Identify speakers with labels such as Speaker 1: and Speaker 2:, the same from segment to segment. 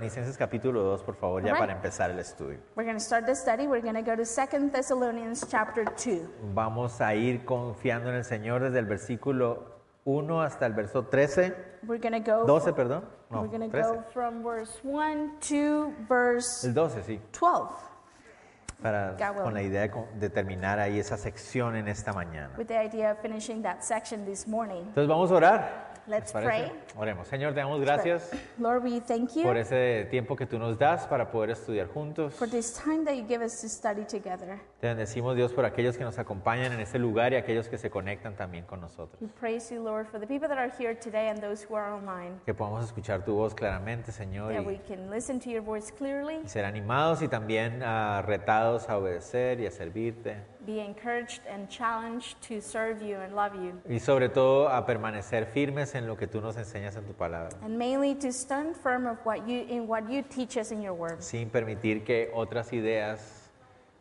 Speaker 1: Tesalonicenses capítulo 2, por favor, ya
Speaker 2: Alright.
Speaker 1: para empezar el estudio.
Speaker 2: We're going to start the study. We're going to go to 2 Thessalonians chapter 2.
Speaker 1: Vamos a ir confiando en el Señor desde el versículo 1 hasta el verso 13,
Speaker 2: We're going to go
Speaker 1: 12, perdón. No,
Speaker 2: We're going to
Speaker 1: 13.
Speaker 2: go from verse 1 to verse
Speaker 1: El 12, sí,
Speaker 2: 12
Speaker 1: para,
Speaker 2: God willing.
Speaker 1: con la idea de, con- de terminar ahí esa sección en esta mañana.
Speaker 2: with the idea of finishing that section this morning.
Speaker 1: Entonces vamos a orar. ¿les
Speaker 2: Let's
Speaker 1: parece? Oremos. Señor, te damos gracias
Speaker 2: Lord, we thank you
Speaker 1: por ese tiempo que tú nos das para poder estudiar juntos.
Speaker 2: for this time that you give us to study together.
Speaker 1: Te bendecimos, Dios, por aquellos que nos acompañan en este lugar y aquellos que se conectan también con nosotros.
Speaker 2: We praise you, Lord, for the people that are here today and those who are online,
Speaker 1: Que podamos escuchar tu voz claramente, Señor,
Speaker 2: that
Speaker 1: y
Speaker 2: we can listen to your voice clearly,
Speaker 1: y ser animados y también ah, retados a obedecer y a servirte
Speaker 2: be encouraged and challenged to serve you and love you,
Speaker 1: y sobre todo a permanecer firmes en lo que tú nos enseñas en tu palabra,
Speaker 2: and mainly to stand firm of what you in what you teach us in your word.
Speaker 1: sin permitir que otras ideas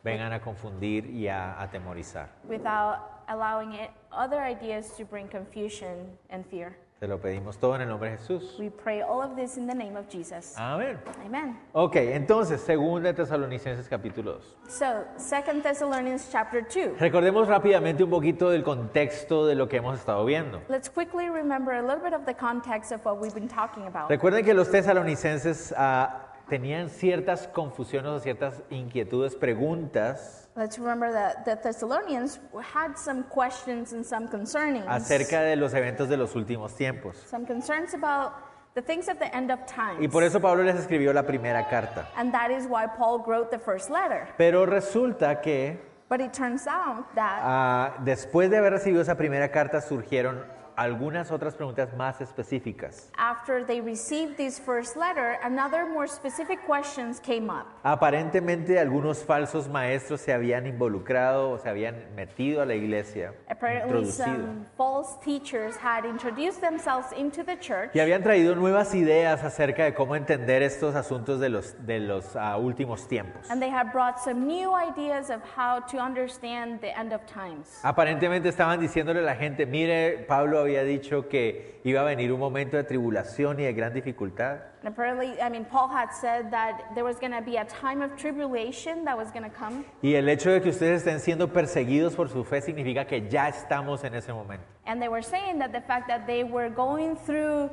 Speaker 1: vengan a confundir y a atemorizar.
Speaker 2: without allowing it other ideas to bring confusion and fear.
Speaker 1: Te lo pedimos todo en el nombre de Jesús.
Speaker 2: We pray all of this in the name of Jesus.
Speaker 1: Amén.
Speaker 2: Amen.
Speaker 1: Ok, entonces, segunda de Tesalonicenses capítulo 2.
Speaker 2: So, Second Thessalonians chapter 2.
Speaker 1: Recordemos rápidamente un poquito del contexto de lo que hemos estado viendo.
Speaker 2: Let's quickly remember a little bit of the context of what we've been talking about.
Speaker 1: Recuerden que los tesalonicenses ah, tenían ciertas confusiones o ciertas inquietudes, preguntas
Speaker 2: Let's remember that the Thessalonians had some questions and some concerns.
Speaker 1: acerca de los eventos de los últimos tiempos.
Speaker 2: Some concerns about the things at the end of times.
Speaker 1: Y por eso Pablo les escribió la primera carta.
Speaker 2: and that is why Paul wrote the first letter.
Speaker 1: Pero resulta que
Speaker 2: But it turns out that
Speaker 1: ah, después de haber recibido esa primera carta surgieron algunas otras preguntas más específicas.
Speaker 2: After they received this first letter, another more specific questions came up.
Speaker 1: Aparentemente algunos falsos maestros se habían involucrado o se habían metido a la iglesia,
Speaker 2: Apparently,
Speaker 1: introducido,
Speaker 2: some false teachers had introduced themselves into the church
Speaker 1: y habían traído nuevas ideas acerca de cómo entender estos asuntos de los, de los ah, últimos tiempos.
Speaker 2: and they had brought some new ideas of how to understand the end of times.
Speaker 1: Aparentemente estaban diciéndole a la gente, mire, Pablo había dicho que iba a venir un momento de tribulación y de gran dificultad.
Speaker 2: And apparently, I mean, Paul had said that there was going to be a time of tribulation that was going to come.
Speaker 1: Y el hecho de que ustedes estén siendo perseguidos por su fe significa que ya estamos en ese momento.
Speaker 2: And they were saying that the fact that they were going through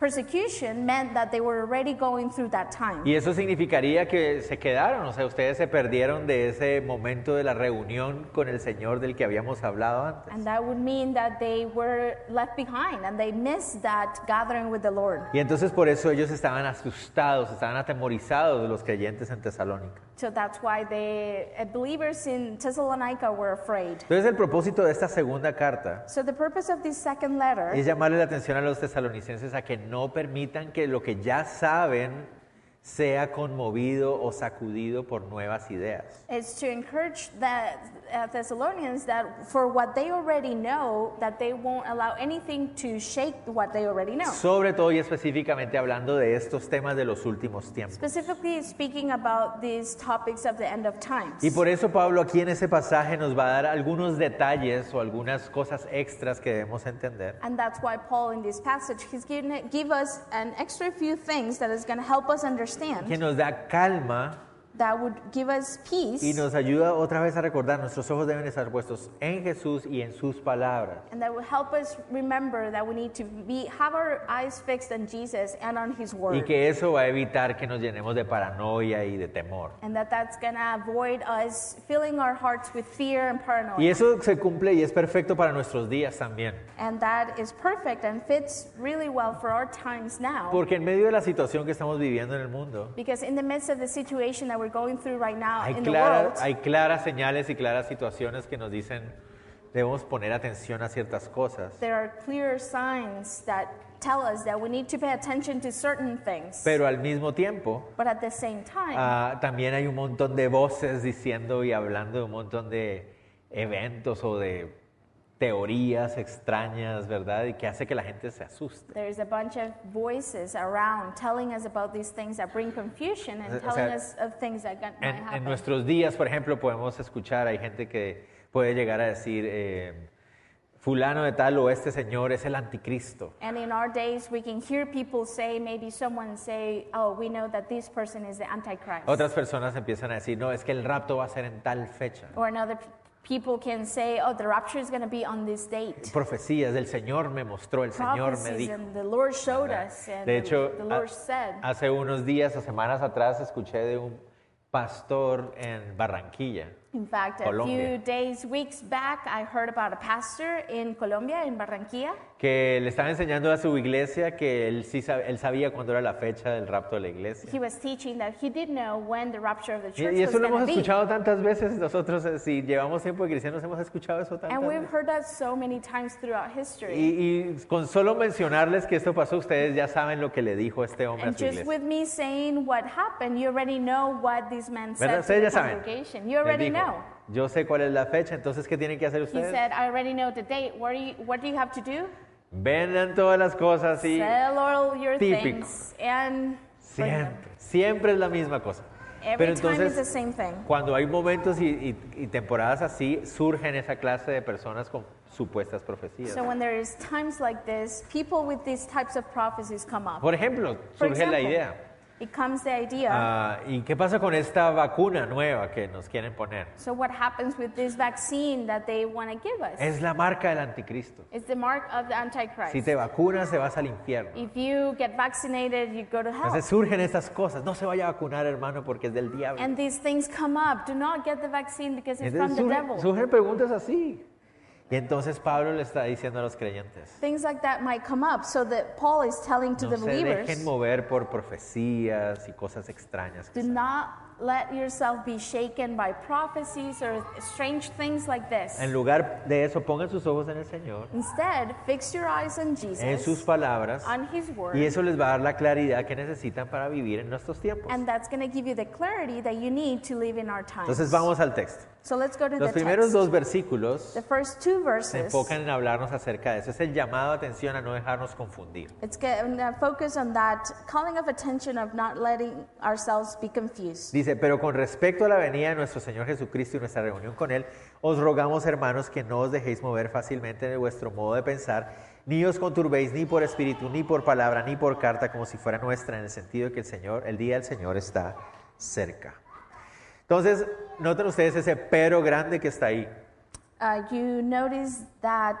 Speaker 2: persecution meant that they were already going through that time.
Speaker 1: Y eso significaría que se quedaron, o sea, ustedes se perdieron de ese momento de la reunión con el Señor del que habíamos hablado antes.
Speaker 2: And that would mean that they were left behind and they missed that gathering with the Lord.
Speaker 1: Y entonces por eso ellos estaban asustados, estaban atemorizados los creyentes en Tesalónica.
Speaker 2: So that's why the uh, believers in Thessalonica were afraid.
Speaker 1: Entonces el propósito de esta segunda carta
Speaker 2: So the purpose of this second letter
Speaker 1: es llamarle la atención a los tesalonicenses a que no permitan que lo que ya saben sea conmovido o sacudido por nuevas ideas.
Speaker 2: is to encourage the uh, Thessalonians that for what they already know, that they won't allow anything to shake what they already know.
Speaker 1: Sobre todo y específicamente hablando de estos temas de los últimos tiempos.
Speaker 2: Specifically speaking about these topics of the end of times.
Speaker 1: Y por eso Pablo aquí en ese pasaje nos va a dar algunos detalles o algunas cosas extras que debemos entender
Speaker 2: And that's why Paul, in this passage, he's given give us an extra few things that is going to help us understand.
Speaker 1: que nos da calma
Speaker 2: that would give us peace
Speaker 1: y nos ayuda otra vez a recordar, nuestros ojos deben estar puestos en Jesús y en sus palabras.
Speaker 2: and that will help us remember that we need to be have our eyes fixed on Jesus and on his
Speaker 1: Y
Speaker 2: word
Speaker 1: que eso va a evitar que nos llenemos de paranoia y de temor.
Speaker 2: and that that's going to avoid us filling our hearts with fear and paranoia
Speaker 1: Y eso se cumple y es perfecto para nuestros días también.
Speaker 2: and that is perfect and fits really well for our times now
Speaker 1: Porque en medio de la situación que estamos viviendo en el mundo,
Speaker 2: because in the midst of the situation that we're going through right now
Speaker 1: hay,
Speaker 2: in the
Speaker 1: clara-
Speaker 2: world
Speaker 1: hay claras señales y claras situaciones que nos dicen debemos poner atención a ciertas cosas.
Speaker 2: there are clear signs that tell us that we need to pay attention to certain things
Speaker 1: Pero al mismo tiempo,
Speaker 2: but at the same time
Speaker 1: ah, también hay un montón de voces diciendo y hablando de un montón de eventos o de teorías extrañas, ¿verdad? Y que hace que la gente se asuste.
Speaker 2: There's a bunch of voices around telling us about these things that bring confusion
Speaker 1: O
Speaker 2: and
Speaker 1: sea,
Speaker 2: telling us of things that got, might
Speaker 1: En, en
Speaker 2: happen.
Speaker 1: nuestros días, por ejemplo, podemos escuchar, hay gente que puede llegar a decir, eh, fulano de tal o este señor es el anticristo.
Speaker 2: And in our days, we can hear people say, maybe someone say, oh, we know that this person is the Antichrist.
Speaker 1: Otras personas empiezan a decir, no, es que el rapto va a ser en tal fecha.
Speaker 2: Or another p- people can say, oh, the rapture is going to be on this date.
Speaker 1: Profecías del Señor me mostró, el Señor me
Speaker 2: Prophecies
Speaker 1: dijo.
Speaker 2: and the Lord showed us, and
Speaker 1: De
Speaker 2: the-
Speaker 1: hecho,
Speaker 2: the
Speaker 1: ha-
Speaker 2: Lord said.
Speaker 1: hace unos días o semanas atrás escuché de un pastor en Barranquilla
Speaker 2: In fact, a
Speaker 1: Colombia.
Speaker 2: few days, weeks back, I heard about a pastor in Colombia, in Barranquilla,
Speaker 1: que le estaba enseñando a su iglesia que él sí sab- él sabía cuándo era la fecha del rapto de la iglesia.
Speaker 2: He was teaching that he did know when the rapture of the
Speaker 1: Y,
Speaker 2: church
Speaker 1: y
Speaker 2: was
Speaker 1: eso lo hemos
Speaker 2: going to be.
Speaker 1: escuchado tantas veces nosotros, eh, si llevamos tiempo de cristianos, hemos escuchado eso tantas
Speaker 2: And we've
Speaker 1: veces.
Speaker 2: heard that so many times throughout history.
Speaker 1: Y, y con solo mencionarles que esto pasó, ustedes ya saben lo que le dijo este hombre a
Speaker 2: And
Speaker 1: su
Speaker 2: just
Speaker 1: iglesia.
Speaker 2: with me saying what happened, you already know what this man
Speaker 1: ¿Verdad? Ustedes
Speaker 2: said to
Speaker 1: ya
Speaker 2: the
Speaker 1: saben.
Speaker 2: congregation.
Speaker 1: Les
Speaker 2: You already
Speaker 1: dijo,
Speaker 2: know.
Speaker 1: Yo sé cuál es la fecha, entonces, ¿qué tienen que hacer
Speaker 2: He
Speaker 1: ustedes?
Speaker 2: said, I already know the date. What do you, what do you have to do?
Speaker 1: Vendan todas las cosas y
Speaker 2: Sell all your
Speaker 1: Típico.
Speaker 2: things and bring them.
Speaker 1: siempre, siempre es la misma cosa. Pero
Speaker 2: Every time it's the
Speaker 1: entonces,
Speaker 2: same thing.
Speaker 1: cuando hay momentos y, y- y temporadas así, surgen esa clase de personas con supuestas profecías.
Speaker 2: So when there is times like this, people with these types of prophecies come up.
Speaker 1: Por ejemplo,
Speaker 2: For
Speaker 1: surge la
Speaker 2: example,
Speaker 1: idea.
Speaker 2: It comes the idea.
Speaker 1: Ah, ¿Y qué pasa con esta vacuna nueva que nos quieren poner?
Speaker 2: so what happens with this vaccine that they want to give us?
Speaker 1: Es la marca del anticristo.
Speaker 2: It's the mark of the Antichrist.
Speaker 1: Si te vacunas, te vas al infierno.
Speaker 2: if you get vaccinated, you go to hell.
Speaker 1: Entonces surgen estas cosas. No se vaya a vacunar, hermano, porque es del diablo.
Speaker 2: and these things come up. Do not get the vaccine because it's from
Speaker 1: Entonces
Speaker 2: the
Speaker 1: surgen,
Speaker 2: devil.
Speaker 1: surgen preguntas así. Y entonces Pablo le está diciendo a los creyentes,
Speaker 2: Things like that might come up. So that Paul is telling to
Speaker 1: no
Speaker 2: the
Speaker 1: se
Speaker 2: believers,
Speaker 1: dejen mover por profecías y cosas extrañas. que
Speaker 2: do not let yourself be shaken by prophecies or strange things like this.
Speaker 1: salen". En lugar de eso, pongan sus ojos en el Señor,
Speaker 2: Instead, fix your eyes on
Speaker 1: en
Speaker 2: Jesus,
Speaker 1: sus palabras,
Speaker 2: on his word.
Speaker 1: y eso les va a dar la claridad que necesitan para vivir en nuestros tiempos.
Speaker 2: And that's going to give you the clarity that you need to live in our time.
Speaker 1: Entonces vamos al texto.
Speaker 2: So let's go to
Speaker 1: Los
Speaker 2: the
Speaker 1: primeros
Speaker 2: text.
Speaker 1: dos versículos
Speaker 2: the first two
Speaker 1: se
Speaker 2: verses.
Speaker 1: enfocan en hablarnos acerca de eso. Es el llamado a atención a no dejarnos confundir.
Speaker 2: It's going to focus on that calling of attention of not letting ourselves be confused.
Speaker 1: Dice, pero con respecto a la venida de nuestro Señor Jesucristo y nuestra reunión con Él, os rogamos, hermanos, que no os dejéis mover fácilmente de vuestro modo de pensar, ni os conturbéis ni por espíritu, ni por palabra, ni por carta, como si fuera nuestra, en el sentido de que el Señor, el día del Señor está cerca. Entonces, noten ustedes ese pero grande que está ahí.
Speaker 2: Uh, you notice that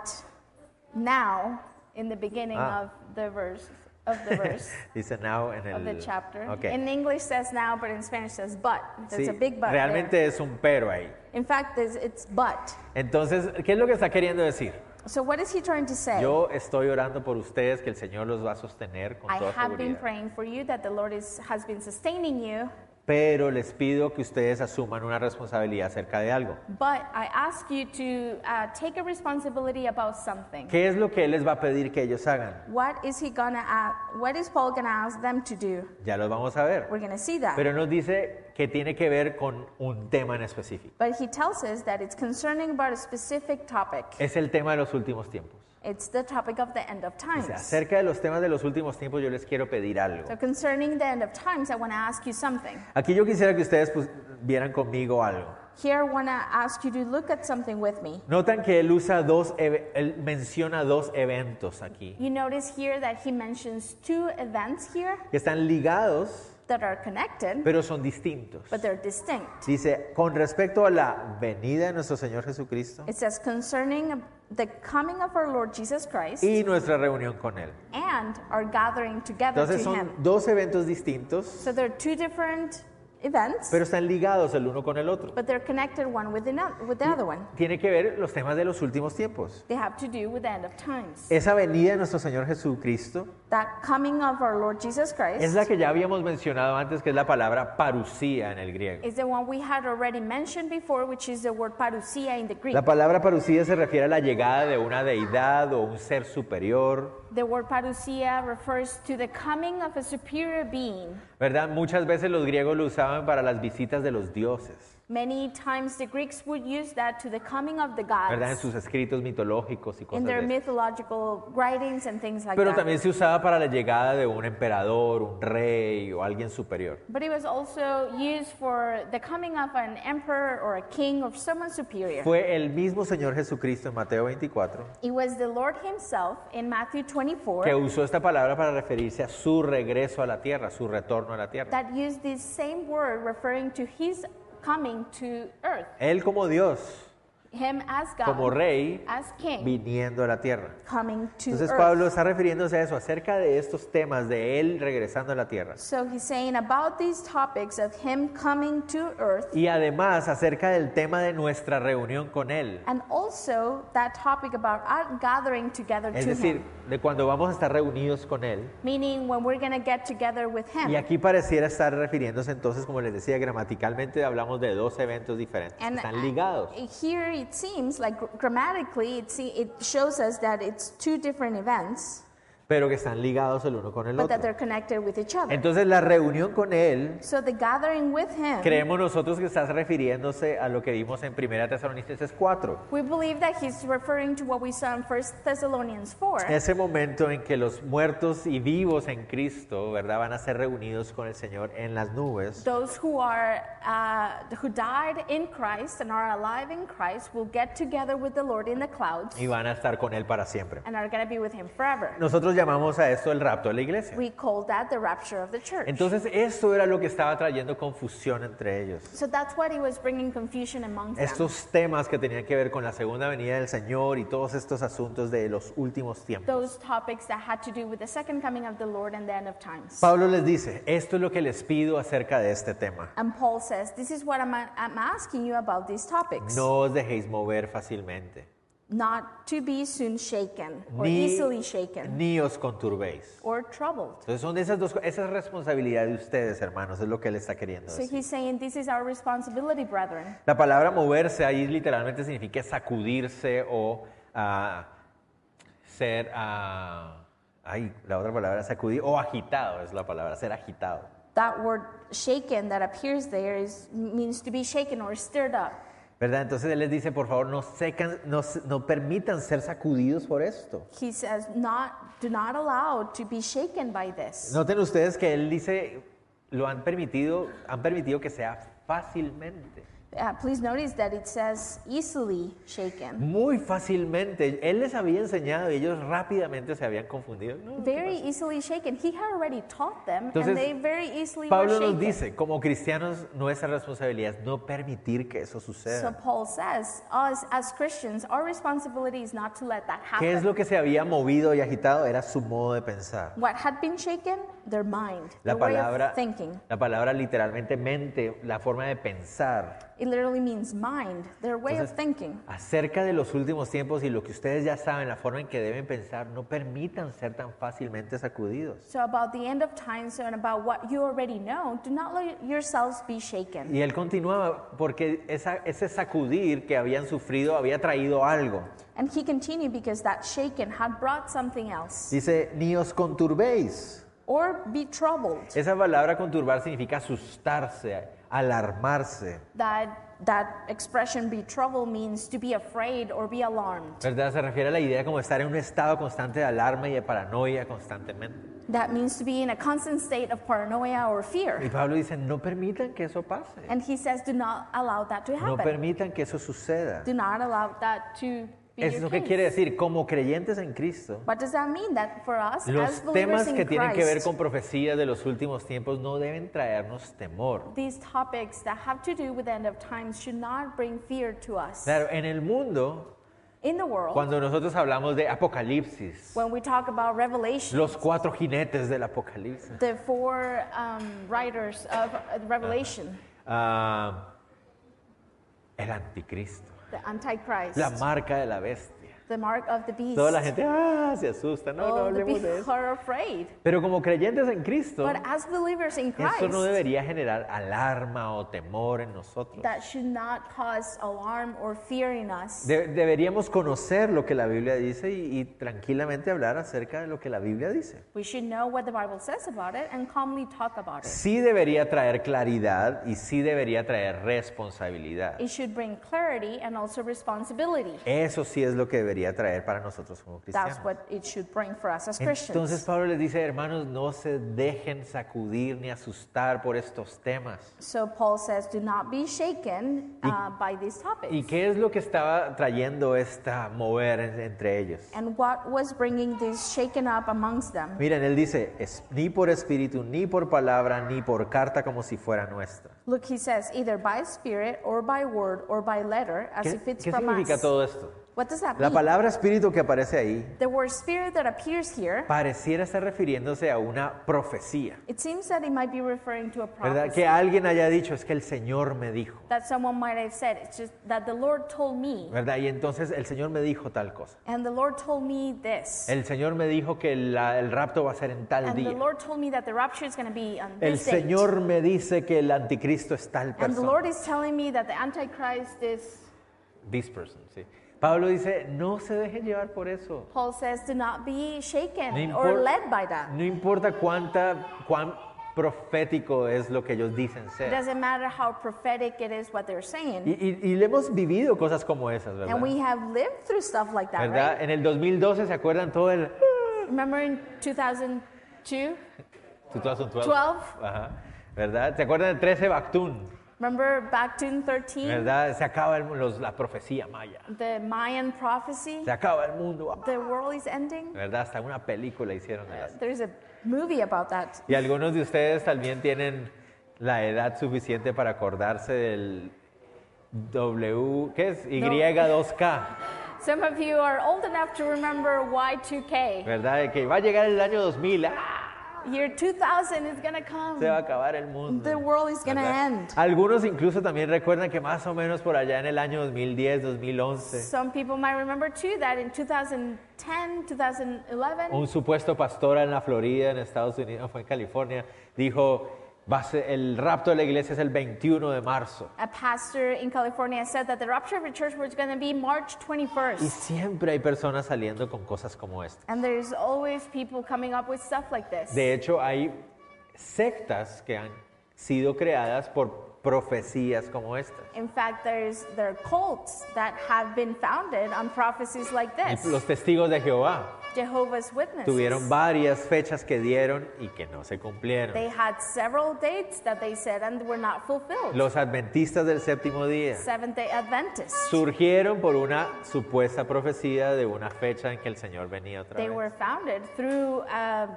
Speaker 2: now in the beginning
Speaker 1: Ah.
Speaker 2: of the verse of the verse
Speaker 1: Dice now en
Speaker 2: of the
Speaker 1: el
Speaker 2: chapter.
Speaker 1: Ok.
Speaker 2: In English says now, but in Spanish says but. There's
Speaker 1: Sí,
Speaker 2: a big but. there.
Speaker 1: realmente es un pero ahí.
Speaker 2: In fact, there's, it's but.
Speaker 1: Entonces, ¿qué es lo que está queriendo decir?
Speaker 2: So what is he trying to say?
Speaker 1: Yo estoy orando por ustedes que el Señor los va a sostener con
Speaker 2: I
Speaker 1: toda
Speaker 2: have been
Speaker 1: seguridad.
Speaker 2: praying for you that the Lord is, has been sustaining you,
Speaker 1: Pero les pido que ustedes asuman una responsabilidad acerca de algo.
Speaker 2: but I ask you to uh, take a responsibility about something.
Speaker 1: ¿Qué es lo que Él les va a pedir que ellos hagan?
Speaker 2: What is he gonna ask? What is Paul gonna ask them to do?
Speaker 1: Ya los vamos a ver.
Speaker 2: We're gonna see that.
Speaker 1: Pero nos dice que tiene que ver con un tema en específico.
Speaker 2: But he tells us that it's concerning about a specific topic.
Speaker 1: Es el tema de los últimos tiempos.
Speaker 2: It's the topic of the end of
Speaker 1: O sea,
Speaker 2: times.
Speaker 1: acerca de los temas de los últimos tiempos yo les quiero pedir algo.
Speaker 2: So concerning the end of times, I want to ask you something.
Speaker 1: Aquí yo quisiera que ustedes pues, vieran conmigo algo.
Speaker 2: Here, I want to ask you to look at something with me.
Speaker 1: Notan que él usa dos, eve- él menciona dos eventos aquí
Speaker 2: You notice here that he mentions two events here
Speaker 1: que están ligados,
Speaker 2: that are connected,
Speaker 1: pero son distintos.
Speaker 2: but they're distinct.
Speaker 1: Dice, con respecto a la venida de nuestro Señor Jesucristo
Speaker 2: It says concerning the coming of our Lord Jesus Christ
Speaker 1: y nuestra reunión con Él.
Speaker 2: and our gathering together
Speaker 1: Entonces
Speaker 2: to him.
Speaker 1: son dos eventos distintos,
Speaker 2: So there are two different events,
Speaker 1: pero están ligados el uno con el otro.
Speaker 2: but they're connected one with the, no- with the other one.
Speaker 1: Tiene que ver los temas de los últimos tiempos.
Speaker 2: They have to do with the end of times.
Speaker 1: Esa venida de nuestro Señor Jesucristo
Speaker 2: That coming of our Lord Jesus Christ
Speaker 1: es la que ya habíamos mencionado antes, que es la palabra parucía en el griego.
Speaker 2: is the one we had already mentioned before, which is the word parousia in the Greek.
Speaker 1: La palabra parucía se refiere a la llegada de una deidad o un ser superior.
Speaker 2: The word parousia refers to the coming of a superior being.
Speaker 1: ¿Verdad? Muchas veces los griegos lo usaban para las visitas de los dioses.
Speaker 2: Many times the Greeks would use that to the coming of the gods
Speaker 1: ¿verdad? En sus escritos mitológicos y
Speaker 2: in
Speaker 1: cosas de
Speaker 2: their
Speaker 1: esas.
Speaker 2: mythological writings and things like
Speaker 1: Pero
Speaker 2: that.
Speaker 1: también se usaba para la llegada de un emperador, un rey o alguien superior.
Speaker 2: But it was also used for the coming of an emperor or a king or someone superior.
Speaker 1: Fue el mismo Señor Jesucristo en Mateo 24
Speaker 2: It was the Lord Himself in Matthew 24
Speaker 1: que usó esta palabra para referirse a su regreso a la tierra, su retorno a la tierra.
Speaker 2: that used this same word referring to His coming to earth,
Speaker 1: Él como Dios,
Speaker 2: Him as God,
Speaker 1: como rey,
Speaker 2: as King,
Speaker 1: viniendo a la tierra.
Speaker 2: coming to
Speaker 1: Entonces
Speaker 2: earth.
Speaker 1: Pablo está refiriéndose a eso, acerca de estos temas de él regresando a la tierra.
Speaker 2: So he's saying about these topics of Him coming to earth
Speaker 1: Y además acerca del tema de nuestra reunión con él.
Speaker 2: and also that topic about our gathering together
Speaker 1: Es
Speaker 2: to
Speaker 1: decir,
Speaker 2: Him,
Speaker 1: de cuando vamos a estar reunidos con él.
Speaker 2: meaning when we're going to get together with Him.
Speaker 1: Y aquí pareciera estar refiriéndose entonces, como les decía, gramaticalmente hablamos de dos eventos diferentes, que
Speaker 2: And
Speaker 1: están
Speaker 2: uh,
Speaker 1: ligados.
Speaker 2: Here it seems like gr- grammatically it, see, it shows us that it's two different events,
Speaker 1: pero que están ligados el uno con el
Speaker 2: but that they're
Speaker 1: otro.
Speaker 2: connected with each other.
Speaker 1: Entonces la reunión con Él,
Speaker 2: so the gathering with him,
Speaker 1: creemos nosotros que estás refiriéndose a lo que vimos en 1 Tesalonicenses 4,
Speaker 2: we believe that he's referring to what we saw in 1 Thessalonians 4,
Speaker 1: ese momento en que los muertos y vivos en Cristo, ¿verdad? Van a ser reunidos con el Señor en las nubes.
Speaker 2: those who are uh, who died in Christ and are alive in Christ will get together with the Lord in the clouds
Speaker 1: Y van a estar con Él para siempre.
Speaker 2: and are going to be with him forever.
Speaker 1: Nosotros llamamos a esto el rapto de la iglesia.
Speaker 2: We call that the rapture of the church.
Speaker 1: Entonces esto era lo que estaba trayendo confusión entre ellos.
Speaker 2: so that's what he was bringing confusion amongst them.
Speaker 1: Estos temas que tenían que ver con la segunda venida del Señor y todos estos asuntos de los últimos tiempos.
Speaker 2: those topics that had to do with the second coming of the Lord and the end of times.
Speaker 1: Pablo les dice, esto es lo que les pido acerca de este tema.
Speaker 2: And Paul says, This is what I'm, I'm asking you about these topics.
Speaker 1: No os dejéis mover fácilmente,
Speaker 2: Not to be soon shaken or
Speaker 1: ni,
Speaker 2: easily shaken
Speaker 1: ni os conturbéis.
Speaker 2: or troubled.
Speaker 1: Entonces son de esas dos cosas, esa es responsabilidad de ustedes, hermanos, es lo que él está queriendo
Speaker 2: So
Speaker 1: decir.
Speaker 2: he's saying, This is our responsibility, brethren.
Speaker 1: La palabra moverse ahí literalmente significa sacudirse o ah, ser, ah, ay, la otra palabra, sacudir, o agitado es la palabra, ser agitado.
Speaker 2: That word shaken that appears there is, means to be shaken or stirred up.
Speaker 1: ¿Verdad? Entonces él les dice, por favor, no, secan, no, se- no permitan ser sacudidos por esto.
Speaker 2: He says, not, Do not allow to be shaken by this.
Speaker 1: Noten ustedes que él dice, lo han permitido, han permitido que sea fácilmente,
Speaker 2: Uh, please notice that it says easily shaken.
Speaker 1: muy fácilmente. Él les había enseñado y ellos rápidamente se habían confundido. No,
Speaker 2: very easily shaken. He had already taught them,
Speaker 1: Entonces,
Speaker 2: and they very easily
Speaker 1: Pablo
Speaker 2: were
Speaker 1: nos
Speaker 2: shaken.
Speaker 1: dice, como cristianos, nuestra responsabilidad es no permitir que eso
Speaker 2: So
Speaker 1: suceda.
Speaker 2: Paul says, us as Christians, our responsibility is not to let that happen.
Speaker 1: ¿Qué es lo que se había movido y agitado? Era su modo de pensar.
Speaker 2: What had been shaken? Their mind,
Speaker 1: La
Speaker 2: their way
Speaker 1: palabra,
Speaker 2: of thinking.
Speaker 1: la palabra literalmente mente, la forma de pensar.
Speaker 2: It literally means mind, their way
Speaker 1: Entonces-
Speaker 2: of thinking.
Speaker 1: Acerca de los últimos tiempos y lo que ustedes ya saben, la forma en que deben pensar, no permitan ser tan fácilmente sacudidos.
Speaker 2: So about the end of times and about what you already know, do not let yourselves be shaken.
Speaker 1: Y él continuaba porque esa- ese sacudir que habían sufrido había traído algo.
Speaker 2: And he continued because that shaken had brought something else.
Speaker 1: Dice, ni os conturbéis.
Speaker 2: Or be troubled.
Speaker 1: Esa palabra conturbar significa asustarse, alarmarse.
Speaker 2: That that expression be troubled means to be afraid or be alarmed.
Speaker 1: ¿Verdad? Se refiere a la idea como estar en un estado constante de alarma y de paranoia constantemente.
Speaker 2: That means to be in a constant state of paranoia or
Speaker 1: Y
Speaker 2: fear.
Speaker 1: Pablo dice, no permitan que eso pase.
Speaker 2: And he says, do not allow that to
Speaker 1: No
Speaker 2: happen.
Speaker 1: permitan que eso suceda.
Speaker 2: Do not allow that to be
Speaker 1: Eso es
Speaker 2: your
Speaker 1: lo que
Speaker 2: case.
Speaker 1: quiere decir, como creyentes en Cristo,
Speaker 2: What does that mean? That for us as
Speaker 1: los
Speaker 2: believers
Speaker 1: temas que
Speaker 2: in
Speaker 1: tienen que ver
Speaker 2: Christ,
Speaker 1: con profecías de los últimos tiempos no deben traernos temor.
Speaker 2: these topics that have to do with the end of times should not bring fear to us.
Speaker 1: Claro, en el mundo,
Speaker 2: in the world,
Speaker 1: cuando nosotros hablamos de Apocalipsis,
Speaker 2: when we talk about Revelation,
Speaker 1: los cuatro jinetes del Apocalipsis,
Speaker 2: the four um, writers of uh, Revelation,
Speaker 1: ah, el anticristo,
Speaker 2: the Antichrist,
Speaker 1: la marca de la bestia,
Speaker 2: the mark of the beast.
Speaker 1: Toda la gente ah, se asusta, no, no
Speaker 2: All Oh, the
Speaker 1: hablemos de
Speaker 2: people
Speaker 1: eso.
Speaker 2: are afraid.
Speaker 1: Pero como creyentes en Cristo,
Speaker 2: But as believers in
Speaker 1: eso no
Speaker 2: Christ,
Speaker 1: debería generar alarma o temor en nosotros.
Speaker 2: that should not cause alarm or fear in us.
Speaker 1: De- deberíamos conocer lo que la Biblia dice y, y tranquilamente hablar acerca de lo que la Biblia dice.
Speaker 2: We should know what the Bible says about it and calmly talk about it.
Speaker 1: Sí debería traer claridad y sí debería traer responsabilidad.
Speaker 2: It should bring clarity and also responsibility.
Speaker 1: Eso sí es lo que debería traer para nosotros como
Speaker 2: That's
Speaker 1: cristianos.
Speaker 2: what it should bring for us as
Speaker 1: Entonces
Speaker 2: Christians.
Speaker 1: Pablo les dice, hermanos, no se dejen sacudir ni asustar por estos temas.
Speaker 2: So Paul says, do not be shaken uh, by these
Speaker 1: ¿Y
Speaker 2: topics.
Speaker 1: qué es lo que estaba trayendo esta mover en- entre ellos?
Speaker 2: And what was bringing this shaken up amongst them?
Speaker 1: Miren, él dice, "Es- ni por espíritu, ni por palabra, ni por carta como si fuera nuestra.
Speaker 2: Look, he says, either by spirit or by word or by letter, as
Speaker 1: ¿Qué,
Speaker 2: if it's
Speaker 1: qué
Speaker 2: from
Speaker 1: significa
Speaker 2: us.
Speaker 1: todo esto?
Speaker 2: What does that
Speaker 1: La
Speaker 2: mean?
Speaker 1: palabra espíritu que aparece ahí
Speaker 2: The word spirit that appears here,
Speaker 1: pareciera estar refiriéndose a una profecía,
Speaker 2: it seems that it might be referring to a
Speaker 1: ¿verdad?
Speaker 2: prophecy.
Speaker 1: Que alguien haya dicho, es que el Señor me dijo,
Speaker 2: That someone might have said, it's just that the Lord told me,
Speaker 1: ¿verdad? Y entonces el Señor me dijo tal cosa.
Speaker 2: and the Lord told me this.
Speaker 1: El Señor me dijo que la- el rapto va a ser en tal
Speaker 2: And the
Speaker 1: día.
Speaker 2: Lord told me that the rapture is going to be on
Speaker 1: El
Speaker 2: this date.
Speaker 1: Señor me dice que el anticristo es tal
Speaker 2: And the
Speaker 1: persona.
Speaker 2: Lord is telling me that the Antichrist is.
Speaker 1: This person, sí. Pablo dice, no se dejen llevar por eso.
Speaker 2: Paul says, do not be shaken
Speaker 1: No,
Speaker 2: or
Speaker 1: impor-
Speaker 2: led by that.
Speaker 1: no importa cuánta, cuán profético es lo que ellos dicen
Speaker 2: It
Speaker 1: ser.
Speaker 2: doesn't matter how prophetic it is what they're
Speaker 1: Y,
Speaker 2: saying.
Speaker 1: y, y le hemos vivido cosas como esas, ¿verdad?
Speaker 2: And we have lived through stuff like that,
Speaker 1: ¿Verdad? En el 2012 se acuerdan todo el...
Speaker 2: right? Remember in 2002?
Speaker 1: 2012.
Speaker 2: 12.
Speaker 1: Ajá. ¿Verdad? ¿Se acuerdan del 13 Bactún?
Speaker 2: Remember back in 13,
Speaker 1: ¿Verdad? Se acaba el- los- la profecía maya.
Speaker 2: the Mayan prophecy?
Speaker 1: Se acaba el mundo. ah.
Speaker 2: The world is ending?
Speaker 1: ¿Verdad? Hasta una película hicieron. de las-
Speaker 2: There's a movie about that.
Speaker 1: Y algunos de ustedes también tienen la edad suficiente para acordarse del W, ¿qué es? Y2K,
Speaker 2: Some of you are old enough to remember Y2K.
Speaker 1: ¿verdad? De que va a llegar el año 2000, ¡ah!
Speaker 2: Year 2000 is going to come.
Speaker 1: se va a acabar el mundo.
Speaker 2: The world is going to
Speaker 1: ¿verdad?
Speaker 2: end.
Speaker 1: Algunos incluso también recuerdan que más o menos por allá en el año 2010, 2011,
Speaker 2: Some people might remember too that in 2010, 2011,
Speaker 1: un supuesto pastor en la Florida, en Estados Unidos, no, fue en California, dijo, va a ser- el rapto de la iglesia es el 21 de marzo.
Speaker 2: a pastor in California said that the rupture of the church was going to be March
Speaker 1: Y
Speaker 2: 21st.
Speaker 1: siempre hay personas saliendo con cosas como esta.
Speaker 2: And there's always people coming up with stuff like this.
Speaker 1: De hecho, hay sectas que han sido creadas por profecías como estas.
Speaker 2: in fact, there's there are cults that have been founded on prophecies like this.
Speaker 1: Y los testigos de Jehová
Speaker 2: Jehovah's Witnesses.
Speaker 1: tuvieron varias fechas que dieron y que no se
Speaker 2: They
Speaker 1: cumplieron.
Speaker 2: had several dates that they said and were not fulfilled.
Speaker 1: Los adventistas del séptimo día
Speaker 2: Seventh day Adventists.
Speaker 1: surgieron por una supuesta profecía de una fecha en que el Señor venía otra
Speaker 2: They were
Speaker 1: vez.
Speaker 2: founded through uh,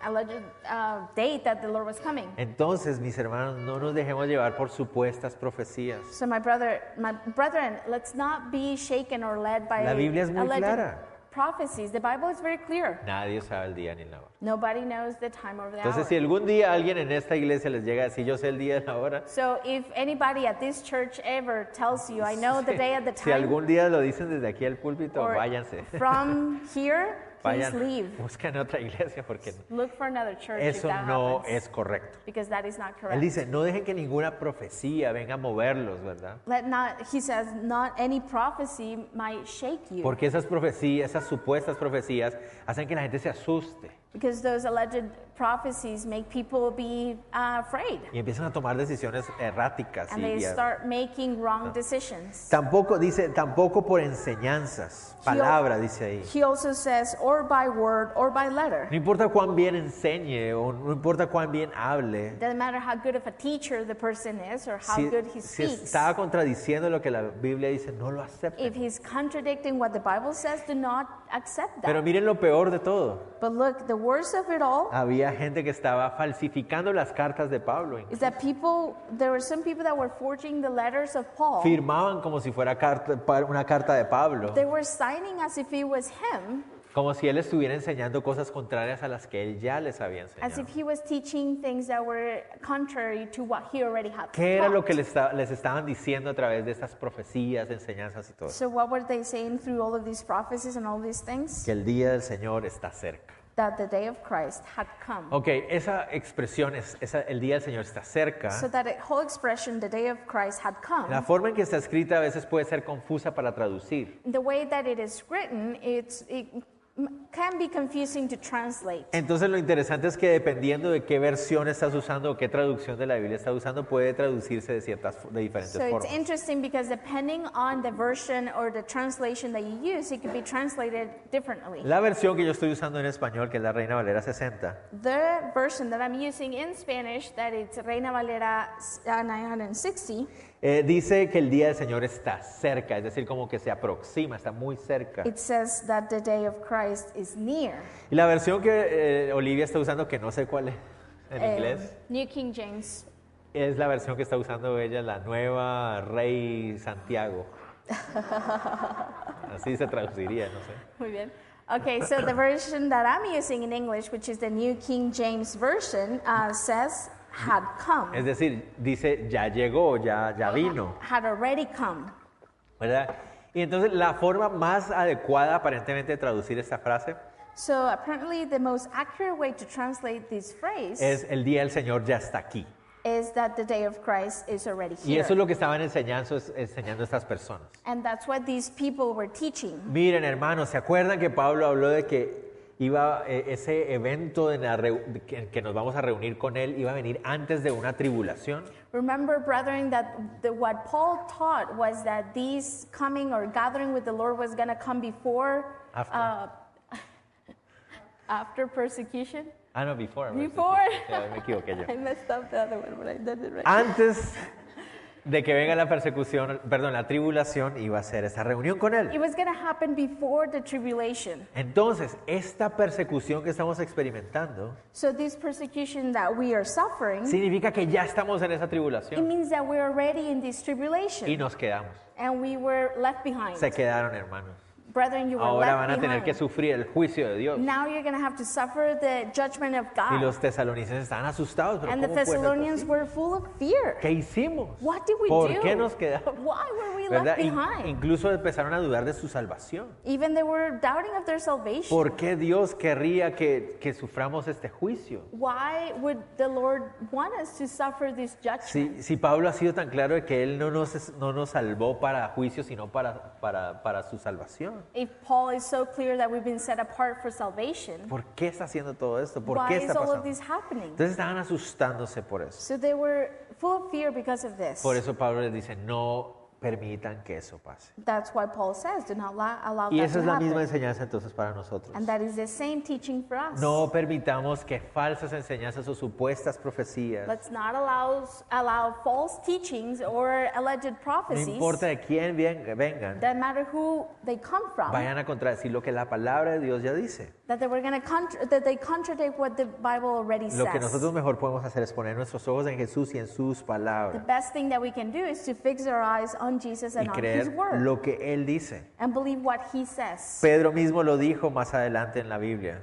Speaker 2: alleged uh, date that the Lord was coming.
Speaker 1: Entonces, mis hermanos, no nos dejemos llevar por supuestas profecías.
Speaker 2: So my brother, my brethren, let's not be shaken or led by
Speaker 1: La Biblia es muy
Speaker 2: alleged
Speaker 1: clara.
Speaker 2: prophecies. The Bible is very clear.
Speaker 1: Nadie sabe el día ni la hora.
Speaker 2: Nobody knows the time or the
Speaker 1: Entonces,
Speaker 2: hour.
Speaker 1: si algún día alguien en esta iglesia les llega a decir, yo sé el día y la hora,
Speaker 2: so if anybody at this church ever tells you, I know the day at the
Speaker 1: Si
Speaker 2: time,
Speaker 1: algún día lo dicen desde aquí al púlpito,
Speaker 2: or
Speaker 1: váyanse.
Speaker 2: from here, please
Speaker 1: Vayan,
Speaker 2: leave.
Speaker 1: busquen otra iglesia porque
Speaker 2: Look for another church if
Speaker 1: eso
Speaker 2: that
Speaker 1: no
Speaker 2: happens,
Speaker 1: es correcto.
Speaker 2: because that is not
Speaker 1: Él
Speaker 2: correct.
Speaker 1: dice, no dejen que ninguna profecía venga a moverlos, ¿verdad?
Speaker 2: Let not, he says, not any prophecy might shake you,
Speaker 1: Porque esas profecías, esas supuestas profecías, hacen que la gente se asuste
Speaker 2: because those alleged prophecies make people be uh, afraid.
Speaker 1: y empiezan a tomar decisiones erráticas.
Speaker 2: and
Speaker 1: y-
Speaker 2: they
Speaker 1: y-
Speaker 2: start making wrong decisions.
Speaker 1: Tampoco dice, tampoco por enseñanzas, palabra, dice ahí.
Speaker 2: He also says, or by word or by letter.
Speaker 1: No importa cuán bien enseñe o no importa cuán bien hable,
Speaker 2: Doesn't matter how good of a teacher the person is or how
Speaker 1: si,
Speaker 2: good he
Speaker 1: si
Speaker 2: speaks.
Speaker 1: está contradiciendo lo que la Biblia dice, no lo acepten.
Speaker 2: If he's contradicting what the Bible says, do not accept that.
Speaker 1: Pero miren lo peor de todo.
Speaker 2: but look, the worst of it all
Speaker 1: Había gente que estaba falsificando las cartas de Pablo.
Speaker 2: is that people, there were some people that were forging the letters of Paul.
Speaker 1: Firmaban como si fuera carta- pa- una carta de Pablo.
Speaker 2: They were signing as if it was him.
Speaker 1: como si él estuviera enseñando cosas contrarias a las que él ya les había
Speaker 2: as
Speaker 1: enseñado.
Speaker 2: if he was teaching things that were contrary to what he already had.
Speaker 1: ¿Qué era lo
Speaker 2: taught.
Speaker 1: que les, esta- les estaban diciendo a través de estas profecías, enseñanzas y todo? eso?
Speaker 2: So what were they saying through all of these prophecies and all these things?
Speaker 1: Que el día del Señor está cerca.
Speaker 2: That the day of Christ had come.
Speaker 1: Ok, esa expresión es, esa- el día del Señor está cerca.
Speaker 2: So that it- whole expression, the day of Christ had come.
Speaker 1: La forma en que está escrita a veces puede ser confusa para traducir.
Speaker 2: The way that it is written, it's, it m- can be confusing to translate.
Speaker 1: Entonces lo interesante es que dependiendo de qué versión estás usando o qué traducción de la Biblia estás usando, puede traducirse de ciertas fo- de diferentes
Speaker 2: So it's
Speaker 1: formas.
Speaker 2: interesting because depending on the version or the translation that you use, it could be translated differently.
Speaker 1: La versión que yo estoy usando en español, que es la Reina Valera 60,
Speaker 2: The version that I'm using in Spanish, that it's Reina Valera uh, 960,
Speaker 1: eh, dice que el día del Señor está cerca, es decir, como que se aproxima, está muy cerca.
Speaker 2: it says that the day of Christ is near.
Speaker 1: Y la versión que eh, Olivia está usando, que no sé cuál es en
Speaker 2: Um,
Speaker 1: inglés,
Speaker 2: New King James.
Speaker 1: es la versión que está usando ella, la nueva Rey Santiago. Así se traduciría, no sé.
Speaker 2: Muy bien. Okay, so the version that I'm using in English, which is the New King James Version, uh, says had
Speaker 1: Es
Speaker 2: come,
Speaker 1: decir, dice, ya llegó, ya, ya vino,
Speaker 2: had already come.
Speaker 1: ¿verdad? Y entonces la forma más adecuada aparentemente de traducir esta frase
Speaker 2: So apparently, the most accurate way to translate this phrase
Speaker 1: es el día del Señor ya está aquí.
Speaker 2: is that the day of Christ is already
Speaker 1: Y
Speaker 2: here.
Speaker 1: eso es lo que estaban enseñando, enseñando estas personas.
Speaker 2: And that's what these people were teaching.
Speaker 1: Miren, hermanos, ¿se acuerdan que Pablo habló de que iba eh, ese evento en la reu- de que, que nos vamos a reunir con él iba a venir antes de una tribulación?
Speaker 2: Remember, brethren, that the, what Paul taught was that these coming or gathering with the Lord was going to come before,
Speaker 1: After.
Speaker 2: uh, after persecution.
Speaker 1: Ah, no, before.
Speaker 2: Before.
Speaker 1: Ya, me equivoqué yo.
Speaker 2: I messed up the other one, but I did it right.
Speaker 1: Antes de que venga la persecución, perdón, la tribulación, iba a ser esa reunión con
Speaker 2: It
Speaker 1: él.
Speaker 2: was going to happen before the tribulation.
Speaker 1: Entonces, esta persecución que estamos experimentando
Speaker 2: So this persecution that we are suffering,
Speaker 1: significa que ya estamos en esa
Speaker 2: it
Speaker 1: tribulación
Speaker 2: means that we're already in this tribulation
Speaker 1: y nos quedamos.
Speaker 2: and we were left behind.
Speaker 1: Se quedaron, hermanos.
Speaker 2: Brethren, you were
Speaker 1: Ahora
Speaker 2: left
Speaker 1: van a tener
Speaker 2: behind.
Speaker 1: que sufrir el juicio de Dios.
Speaker 2: now you're going to have to suffer the judgment of
Speaker 1: Y
Speaker 2: God.
Speaker 1: los tesalonicenses estaban asustados. ¿pero
Speaker 2: Ah. and the
Speaker 1: ¿cómo puede ser
Speaker 2: Thessalonians
Speaker 1: posible?
Speaker 2: were full of fear.
Speaker 1: ¿Qué hicimos?
Speaker 2: What did we
Speaker 1: ¿Por
Speaker 2: do?
Speaker 1: qué nos quedamos?
Speaker 2: Why were we
Speaker 1: ¿Verdad?
Speaker 2: left
Speaker 1: In-
Speaker 2: behind?
Speaker 1: incluso empezaron a dudar de su salvación.
Speaker 2: Even they were doubting of their salvation.
Speaker 1: ¿Por qué Dios querría que, que suframos este juicio?
Speaker 2: Why would the Lord want us to suffer this judgment?
Speaker 1: Si, si Pablo ha sido tan claro de que Él no nos, es- no nos salvó para juicio, sino para, para, para su salvación.
Speaker 2: If Paul is so clear that we've been set apart for salvation,
Speaker 1: ¿Por qué está haciendo todo esto? ¿Por
Speaker 2: why
Speaker 1: qué
Speaker 2: is
Speaker 1: está
Speaker 2: all of
Speaker 1: pasando?
Speaker 2: this happening?
Speaker 1: Entonces estaban asustándose por eso.
Speaker 2: So they were full of fear because of this.
Speaker 1: Por eso Pablo les dice, no permitan que eso pase.
Speaker 2: That's why Paul says, do not allow, allow
Speaker 1: Y
Speaker 2: that
Speaker 1: esa
Speaker 2: to
Speaker 1: es la
Speaker 2: happen.
Speaker 1: misma enseñanza entonces para nosotros.
Speaker 2: And that is the same teaching for us.
Speaker 1: No permitamos que falsas enseñanzas o supuestas profecías,
Speaker 2: Let's not allow, allow false teachings or alleged
Speaker 1: no
Speaker 2: prophecies,
Speaker 1: importa de quién vien- vengan,
Speaker 2: that matter who they come from,
Speaker 1: vayan a contradecir lo que la palabra de Dios ya dice.
Speaker 2: that they were going to contr that they contradict what the Bible already
Speaker 1: Lo
Speaker 2: says.
Speaker 1: que nosotros mejor podemos hacer es poner nuestros ojos en Jesús y en sus
Speaker 2: The
Speaker 1: palabras
Speaker 2: best thing that we can do is to fix our eyes on Jesus
Speaker 1: y
Speaker 2: and on His
Speaker 1: creer
Speaker 2: Word
Speaker 1: lo que Él dice.
Speaker 2: and believe what He says.
Speaker 1: Pedro mismo lo dijo más adelante en la Biblia,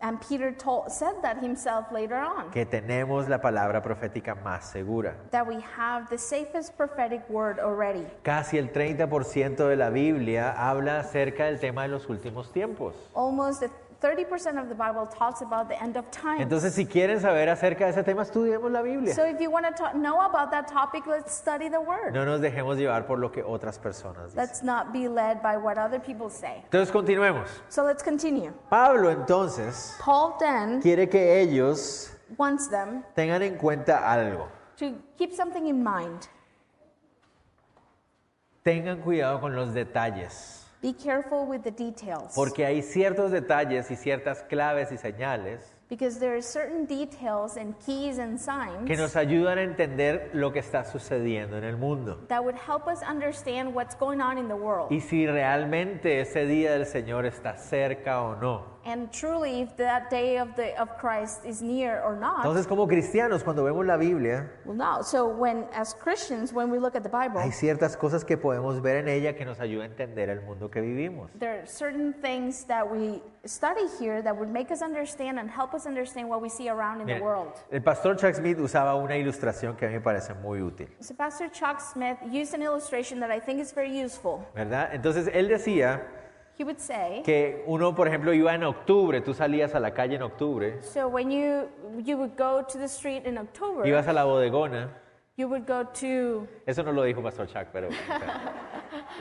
Speaker 2: And Peter told, said that himself later on,
Speaker 1: que tenemos la palabra profética más segura.
Speaker 2: that we have the safest prophetic word already.
Speaker 1: Casi el 30% de la Biblia habla acerca del tema de los últimos tiempos.
Speaker 2: Almost 30% of the Bible talks about the end of time.
Speaker 1: Entonces, si quieren saber acerca de ese tema, estudiemos la Biblia.
Speaker 2: so if you want to know about that topic, let's study the word.
Speaker 1: No nos dejemos llevar por lo que otras personas dicen.
Speaker 2: Let's not be led by what other people say.
Speaker 1: Entonces continuemos.
Speaker 2: So let's continue.
Speaker 1: Pablo entonces
Speaker 2: Paul then
Speaker 1: quiere que ellos
Speaker 2: wants them
Speaker 1: tengan en cuenta algo.
Speaker 2: to keep something in mind.
Speaker 1: Tengan cuidado con los detalles,
Speaker 2: Be careful with the details.
Speaker 1: porque hay ciertos detalles y ciertas claves y señales
Speaker 2: because there are certain details and keys and signs
Speaker 1: que nos ayudan a entender lo que está sucediendo en el mundo.
Speaker 2: that would help us understand what's going on in the world.
Speaker 1: Y si realmente ese día del Señor está cerca o no.
Speaker 2: And truly, if that day of, the, of Christ is near or not,
Speaker 1: Entonces, como cristianos, cuando vemos la Biblia,
Speaker 2: well, no. So, when, as Christians, when we look at the Bible,
Speaker 1: hay ciertas cosas que podemos ver en ella que nos ayuda a entender el mundo que vivimos.
Speaker 2: there are certain things that we study here that would make us understand and help us understand what we see around in
Speaker 1: Miren,
Speaker 2: the world.
Speaker 1: el pastor Chuck Smith usaba una ilustración que a mí me parece muy útil,
Speaker 2: So, Pastor Chuck Smith used an illustration that I think is very useful.
Speaker 1: ¿verdad? Entonces, él decía
Speaker 2: He would say,
Speaker 1: que uno, por ejemplo, iba en octubre, tú salías a la calle en octubre,
Speaker 2: so when you you would go to the street in October,
Speaker 1: ibas a la bodegona,
Speaker 2: you would go to
Speaker 1: eso no lo dijo Pastor Chuck, pero o sea,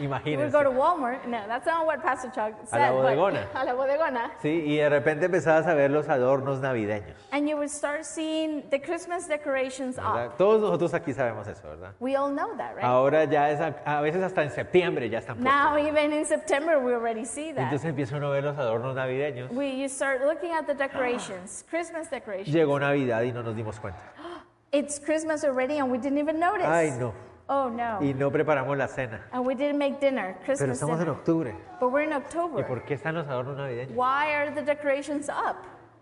Speaker 2: you would go
Speaker 1: imagínense.
Speaker 2: to Walmart. No, that's not what Pastor Chuck
Speaker 1: A
Speaker 2: said.
Speaker 1: la
Speaker 2: but-
Speaker 1: bodegona.
Speaker 2: a la bodegona.
Speaker 1: Sí, y de repente empezabas a ver los adornos navideños.
Speaker 2: And you would start seeing the Christmas decorations
Speaker 1: ¿verdad?
Speaker 2: up.
Speaker 1: Todos nosotros aquí sabemos eso, ¿verdad?
Speaker 2: We all know that, Ah. right?
Speaker 1: Ahora ya es a, a veces hasta en septiembre ya están
Speaker 2: Now,
Speaker 1: puestos.
Speaker 2: even in September, we already see that.
Speaker 1: Entonces empieza uno a ver los adornos navideños.
Speaker 2: We, you start looking at the decorations, Christmas decorations.
Speaker 1: Llegó Navidad y no nos dimos cuenta.
Speaker 2: It's Christmas already, and we didn't even notice.
Speaker 1: Ay, no.
Speaker 2: Oh no!
Speaker 1: Y no preparamos la cena.
Speaker 2: And we didn't make dinner,
Speaker 1: Pero
Speaker 2: Christmas
Speaker 1: estamos en
Speaker 2: dinner.
Speaker 1: octubre.
Speaker 2: But we're in
Speaker 1: ¿Y
Speaker 2: October.
Speaker 1: por qué están los adornos navideños?
Speaker 2: Why are the decorations up?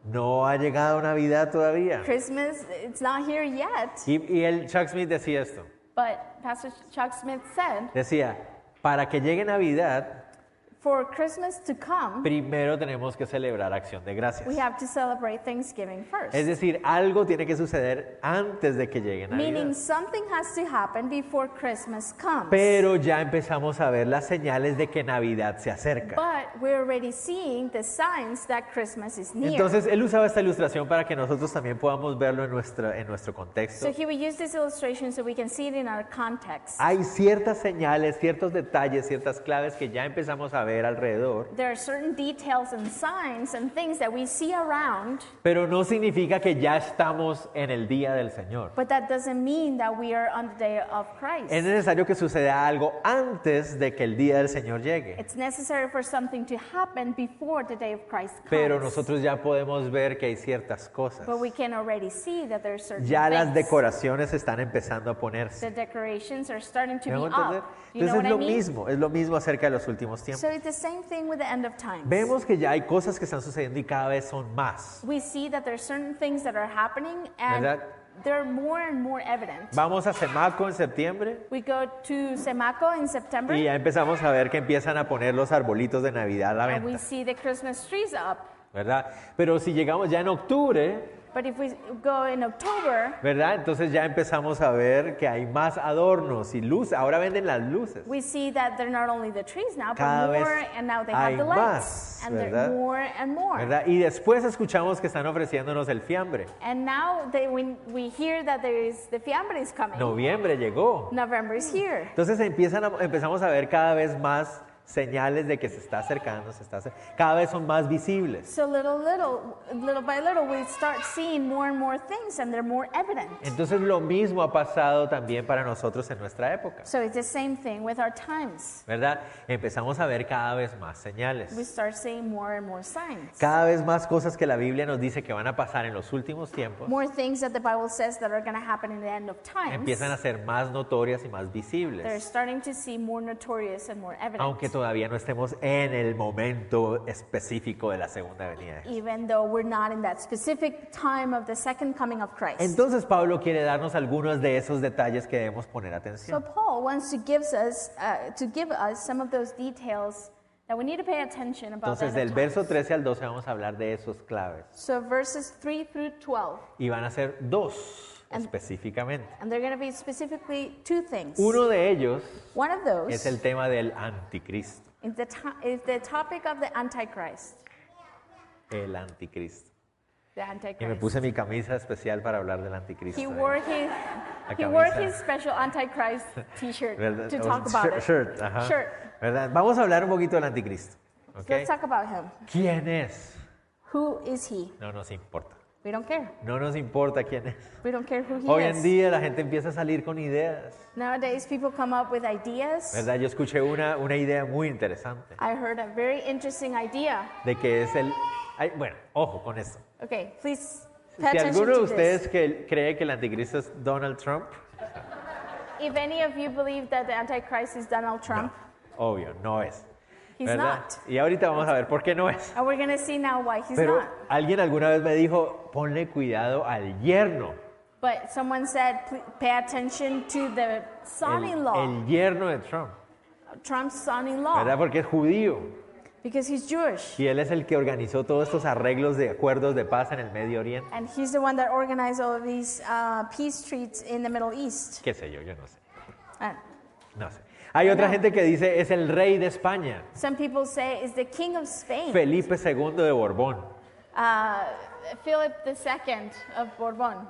Speaker 1: No ha llegado Navidad todavía.
Speaker 2: Christmas, it's not here yet.
Speaker 1: Y, y el Chuck Smith decía esto.
Speaker 2: But Pastor Chuck Smith said,
Speaker 1: Decía, para que llegue Navidad,
Speaker 2: for Christmas to come,
Speaker 1: primero tenemos que celebrar acción de gracias.
Speaker 2: we have to celebrate Thanksgiving first.
Speaker 1: Es decir, algo tiene que suceder antes de que llegue
Speaker 2: Meaning
Speaker 1: Navidad.
Speaker 2: something has to happen before Christmas comes.
Speaker 1: Pero ya empezamos a ver las señales de que Navidad se acerca.
Speaker 2: But we're already seeing the signs that Christmas is near.
Speaker 1: Entonces, él usaba esta ilustración para que nosotros también podamos verlo en, nuestra, en nuestro contexto.
Speaker 2: so he would use this illustration so we can see it in our context.
Speaker 1: Hay ciertas señales, ciertos detalles, ciertas claves que ya empezamos a ver alrededor,
Speaker 2: There are certain details and signs and things that we see around,
Speaker 1: pero no significa que ya estamos en el día del Señor.
Speaker 2: but that doesn't mean that we are on the day of Christ.
Speaker 1: Es necesario que suceda algo antes de que el día del Señor llegue.
Speaker 2: It's necessary for something to happen before the day of Christ comes.
Speaker 1: Pero nosotros ya podemos ver que hay ciertas cosas.
Speaker 2: but we can already see that there are certain
Speaker 1: Ya las
Speaker 2: things.
Speaker 1: decoraciones están empezando a ponerse.
Speaker 2: The decorations are starting to
Speaker 1: ¿Me
Speaker 2: be
Speaker 1: hago entender?
Speaker 2: up. You know
Speaker 1: Entonces
Speaker 2: what
Speaker 1: es
Speaker 2: I
Speaker 1: lo
Speaker 2: mean?
Speaker 1: mismo, es lo mismo acerca de los últimos tiempos.
Speaker 2: So it's the same thing with the end of times.
Speaker 1: Vemos que ya hay cosas que están sucediendo y cada vez son más.
Speaker 2: We see that there are certain things that are happening and
Speaker 1: ¿Verdad?
Speaker 2: they're more and more evident.
Speaker 1: Vamos a Semaco en septiembre
Speaker 2: We go to Semaco in September
Speaker 1: y ya empezamos a ver que empiezan a poner los arbolitos de Navidad a la
Speaker 2: and we
Speaker 1: venta,
Speaker 2: see the Christmas trees up.
Speaker 1: ¿verdad? Pero si llegamos ya en octubre,
Speaker 2: But if we go in October,
Speaker 1: ¿verdad? Entonces ya empezamos a ver que hay más adornos y luz. Ahora venden las luces.
Speaker 2: we see that they're not only the trees now,
Speaker 1: Cada
Speaker 2: but
Speaker 1: vez
Speaker 2: more, and now they
Speaker 1: hay
Speaker 2: have the lights.
Speaker 1: más,
Speaker 2: and they're
Speaker 1: ¿verdad?
Speaker 2: more and more.
Speaker 1: ¿Verdad? Y después escuchamos que están ofreciéndonos el fiambre.
Speaker 2: And now they, we, we hear that there is the fiambre is coming.
Speaker 1: Noviembre llegó.
Speaker 2: November is here.
Speaker 1: Entonces empiezan a- empezamos a ver cada vez más señales de que se está acercando, se está acer- cada vez son más visibles.
Speaker 2: So little, little, little by little, we start seeing more and more things, and they're more evident.
Speaker 1: Entonces lo mismo ha pasado también para nosotros en nuestra época,
Speaker 2: So it's the same thing with our times.
Speaker 1: ¿verdad? Empezamos a ver cada vez más
Speaker 2: We
Speaker 1: señales,
Speaker 2: start seeing more and more signs.
Speaker 1: cada vez más cosas que la Biblia nos dice que van a pasar en los últimos tiempos,
Speaker 2: More things that the Bible says that are going to happen in the end of times.
Speaker 1: empiezan a ser más notorias y más
Speaker 2: They're
Speaker 1: visibles,
Speaker 2: starting to see more notorious and more evident.
Speaker 1: aunque todavía no estemos en el momento específico de la segunda venida. de Jesús.
Speaker 2: Even though we're not in that specific time of the second coming of Christ.
Speaker 1: Entonces Pablo quiere darnos algunos de esos detalles que debemos poner atención.
Speaker 2: So Paul wants to gives us uh, to give us some of those details that we need to pay attention about.
Speaker 1: Entonces,
Speaker 2: that
Speaker 1: del verso 13 al 12 vamos a hablar de esos claves.
Speaker 2: So verses three through twelve,
Speaker 1: Y van a ser dos específicamente.
Speaker 2: and they're going to be specifically two things.
Speaker 1: Uno de ellos
Speaker 2: One of those
Speaker 1: es el tema del anticristo.
Speaker 2: is the to- is the topic of the Antichrist.
Speaker 1: El anticristo.
Speaker 2: The
Speaker 1: Y me
Speaker 2: Antichrist.
Speaker 1: puse mi camisa especial para hablar del anticristo.
Speaker 2: He
Speaker 1: ¿eh?
Speaker 2: wore his he
Speaker 1: camisa. oh,
Speaker 2: wore his special Antichrist T-shirt
Speaker 1: ¿Verdad?
Speaker 2: to
Speaker 1: O
Speaker 2: talk
Speaker 1: shir-
Speaker 2: about it.
Speaker 1: shirt, ajá.
Speaker 2: Shirt.
Speaker 1: ¿Verdad? Vamos a hablar un poquito del anticristo. ¿ok?
Speaker 2: So let's talk about him.
Speaker 1: ¿Quién es?
Speaker 2: Who is he?
Speaker 1: No nos importa.
Speaker 2: We don't care.
Speaker 1: No nos importa quién es.
Speaker 2: We don't care who he
Speaker 1: Hoy
Speaker 2: is.
Speaker 1: en día la gente empieza a salir con ideas.
Speaker 2: Nowadays, people come up with ideas.
Speaker 1: ¿Verdad? Yo escuché una, una idea muy interesante.
Speaker 2: I heard a very interesting idea.
Speaker 1: de que es el... ay, bueno, ojo con esto.
Speaker 2: Okay, please
Speaker 1: Si
Speaker 2: pay attention
Speaker 1: alguno de
Speaker 2: to this.
Speaker 1: ustedes que cree que el anticristo es Donald Trump,
Speaker 2: If any of you believe that the Antichrist is Donald
Speaker 1: no,
Speaker 2: Trump,
Speaker 1: obvio, no es.
Speaker 2: He's
Speaker 1: ¿verdad?
Speaker 2: not.
Speaker 1: Y ahorita vamos a ver por qué no es.
Speaker 2: And we're going to see now why he's
Speaker 1: Pero
Speaker 2: not.
Speaker 1: alguien alguna vez me dijo, ponle cuidado al yerno.
Speaker 2: But someone said, "Pl- pay attention to the son
Speaker 1: El,
Speaker 2: in law,
Speaker 1: el yerno de Trump,
Speaker 2: Trump's son in
Speaker 1: ¿verdad?
Speaker 2: law,
Speaker 1: Porque es judío.
Speaker 2: because he's Jewish.
Speaker 1: Y él es el que organizó todos estos arreglos de acuerdos de paz en el Medio Oriente.
Speaker 2: And he's the one that organized all of these uh, peace treats in the Middle East.
Speaker 1: Qué sé yo, yo no sé.
Speaker 2: And
Speaker 1: No sé. Hay otra
Speaker 2: No.
Speaker 1: gente que dice, es el rey de España,
Speaker 2: some people say it's the king of Spain,
Speaker 1: Felipe II de Borbón.
Speaker 2: uh, Philip II of Bourbon.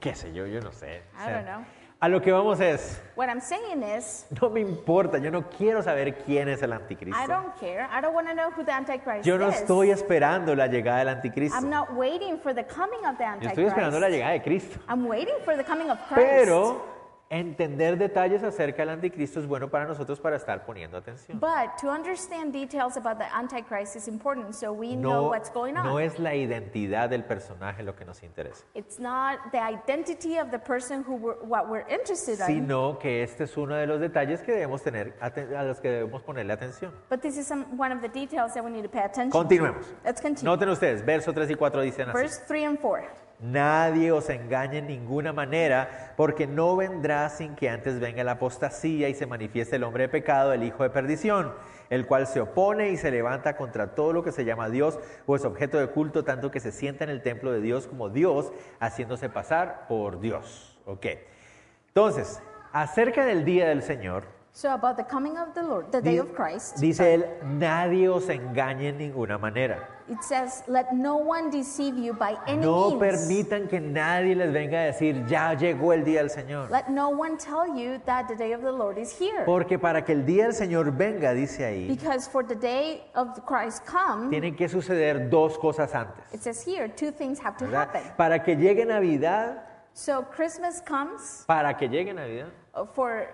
Speaker 1: Qué sé yo, yo no sé.
Speaker 2: I don't know.
Speaker 1: a lo que vamos es,
Speaker 2: What I'm saying is,
Speaker 1: no me importa, yo no quiero saber quién es el
Speaker 2: I
Speaker 1: anticristo.
Speaker 2: don't care. I don't want to know who the Antichrist
Speaker 1: Yo no
Speaker 2: is.
Speaker 1: estoy esperando la llegada del anticristo.
Speaker 2: I'm not waiting for the coming of the
Speaker 1: Yo estoy esperando
Speaker 2: Antichrist.
Speaker 1: la llegada de Cristo.
Speaker 2: I'm waiting for the coming of Christ.
Speaker 1: Pero entender detalles acerca del anticristo es bueno para nosotros para estar poniendo atención.
Speaker 2: But to understand details about the Antichrist is important, so we know
Speaker 1: No,
Speaker 2: what's going on.
Speaker 1: no es la identidad del personaje lo que nos interesa,
Speaker 2: It's not the identity of the person who we're, what we're interested in,
Speaker 1: sino que este es uno de los detalles que debemos tener aten- a los que debemos ponerle atención.
Speaker 2: but this is some, one of the details that we need to pay attention
Speaker 1: Continuemos.
Speaker 2: to. Let's continue.
Speaker 1: Noten ustedes, verso 3 y 4 dicen así.
Speaker 2: Verse 3 and 4.
Speaker 1: Nadie os engañe en ninguna manera, porque no vendrá sin que antes venga la apostasía y se manifieste el hombre de pecado, el hijo de perdición, el cual se opone y se levanta contra todo lo que se llama Dios o es objeto de culto, tanto que se sienta en el templo de Dios como Dios, haciéndose pasar por Dios. Ok. Entonces, acerca del día del Señor,
Speaker 2: So about the coming of the Lord, the day
Speaker 1: di-
Speaker 2: of Christ,
Speaker 1: dice él: nadie os engañe en ninguna manera.
Speaker 2: it says, "Let no one deceive you by any
Speaker 1: No
Speaker 2: means."
Speaker 1: permitan que nadie les venga a decir, ya llegó el día del Señor.
Speaker 2: Let no one tell you that the day of the Lord is here,
Speaker 1: Porque para que el día del Señor venga, dice ahí,
Speaker 2: because for the day of Christ come,
Speaker 1: tienen que suceder dos cosas antes.
Speaker 2: it says here two things have to
Speaker 1: ¿verdad?
Speaker 2: happen.
Speaker 1: Para que llegue Navidad,
Speaker 2: So Christmas comes
Speaker 1: para que llegue Navidad,
Speaker 2: uh, for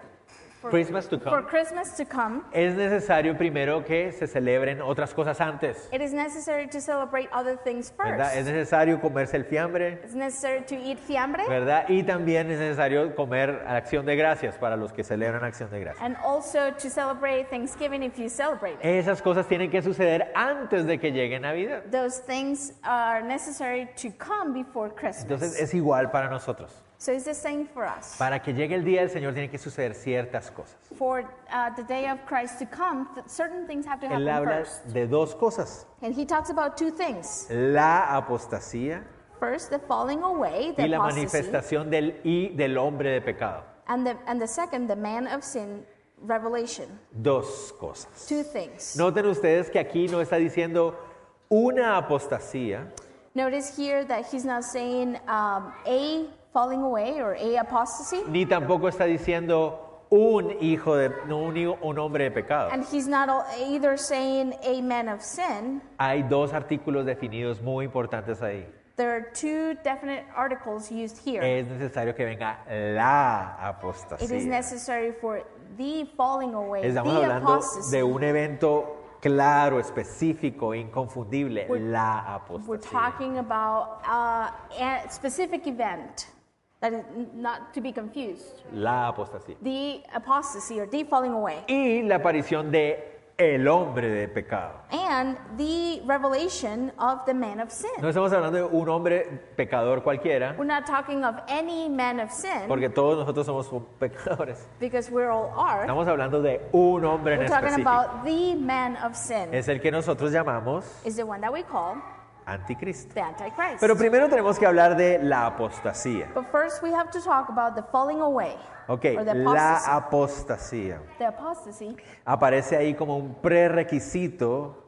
Speaker 2: for,
Speaker 1: Christmas to
Speaker 2: for
Speaker 1: come,
Speaker 2: Christmas to come.
Speaker 1: es necesario primero que se celebren otras cosas antes.
Speaker 2: It is necessary to celebrate other things first.
Speaker 1: ¿verdad? Es necesario comerse el fiambre,
Speaker 2: It's necessary to eat fiambre
Speaker 1: ¿verdad? Y también es necesario comer acción de gracias para los que celebran acción de gracias.
Speaker 2: and also to celebrate Thanksgiving if you celebrate it.
Speaker 1: Esas cosas tienen que suceder antes de que llegue Navidad.
Speaker 2: Those things are necessary to come before Christmas.
Speaker 1: Entonces es igual para nosotros.
Speaker 2: so it's the same for us.
Speaker 1: Para que llegue el día del Señor tienen que suceder ciertas cosas.
Speaker 2: For uh, the day of Christ to come, th- certain things have to happen
Speaker 1: Él habla
Speaker 2: first.
Speaker 1: de dos cosas,
Speaker 2: And he talks about two things.
Speaker 1: la apostasía
Speaker 2: First, the falling away, the
Speaker 1: y la
Speaker 2: apostasy,
Speaker 1: manifestación del y del hombre de pecado.
Speaker 2: and the, and the second, the man of sin, revelation.
Speaker 1: Dos cosas.
Speaker 2: Two things.
Speaker 1: Noten ustedes que aquí no está diciendo una apostasía,
Speaker 2: Notice here that he's not saying um, a falling away or a apostasy,
Speaker 1: ni tampoco está diciendo un hijo de no, un, hijo- un hombre de pecado.
Speaker 2: and he's not al- either saying a man of sin.
Speaker 1: Hay dos artículos definidos muy importantes ahí.
Speaker 2: There are two definite articles used here.
Speaker 1: Es necesario que venga la
Speaker 2: it is
Speaker 1: apostasía.
Speaker 2: necessary for the falling away,
Speaker 1: Estamos
Speaker 2: the
Speaker 1: hablando
Speaker 2: apostasy.
Speaker 1: de un evento claro, específico, inconfundible,
Speaker 2: We're-
Speaker 1: la
Speaker 2: We're
Speaker 1: apostasía.
Speaker 2: talking about uh, a specific event that is n- not to be confused.
Speaker 1: La apostasía.
Speaker 2: The apostasy or the falling away,
Speaker 1: Y la aparición de el hombre de pecado.
Speaker 2: and the revelation of the man of sin.
Speaker 1: No estamos hablando de un hombre pecador cualquiera,
Speaker 2: We're not talking of any man of sin
Speaker 1: porque todos nosotros somos pecadores.
Speaker 2: because we're all are.
Speaker 1: Estamos hablando de un hombre en
Speaker 2: We're talking
Speaker 1: específico.
Speaker 2: about the man of sin
Speaker 1: Es el que nosotros llamamos
Speaker 2: is the one that we call
Speaker 1: anticristo.
Speaker 2: the Antichrist.
Speaker 1: Pero primero tenemos que hablar de la apostasía.
Speaker 2: But first, we have to talk about the falling away
Speaker 1: Ok,
Speaker 2: or the apostasy.
Speaker 1: la apostasía.
Speaker 2: the apostasy.
Speaker 1: aparece ahí como un prerequisito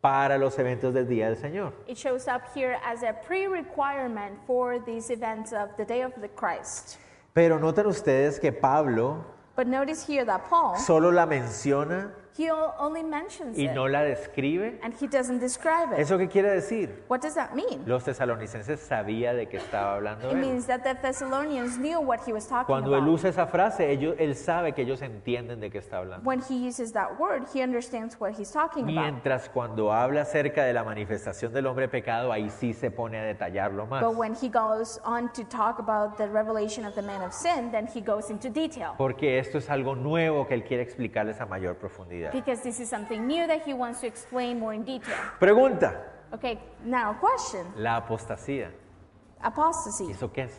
Speaker 1: para los eventos del Día del Señor.
Speaker 2: It shows up here as a pre-requirement for these events of the day of the Christ.
Speaker 1: Pero noten ustedes que Pablo
Speaker 2: But notice here that Paul
Speaker 1: solo la menciona
Speaker 2: he o- only mentions
Speaker 1: y
Speaker 2: it
Speaker 1: no la describe.
Speaker 2: and he doesn't describe it.
Speaker 1: ¿Eso qué quiere decir?
Speaker 2: What does that mean?
Speaker 1: Los tesalonicenses sabía de qué estaba hablando
Speaker 2: It
Speaker 1: él.
Speaker 2: means that the Thessalonians knew what he was talking
Speaker 1: Cuando él
Speaker 2: about.
Speaker 1: usa esa frase, ellos- él sabe que ellos entienden de qué está hablando.
Speaker 2: when he uses that word, he understands what he's talking about.
Speaker 1: Mientras cuando habla acerca de la manifestación del hombre pecado, ahí sí se pone a detallarlo más.
Speaker 2: But when he goes on to talk about the revelation of the man of sin, then he goes into detail
Speaker 1: Porque esto es algo nuevo que él quiere explicarles a mayor profundidad.
Speaker 2: because this is something new that he wants to explain more in detail.
Speaker 1: Pregunta,
Speaker 2: Okay, now question
Speaker 1: la apostasía, ¿y
Speaker 2: apostasy.
Speaker 1: eso qué es?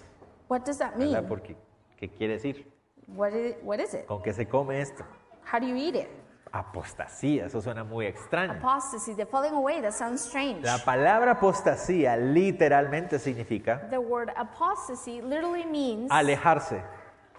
Speaker 2: What does that mean?
Speaker 1: ¿Verdad? Porque, ¿qué quiere decir?
Speaker 2: What is, what is it?
Speaker 1: ¿Con qué se come esto?
Speaker 2: How do you eat it?
Speaker 1: Apostasía, eso suena muy extraño.
Speaker 2: Apostasy, the falling away, that sounds strange.
Speaker 1: La palabra apostasía literalmente significa
Speaker 2: The word apostasy literally means
Speaker 1: alejarse,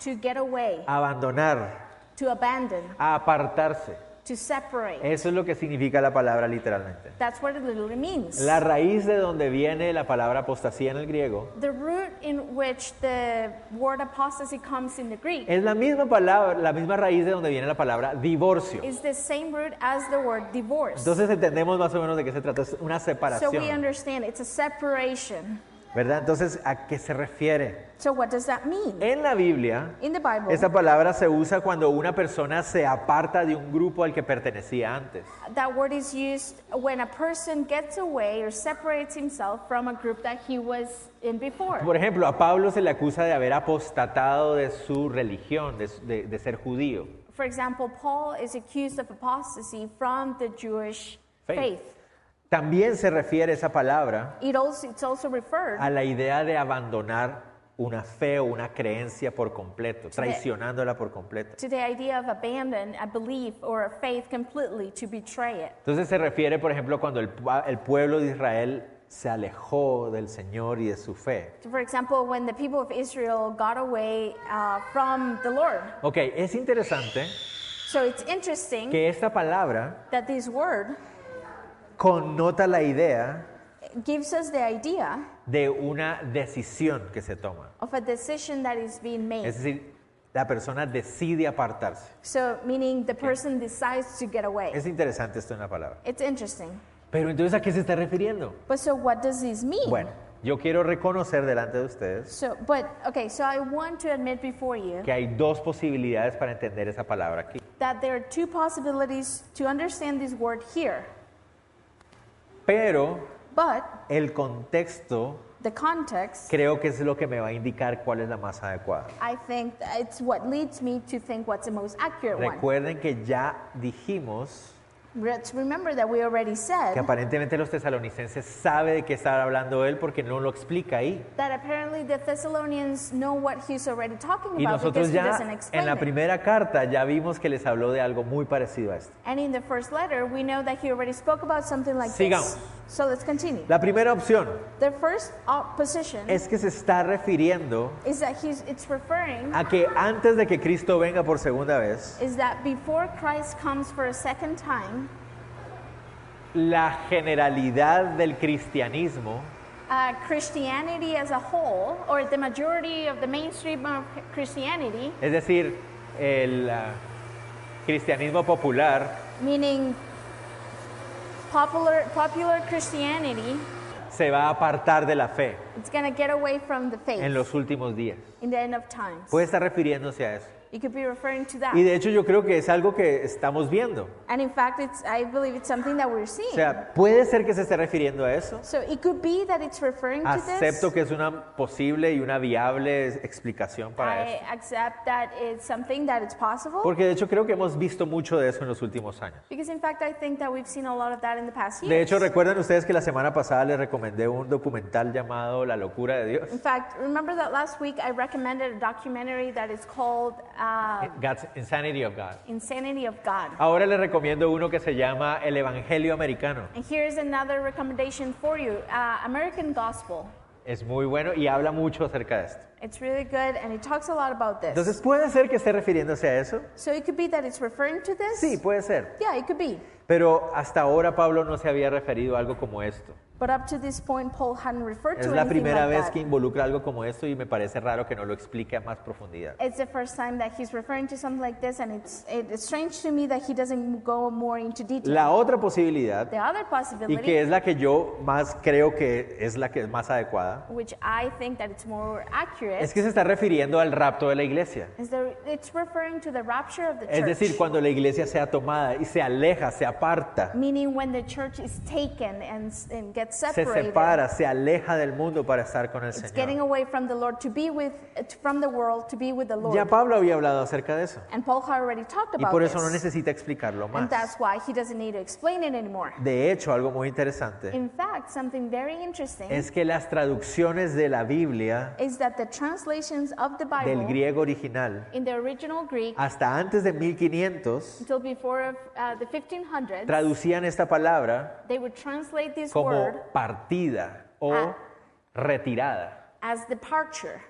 Speaker 2: to get away,
Speaker 1: abandonar,
Speaker 2: to abandon,
Speaker 1: apartarse.
Speaker 2: to separate.
Speaker 1: Eso es lo que significa la palabra literalmente.
Speaker 2: That's what it literally means.
Speaker 1: La raíz de donde viene la palabra apostasía en el griego
Speaker 2: The root in which the word apostasy comes in the Greek
Speaker 1: es la misma palabra, la misma raíz de donde viene la palabra divorcio.
Speaker 2: is the same root as the word divorce.
Speaker 1: Entonces entendemos más o menos de qué se trata, es una
Speaker 2: So we
Speaker 1: separación,
Speaker 2: understand it's a separation.
Speaker 1: ¿verdad? Entonces, ¿a qué se refiere?
Speaker 2: So what does that mean?
Speaker 1: En la Biblia,
Speaker 2: In the Bible,
Speaker 1: Eh. esa palabra se usa cuando una persona se aparta de un grupo al que pertenecía antes.
Speaker 2: that word is used when a person gets away or separates himself from a group that he was in before.
Speaker 1: Por ejemplo, a Pablo se le acusa de haber apostatado de su religión, de, de- de ser judío.
Speaker 2: For example, Paul is accused of apostasy from the Jewish
Speaker 1: Faith.
Speaker 2: faith.
Speaker 1: También se refiere esa palabra
Speaker 2: It also it's also referred
Speaker 1: a la idea de abandonar una fe o una creencia por completo, traicionándola por completo.
Speaker 2: to the idea of abandon a belief or a faith completely to betray it.
Speaker 1: Entonces se refiere, por ejemplo, cuando el, pu- el pueblo de Israel se alejó del Señor y de su fe.
Speaker 2: For example, when the people of Israel got away uh, from the Lord.
Speaker 1: Ok, es interesante
Speaker 2: So it's interesting
Speaker 1: que esta palabra
Speaker 2: that this word
Speaker 1: connota la idea
Speaker 2: gives us the idea
Speaker 1: de una decisión que se toma.
Speaker 2: of a decision that is being made.
Speaker 1: Es decir, la persona decide apartarse.
Speaker 2: So, meaning the person decides to get away.
Speaker 1: Es interesante esto en la palabra.
Speaker 2: It's interesting.
Speaker 1: Pero entonces, ¿a qué se está refiriendo?
Speaker 2: But so, what does this mean?
Speaker 1: Bueno, yo quiero reconocer delante de ustedes
Speaker 2: So, but okay, so I want to admit before you
Speaker 1: que hay dos posibilidades para entender esa palabra aquí.
Speaker 2: that there are two possibilities to understand this word here.
Speaker 1: Pero
Speaker 2: But
Speaker 1: el contexto
Speaker 2: the context,
Speaker 1: creo que es lo que me va a indicar cuál es la más adecuada.
Speaker 2: I think it's what leads me to think what's the most accurate one.
Speaker 1: Recuerden que ya dijimos
Speaker 2: Let's remember that we already
Speaker 1: que
Speaker 2: said
Speaker 1: aparentemente los tesalonicenses sabe de qué está hablando él porque no lo explica ahí.
Speaker 2: that apparently the Thessalonians know what he's already talking
Speaker 1: Y
Speaker 2: about
Speaker 1: nosotros
Speaker 2: because he
Speaker 1: ya
Speaker 2: doesn't
Speaker 1: en
Speaker 2: explain
Speaker 1: la
Speaker 2: it.
Speaker 1: primera carta ya vimos que les habló de algo muy parecido a esto.
Speaker 2: And in the first letter, we know that he already spoke about something like
Speaker 1: Sigamos.
Speaker 2: this. So let's continue.
Speaker 1: La primera opción
Speaker 2: The first opposition
Speaker 1: es que se está refiriendo
Speaker 2: is that he's, it's referring
Speaker 1: a que antes de que Cristo venga por segunda vez,
Speaker 2: is that before Christ comes for a second time,
Speaker 1: la generalidad del cristianismo
Speaker 2: uh, Christianity as a whole, or the majority of the mainstream of Christianity,
Speaker 1: Es decir, el ah, cristianismo popular
Speaker 2: meaning popular popular Christianity,
Speaker 1: se va a apartar de la fe
Speaker 2: it's gonna get away from the faith
Speaker 1: en los últimos días.
Speaker 2: in the end of times.
Speaker 1: Puede estar refiriéndose a eso.
Speaker 2: It could be referring to that.
Speaker 1: Y de hecho yo creo que es algo que estamos viendo.
Speaker 2: And in fact, it's I believe it's something that we're
Speaker 1: O
Speaker 2: seeing.
Speaker 1: sea, puede ser que se esté refiriendo a eso.
Speaker 2: So it could be that it's referring to this.
Speaker 1: Acepto que es una posible y una viable explicación para
Speaker 2: I
Speaker 1: eso.
Speaker 2: accept that it's something that it's possible.
Speaker 1: Porque de hecho creo que hemos visto mucho de eso en los últimos años.
Speaker 2: Because in fact, I think that we've seen a lot of that in the past
Speaker 1: De
Speaker 2: years.
Speaker 1: hecho, recuerdan ustedes que la semana pasada les recomendé un documental llamado La locura de Dios.
Speaker 2: in fact, remember that last week I recommended a documentary that is called uh,
Speaker 1: God's Insanity of God.
Speaker 2: Insanity of God.
Speaker 1: Ahora les recomiendo uno que se llama El Evangelio Americano.
Speaker 2: And here's another recommendation for you uh, American Gospel.
Speaker 1: Es muy bueno y habla mucho acerca de esto.
Speaker 2: It's really good and it talks a lot about this.
Speaker 1: Entonces, ¿puede ser que esté refiriéndose a eso?
Speaker 2: so it could be that it's referring to this?
Speaker 1: Sí, puede ser.
Speaker 2: Yeah, it could be.
Speaker 1: Pero hasta ahora Pablo no se había referido a algo como esto.
Speaker 2: But up to this point, Paul hadn't referred
Speaker 1: Es
Speaker 2: to
Speaker 1: la
Speaker 2: anything
Speaker 1: primera
Speaker 2: like
Speaker 1: vez
Speaker 2: that.
Speaker 1: que involucra algo como esto y me parece raro que no lo explique a más profundidad.
Speaker 2: It's the first time that he's referring to something like this, and it's, it- it's strange to me that he doesn't go more into detail.
Speaker 1: La otra posibilidad,
Speaker 2: the other
Speaker 1: y
Speaker 2: possibility,
Speaker 1: que es la que yo más creo que es la que es más adecuada,
Speaker 2: which I think that it's more accurate,
Speaker 1: es que se está refiriendo al rapto de la iglesia.
Speaker 2: is the, it's referring to the rapture of the
Speaker 1: Es
Speaker 2: church.
Speaker 1: decir, cuando la iglesia sea tomada y se aleja, se aparta,
Speaker 2: meaning when the church is taken and, and gets
Speaker 1: se
Speaker 2: separated.
Speaker 1: separa, se aleja del mundo para estar con el
Speaker 2: It's getting
Speaker 1: Señor.
Speaker 2: away from the Lord to be with from the world to be with the Lord.
Speaker 1: Ya Pablo había hablado acerca de eso
Speaker 2: And Paul had already talked
Speaker 1: y
Speaker 2: about
Speaker 1: por eso no
Speaker 2: this.
Speaker 1: necesita explicarlo
Speaker 2: and
Speaker 1: más.
Speaker 2: that's why he doesn't need to explain it anymore.
Speaker 1: De hecho, algo muy interesante
Speaker 2: In fact, something very interesting
Speaker 1: es que las traducciones de la Biblia
Speaker 2: is that the translations of the
Speaker 1: del
Speaker 2: Bible
Speaker 1: griego Ah. original
Speaker 2: in the original Greek
Speaker 1: hasta antes de 1500
Speaker 2: until before of, uh, the 1500s,
Speaker 1: traducían esta palabra
Speaker 2: they would translate this word
Speaker 1: como partida o
Speaker 2: Ah.
Speaker 1: retirada.
Speaker 2: as departure.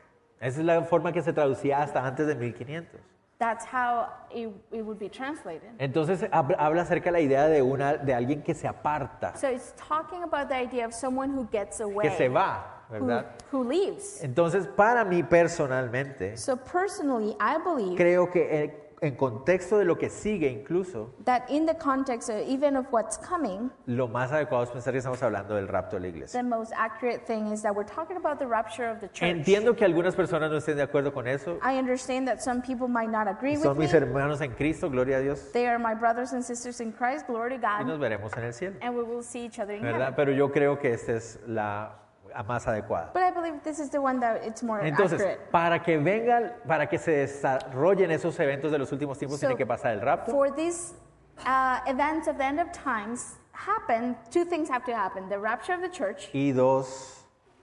Speaker 1: Esa es la forma que se traducía hasta antes de 1500.
Speaker 2: That's how it, it would be translated.
Speaker 1: Entonces hab- habla acerca de la idea de, una, de alguien que se aparta,
Speaker 2: So it's talking about the idea of someone who gets away,
Speaker 1: que se va,
Speaker 2: who,
Speaker 1: ¿verdad?
Speaker 2: who leaves.
Speaker 1: Entonces, para mí personalmente,
Speaker 2: So personally, I believe
Speaker 1: creo que en, en contexto de lo que sigue incluso,
Speaker 2: that in the context of even of what's coming,
Speaker 1: lo más adecuado es pensar que estamos hablando del rapto de la iglesia.
Speaker 2: the most accurate thing is that we're talking about the rapture of the church.
Speaker 1: Entiendo que algunas personas no estén de acuerdo con eso.
Speaker 2: I understand that some people might not agree
Speaker 1: Son mis
Speaker 2: with me.
Speaker 1: hermanos en Cristo, gloria a Dios.
Speaker 2: They are my brothers and sisters in Christ. Glory to
Speaker 1: Y nos
Speaker 2: God.
Speaker 1: veremos en el cielo.
Speaker 2: And we will see each other in
Speaker 1: ¿verdad?
Speaker 2: heaven.
Speaker 1: Pero yo creo que esta es la la más adecuada.
Speaker 2: But I believe this is the one that it's more
Speaker 1: Entonces,
Speaker 2: accurate.
Speaker 1: para que vengan, para que se desarrollen esos eventos de los últimos tiempos,
Speaker 2: So,
Speaker 1: tiene que pasar el rapto
Speaker 2: For these uh, events of the end of times happen, two things have to happen the rapture of the church,
Speaker 1: y dos,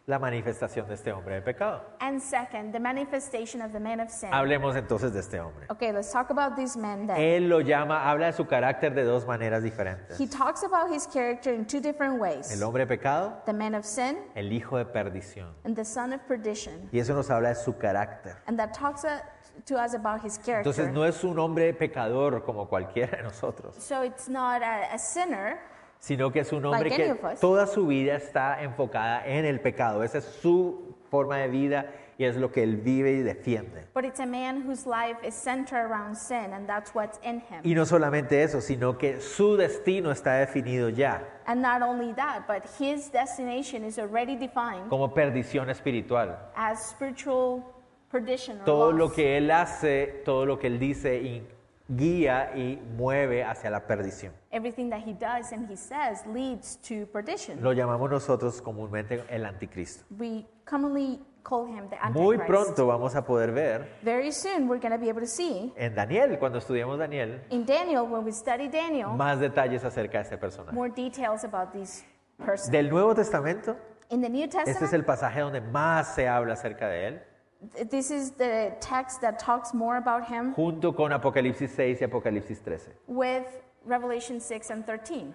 Speaker 1: la manifestación de este hombre de pecado.
Speaker 2: and second, the manifestation of the man of sin.
Speaker 1: Hablemos entonces de este hombre.
Speaker 2: Okay, let's talk about these men then.
Speaker 1: Él lo llama, habla de su carácter de dos maneras diferentes.
Speaker 2: He talks about his character in two different ways
Speaker 1: El hombre de pecado,
Speaker 2: the man of sin
Speaker 1: el hijo de perdición.
Speaker 2: and the son of perdition.
Speaker 1: Y eso nos habla de su carácter.
Speaker 2: And that talks uh, to us about his character.
Speaker 1: Entonces no es un hombre pecador como cualquiera de nosotros,
Speaker 2: so it's not a, a sinner,
Speaker 1: sino que es un hombre
Speaker 2: Like
Speaker 1: que
Speaker 2: any of us.
Speaker 1: toda su vida está enfocada en el pecado. Esa es su forma de vida y es lo que él vive y defiende.
Speaker 2: but it's a man whose life is centered around sin, and that's what's in him.
Speaker 1: Y no solamente eso, sino que su destino está definido ya
Speaker 2: and not only that, but his destination is already defined.
Speaker 1: como perdición espiritual.
Speaker 2: as spiritual perdition or
Speaker 1: Todo
Speaker 2: loss.
Speaker 1: lo que él hace, todo lo que él dice y guía y mueve hacia la perdición.
Speaker 2: Everything that he does and he says leads to perdition.
Speaker 1: Lo llamamos nosotros comúnmente el anticristo.
Speaker 2: We commonly call him the Antichrist.
Speaker 1: Muy pronto vamos a poder ver
Speaker 2: Very soon we're going to be able to see
Speaker 1: en Daniel, cuando estudiamos Daniel,
Speaker 2: in Daniel, when we study Daniel,
Speaker 1: más detalles acerca de este personaje.
Speaker 2: more details about these persons.
Speaker 1: Del Nuevo Testamento,
Speaker 2: in the New
Speaker 1: este es
Speaker 2: Testament,
Speaker 1: el pasaje donde más se habla acerca de él,
Speaker 2: th- this is the text that talks more about him
Speaker 1: junto con Apocalipsis 6 y Apocalipsis 13.
Speaker 2: with Revelation 6 and 13.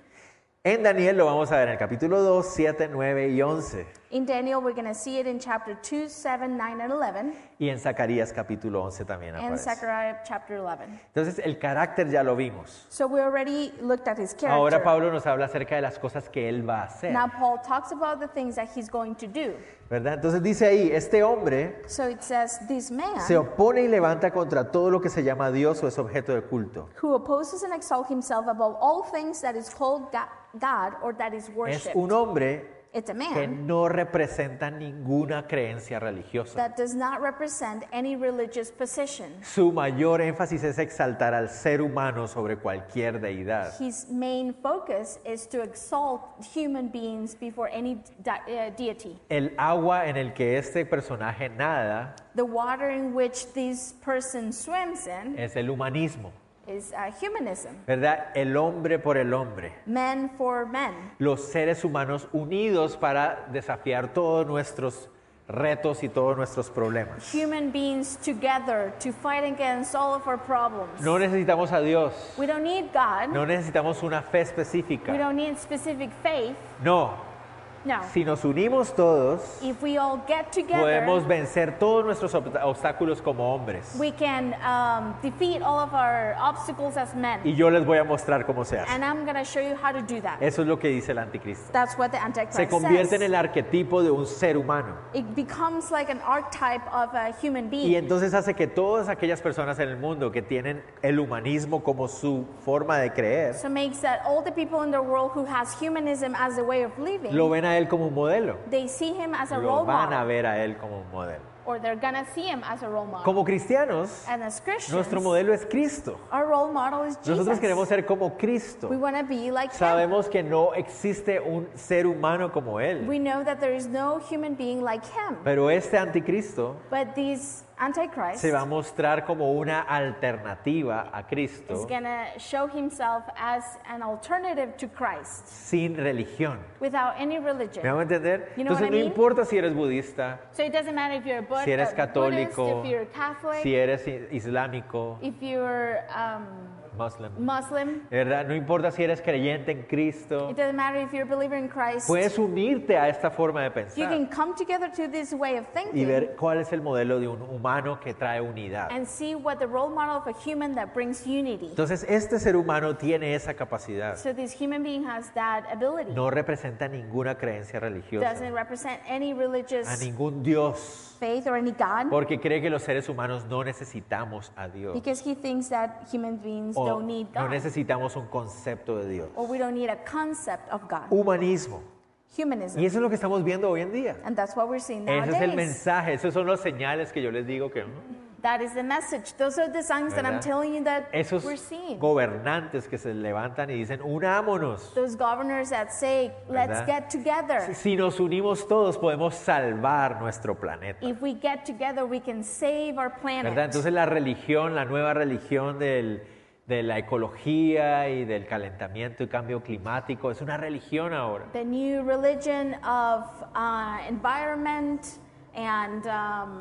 Speaker 1: En Daniel lo vamos a ver en el capítulo 2, 7, 9 y 11.
Speaker 2: In Daniel, we're going to see it in chapter 2, 7, 9, and 11,
Speaker 1: Y en Zacarías capítulo 11 también
Speaker 2: and
Speaker 1: aparece.
Speaker 2: Zechariah chapter 11.
Speaker 1: Entonces el carácter ya lo vimos.
Speaker 2: So we already looked at his character.
Speaker 1: Ahora Pablo nos habla acerca de las cosas que él va a hacer,
Speaker 2: Now Paul talks about the things that he's going to do.
Speaker 1: ¿verdad? Entonces dice ahí, este hombre
Speaker 2: So it says, this man
Speaker 1: se opone y levanta contra todo lo que se llama Dios o es objeto de culto.
Speaker 2: who opposes and exalts himself above all things that is called Ga- God or that is
Speaker 1: Es
Speaker 2: worshipped.
Speaker 1: un hombre
Speaker 2: It's a
Speaker 1: que
Speaker 2: man
Speaker 1: no representa ninguna creencia religiosa.
Speaker 2: that does not represent any religious position.
Speaker 1: Su mayor énfasis es exaltar al ser humano sobre cualquier deidad.
Speaker 2: His main focus is to exalt human beings before any de- uh, deity.
Speaker 1: El agua en el que este personaje nada
Speaker 2: The water in which this person swims in
Speaker 1: es el humanismo,
Speaker 2: is uh, humanism,
Speaker 1: ¿verdad? El hombre por el hombre.
Speaker 2: men for men.
Speaker 1: Los seres humanos unidos para desafiar todos nuestros retos y todos nuestros problemas.
Speaker 2: human beings together to fight against all of our problems.
Speaker 1: No necesitamos a Dios,
Speaker 2: We don't need God.
Speaker 1: no necesitamos una fe
Speaker 2: We
Speaker 1: específica.
Speaker 2: don't need specific faith.
Speaker 1: No,
Speaker 2: No.
Speaker 1: si nos unimos todos,
Speaker 2: If we all get together,
Speaker 1: podemos vencer todos nuestros ob- obstáculos como hombres.
Speaker 2: we can um, defeat all of our obstacles as men.
Speaker 1: Y yo les voy a mostrar cómo se hace.
Speaker 2: And I'm going to show you how to do that.
Speaker 1: Eso es lo que dice el anticristo.
Speaker 2: That's what the Antichrist
Speaker 1: Se convierte
Speaker 2: says.
Speaker 1: en el arquetipo de un ser humano.
Speaker 2: It becomes like an archetype of a human
Speaker 1: Y
Speaker 2: being.
Speaker 1: entonces hace que todas aquellas personas en el mundo que tienen el humanismo como su forma de creer,
Speaker 2: So makes that all the people in the world who has humanism as a way of living,
Speaker 1: lo ven a él como un modelo.
Speaker 2: they see him as a
Speaker 1: Lo
Speaker 2: role
Speaker 1: van a
Speaker 2: model.
Speaker 1: ver a él como un modelo.
Speaker 2: or they're gonna see him as a role model.
Speaker 1: Como cristianos,
Speaker 2: And as Christians,
Speaker 1: nuestro modelo es Cristo.
Speaker 2: our role model is
Speaker 1: Nosotros
Speaker 2: Jesus.
Speaker 1: queremos ser como Cristo.
Speaker 2: we wanna be like him.
Speaker 1: Sabemos que no existe un ser humano como Él.
Speaker 2: We know that there is no human being like him.
Speaker 1: Pero este anticristo
Speaker 2: But these antichrist
Speaker 1: se va a mostrar como una alternativa a
Speaker 2: is
Speaker 1: Cristo
Speaker 2: gonna show himself as an alternative to Christ
Speaker 1: sin religión.
Speaker 2: without any religion.
Speaker 1: ¿Me hago entender?
Speaker 2: You know what
Speaker 1: Entonces
Speaker 2: I
Speaker 1: no
Speaker 2: mean?
Speaker 1: importa si eres budista,
Speaker 2: So it doesn't matter if you're a Bud-
Speaker 1: si eres
Speaker 2: uh, Buddhist,
Speaker 1: católico,
Speaker 2: if you're Catholic,
Speaker 1: si eres i- islámico,
Speaker 2: if you're um,
Speaker 1: muslim,
Speaker 2: Muslim.
Speaker 1: de verdad, no importa si eres creyente en Cristo,
Speaker 2: It doesn't matter if you're a believer in Christ.
Speaker 1: puedes unirte a esta forma de
Speaker 2: you
Speaker 1: pensar
Speaker 2: can come together to this way of
Speaker 1: y
Speaker 2: thinking
Speaker 1: ver cuál es el modelo de un humano que trae unidad.
Speaker 2: and see what the role model of a human that brings unity.
Speaker 1: Entonces este ser humano tiene esa capacidad.
Speaker 2: So this human being has that ability.
Speaker 1: No representa ninguna creencia
Speaker 2: doesn't
Speaker 1: religiosa,
Speaker 2: represent any religious
Speaker 1: a ningún Dios,
Speaker 2: faith or any God
Speaker 1: porque cree que los seres humanos no necesitamos a Dios.
Speaker 2: because he thinks that human beings
Speaker 1: o
Speaker 2: don't need
Speaker 1: no
Speaker 2: God
Speaker 1: necesitamos un concepto de Dios.
Speaker 2: or we don't need a concept of God.
Speaker 1: Humanismo.
Speaker 2: Humanism.
Speaker 1: Y eso es lo que estamos viendo hoy en día.
Speaker 2: And that's what we're seeing
Speaker 1: Ese es el
Speaker 2: nowadays.
Speaker 1: mensaje, esos son los señales que yo les digo que
Speaker 2: That is the message. Those are the signs that I'm
Speaker 1: ¿Verdad?
Speaker 2: telling you that
Speaker 1: esos
Speaker 2: we're seeing.
Speaker 1: gobernantes que se levantan y dicen, unámonos.
Speaker 2: Those governors that say, let's
Speaker 1: ¿Verdad?
Speaker 2: get together.
Speaker 1: Si nos unimos todos podemos salvar nuestro planeta.
Speaker 2: If we get together, we can save our planet.
Speaker 1: ¿verdad? Entonces la religión, la nueva religión del- de la ecología y del calentamiento y cambio climático, es una religión ahora.
Speaker 2: the new religion of uh, environment and um,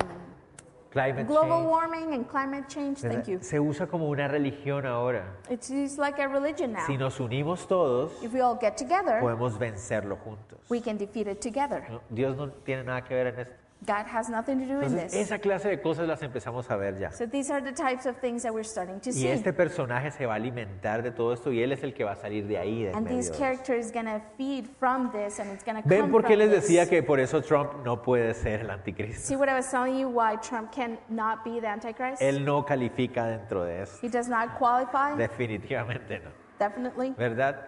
Speaker 1: Climate
Speaker 2: global
Speaker 1: change,
Speaker 2: warming and climate change.
Speaker 1: ¿verdad?
Speaker 2: Thank you.
Speaker 1: Se usa como una religión ahora.
Speaker 2: It's used like a religion now.
Speaker 1: Si nos unimos todos,
Speaker 2: if we all get together,
Speaker 1: podemos vencerlo juntos.
Speaker 2: we can defeat it together.
Speaker 1: No, Dios no tiene nada que ver en esto.
Speaker 2: God has nothing to do in
Speaker 1: Entonces,
Speaker 2: this.
Speaker 1: esa clase de cosas las empezamos a ver ya.
Speaker 2: so these are the types of things that we're starting to
Speaker 1: Y
Speaker 2: see.
Speaker 1: este personaje se va a alimentar de todo esto y él es el que va a salir de ahí. de en
Speaker 2: and
Speaker 1: medio
Speaker 2: this
Speaker 1: de eso.
Speaker 2: character is going to feed from this and it's going to
Speaker 1: ¿Ven
Speaker 2: come
Speaker 1: por qué
Speaker 2: from
Speaker 1: les
Speaker 2: this.
Speaker 1: decía que por eso Trump no puede ser el anticristo?
Speaker 2: See what I was telling you why Trump cannot be the Antichrist?
Speaker 1: Él no califica dentro de esto.
Speaker 2: he does not qualify,
Speaker 1: Definitivamente no.
Speaker 2: definitely.
Speaker 1: ¿Verdad?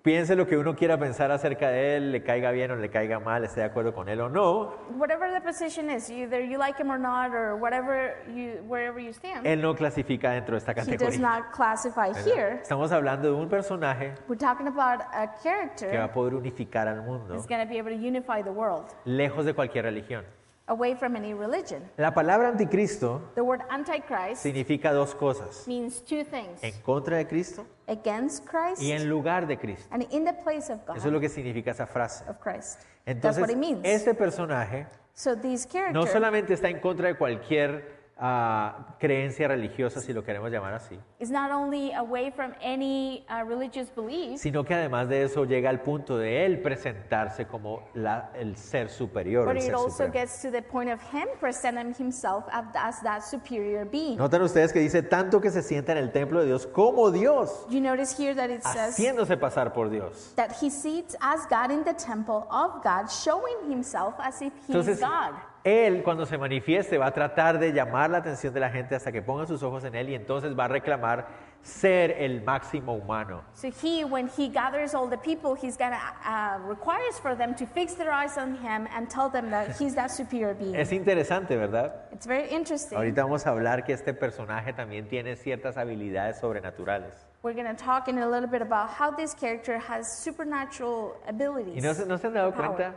Speaker 1: Piense lo que uno quiera pensar acerca de él, le caiga bien o le caiga mal, esté de acuerdo con él o no.
Speaker 2: Whatever the position is, either you like him or not, or whatever you, wherever you stand,
Speaker 1: Él no clasifica dentro de esta
Speaker 2: he does
Speaker 1: categoría.
Speaker 2: not classify
Speaker 1: ¿verdad?
Speaker 2: here.
Speaker 1: Estamos hablando de un personaje
Speaker 2: We're talking about a
Speaker 1: que va
Speaker 2: character
Speaker 1: a poder unificar al mundo
Speaker 2: that's going to be able to unify the world
Speaker 1: lejos de cualquier religión.
Speaker 2: away from any religion.
Speaker 1: La palabra anticristo
Speaker 2: The word Antichrist
Speaker 1: significa dos cosas.
Speaker 2: means two things
Speaker 1: En contra de Cristo
Speaker 2: against Christ
Speaker 1: y en lugar de Cristo.
Speaker 2: and in the place of God,
Speaker 1: Eso es lo que significa esa frase.
Speaker 2: of Christ. that's
Speaker 1: Entonces,
Speaker 2: what it means.
Speaker 1: este personaje
Speaker 2: so these
Speaker 1: no
Speaker 2: characters
Speaker 1: solamente está en contra de cualquier ah, creencia religiosa, si lo queremos llamar así,
Speaker 2: is not only away from any uh, religious belief,
Speaker 1: sino que además de eso llega al punto de él presentarse como la- el ser superior.
Speaker 2: but
Speaker 1: el
Speaker 2: it
Speaker 1: ser
Speaker 2: also
Speaker 1: supremo.
Speaker 2: gets to the point of him presenting himself as, as that superior being.
Speaker 1: Notan ustedes que dice tanto que se sienta en el templo de Dios como Dios,
Speaker 2: You notice here that it says
Speaker 1: haciéndose pasar por Dios.
Speaker 2: that he sits as God in the temple of God, showing himself as if he is
Speaker 1: Entonces,
Speaker 2: God.
Speaker 1: él cuando se manifieste va a tratar de llamar la atención de la gente hasta que pongan sus ojos en él y entonces va a reclamar ser el máximo humano.
Speaker 2: So he, when he gathers all the people, he's gonna uh, requires for them to fix their eyes on him and tell them that he's that superior being.
Speaker 1: Es interesante, ¿verdad?
Speaker 2: It's very interesting.
Speaker 1: Ahorita vamos a hablar que este personaje también tiene ciertas habilidades sobrenaturales.
Speaker 2: We're gonna talk in a little bit about how this character has supernatural
Speaker 1: ¿Y
Speaker 2: abilities.
Speaker 1: no, se- no se han dado
Speaker 2: Power.
Speaker 1: cuenta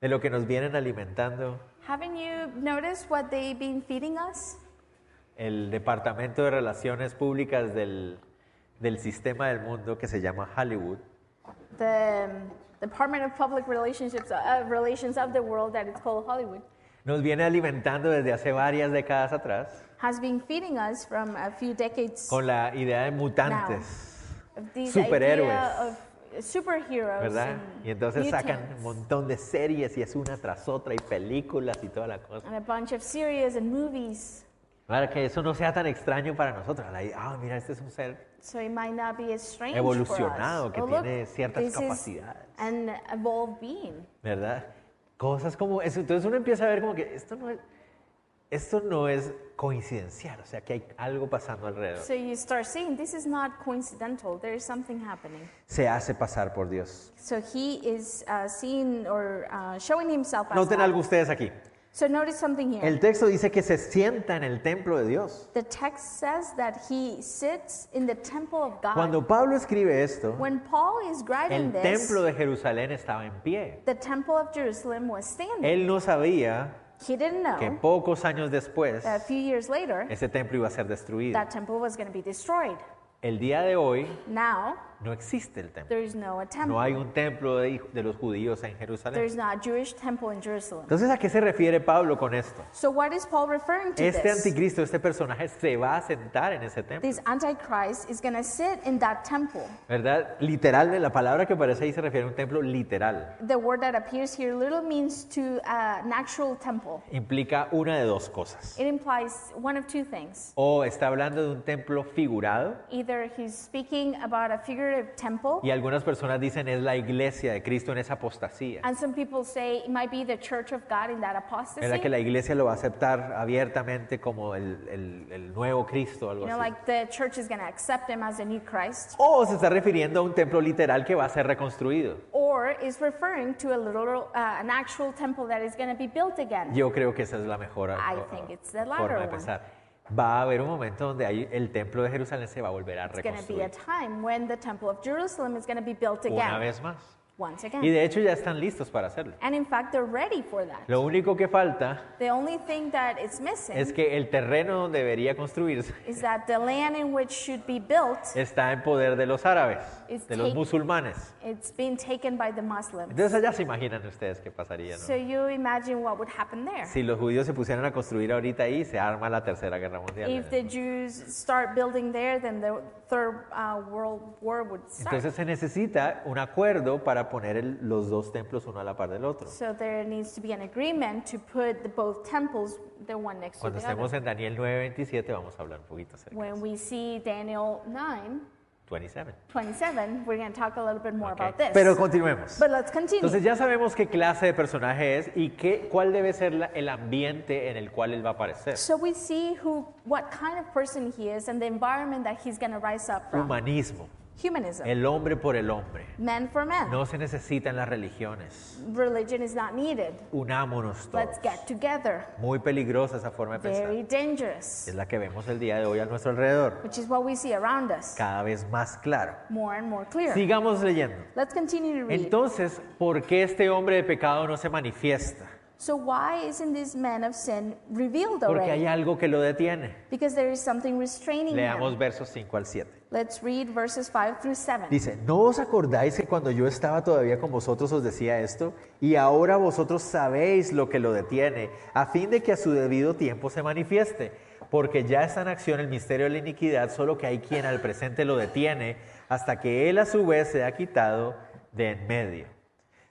Speaker 1: de lo que nos vienen alimentando?
Speaker 2: Haven't you noticed what they've been feeding us?
Speaker 1: El Departamento de Relaciones Públicas del, del Sistema del Mundo que se llama Hollywood
Speaker 2: The um, Department of Public Relationships uh, Relations of the World, that it's called Hollywood,
Speaker 1: nos viene alimentando desde hace varias décadas atrás
Speaker 2: has been feeding us from a few decades
Speaker 1: con la idea de mutantes,
Speaker 2: of these idea
Speaker 1: superhéroes.
Speaker 2: of uh, superheroes.
Speaker 1: ¿verdad?
Speaker 2: And
Speaker 1: Y entonces sacan
Speaker 2: mutants
Speaker 1: un montón de series y es una tras otra y películas y toda la cosa.
Speaker 2: and a bunch of series and movies.
Speaker 1: Para que eso no sea tan extraño para nosotros. Like, ah, mira, este es un ser
Speaker 2: So it might not be as strange
Speaker 1: evolucionado, que
Speaker 2: for us. Oh,
Speaker 1: tiene
Speaker 2: look,
Speaker 1: ciertas
Speaker 2: this is
Speaker 1: capacidades,
Speaker 2: an evolved being.
Speaker 1: ¿verdad? Cosas como eso. Entonces uno empieza a ver como que esto no es, esto no es coincidencial, o sea, que hay algo pasando alrededor.
Speaker 2: So you start saying this is not coincidental. There is something happening.
Speaker 1: Se hace pasar por Dios.
Speaker 2: So he is uh, seen or uh, showing himself as
Speaker 1: Noten
Speaker 2: God.
Speaker 1: algo ustedes aquí.
Speaker 2: So notice something here.
Speaker 1: El texto dice que se sienta en el templo de Dios.
Speaker 2: the text says that he sits in the temple of God.
Speaker 1: Cuando Pablo escribe esto,
Speaker 2: when Paul is
Speaker 1: el
Speaker 2: writing this,
Speaker 1: templo de Jerusalén estaba en pie.
Speaker 2: the temple of Jerusalem was standing.
Speaker 1: Él no sabía
Speaker 2: he didn't know
Speaker 1: que pocos años después
Speaker 2: that a few years later
Speaker 1: ese templo iba a ser destruido.
Speaker 2: that temple was going to be destroyed.
Speaker 1: El día de hoy
Speaker 2: Now
Speaker 1: no existe el templo.
Speaker 2: there is no a temple.
Speaker 1: No hay un templo de, de los judíos en Jerusalén.
Speaker 2: there is not a Jewish temple in Jerusalem.
Speaker 1: Entonces, ¿a qué se refiere Pablo con esto?
Speaker 2: So what is Paul referring to
Speaker 1: Este
Speaker 2: this?
Speaker 1: anticristo, este personaje, se va a sentar en ese templo.
Speaker 2: this antichrist is going to sit in that temple.
Speaker 1: ¿Verdad? Literal, la palabra que aparece ahí se refiere a un templo literal.
Speaker 2: The word that appears here little means to uh, an actual temple.
Speaker 1: Implica una de dos cosas.
Speaker 2: It implies one of two things.
Speaker 1: O está hablando de un templo figurado,
Speaker 2: Either he's speaking about a figurative temple,
Speaker 1: y algunas personas dicen es la iglesia de Cristo en esa apostasía.
Speaker 2: and some people say it might be the church of God in that
Speaker 1: ¿Verdad
Speaker 2: apostasy.
Speaker 1: que la iglesia lo va a aceptar abiertamente como el, el- el nuevo Cristo, algo
Speaker 2: you know,
Speaker 1: así?
Speaker 2: like the church is going to accept him as a new Christ,
Speaker 1: O se está refiriendo a un templo literal que va a ser reconstruido.
Speaker 2: or is referring to a literal, uh, an actual temple that is going to be built again.
Speaker 1: Yo creo que esa es la mejor ah,
Speaker 2: I think it's the latter
Speaker 1: forma de
Speaker 2: one.
Speaker 1: pensar. Va a haber un momento donde ahí el templo de Jerusalén se va a volver a
Speaker 2: It's going to be a
Speaker 1: reconstruir
Speaker 2: time when the temple of Jerusalem is going to be built
Speaker 1: una
Speaker 2: again,
Speaker 1: vez más. Y
Speaker 2: once again.
Speaker 1: de hecho ya están listos para hacerlo.
Speaker 2: And in fact, they're ready for that.
Speaker 1: Lo único que falta
Speaker 2: The only thing that is missing
Speaker 1: es que el terreno donde debería construirse
Speaker 2: is that the land in which should be built,
Speaker 1: está en poder de los árabes,
Speaker 2: It's
Speaker 1: de los
Speaker 2: take-
Speaker 1: musulmanes.
Speaker 2: it's being taken by the Muslims.
Speaker 1: Entonces allá se imaginan ustedes qué pasaría, ¿no?
Speaker 2: So you imagine what would happen there.
Speaker 1: Si los judíos se pusieran a construir ahorita ahí, se arma la Tercera Guerra Mundial.
Speaker 2: If the Jews start building there, then the Third uh, World War would start.
Speaker 1: Entonces se necesita un acuerdo para poner el- los dos templos uno a la par del otro.
Speaker 2: So there needs to be an agreement to put the both temples, the one next to
Speaker 1: Cuando
Speaker 2: the other.
Speaker 1: estemos en Daniel 9:27 vamos a hablar un poquito acerca de
Speaker 2: When
Speaker 1: eso.
Speaker 2: we see Daniel 9,
Speaker 1: 27.
Speaker 2: 27, we're going to talk a little bit more
Speaker 1: ok.
Speaker 2: about this.
Speaker 1: Pero continuemos.
Speaker 2: but let's continue.
Speaker 1: Entonces ya sabemos qué clase de personaje es y qué, cuál debe ser la- el ambiente en el cual él va a aparecer.
Speaker 2: so we see who, what kind of person he is and the environment that he's going to rise up from.
Speaker 1: Humanismo,
Speaker 2: Humanism.
Speaker 1: el hombre por el hombre.
Speaker 2: Men for men.
Speaker 1: Eh. No se necesitan las religiones.
Speaker 2: Religion is not needed.
Speaker 1: Unámonos todos.
Speaker 2: Let's get together.
Speaker 1: Muy peligrosa esa forma de
Speaker 2: Very
Speaker 1: pensar.
Speaker 2: dangerous,
Speaker 1: Es la que vemos el día de hoy a nuestro alrededor.
Speaker 2: which is what we see around us
Speaker 1: Cada vez más claro.
Speaker 2: more and more clear.
Speaker 1: Sigamos leyendo.
Speaker 2: Let's continue to read.
Speaker 1: Entonces, ¿por qué este hombre de pecado no se manifiesta?
Speaker 2: so, why isn't this man of sin revealed
Speaker 1: Porque
Speaker 2: already?
Speaker 1: hay algo que lo detiene.
Speaker 2: Because there is something restraining
Speaker 1: Leamos
Speaker 2: him.
Speaker 1: versos 5 al 7.
Speaker 2: Let's read verses 5 through 7.
Speaker 1: Dice, ¿no os acordáis que cuando yo estaba todavía con vosotros os decía esto? Y ahora vosotros sabéis lo que lo detiene, a fin de que a su debido tiempo se manifieste. Porque ya está en acción el misterio de la iniquidad, solo que hay quien al presente lo detiene, hasta que él a su vez se ha quitado de en medio.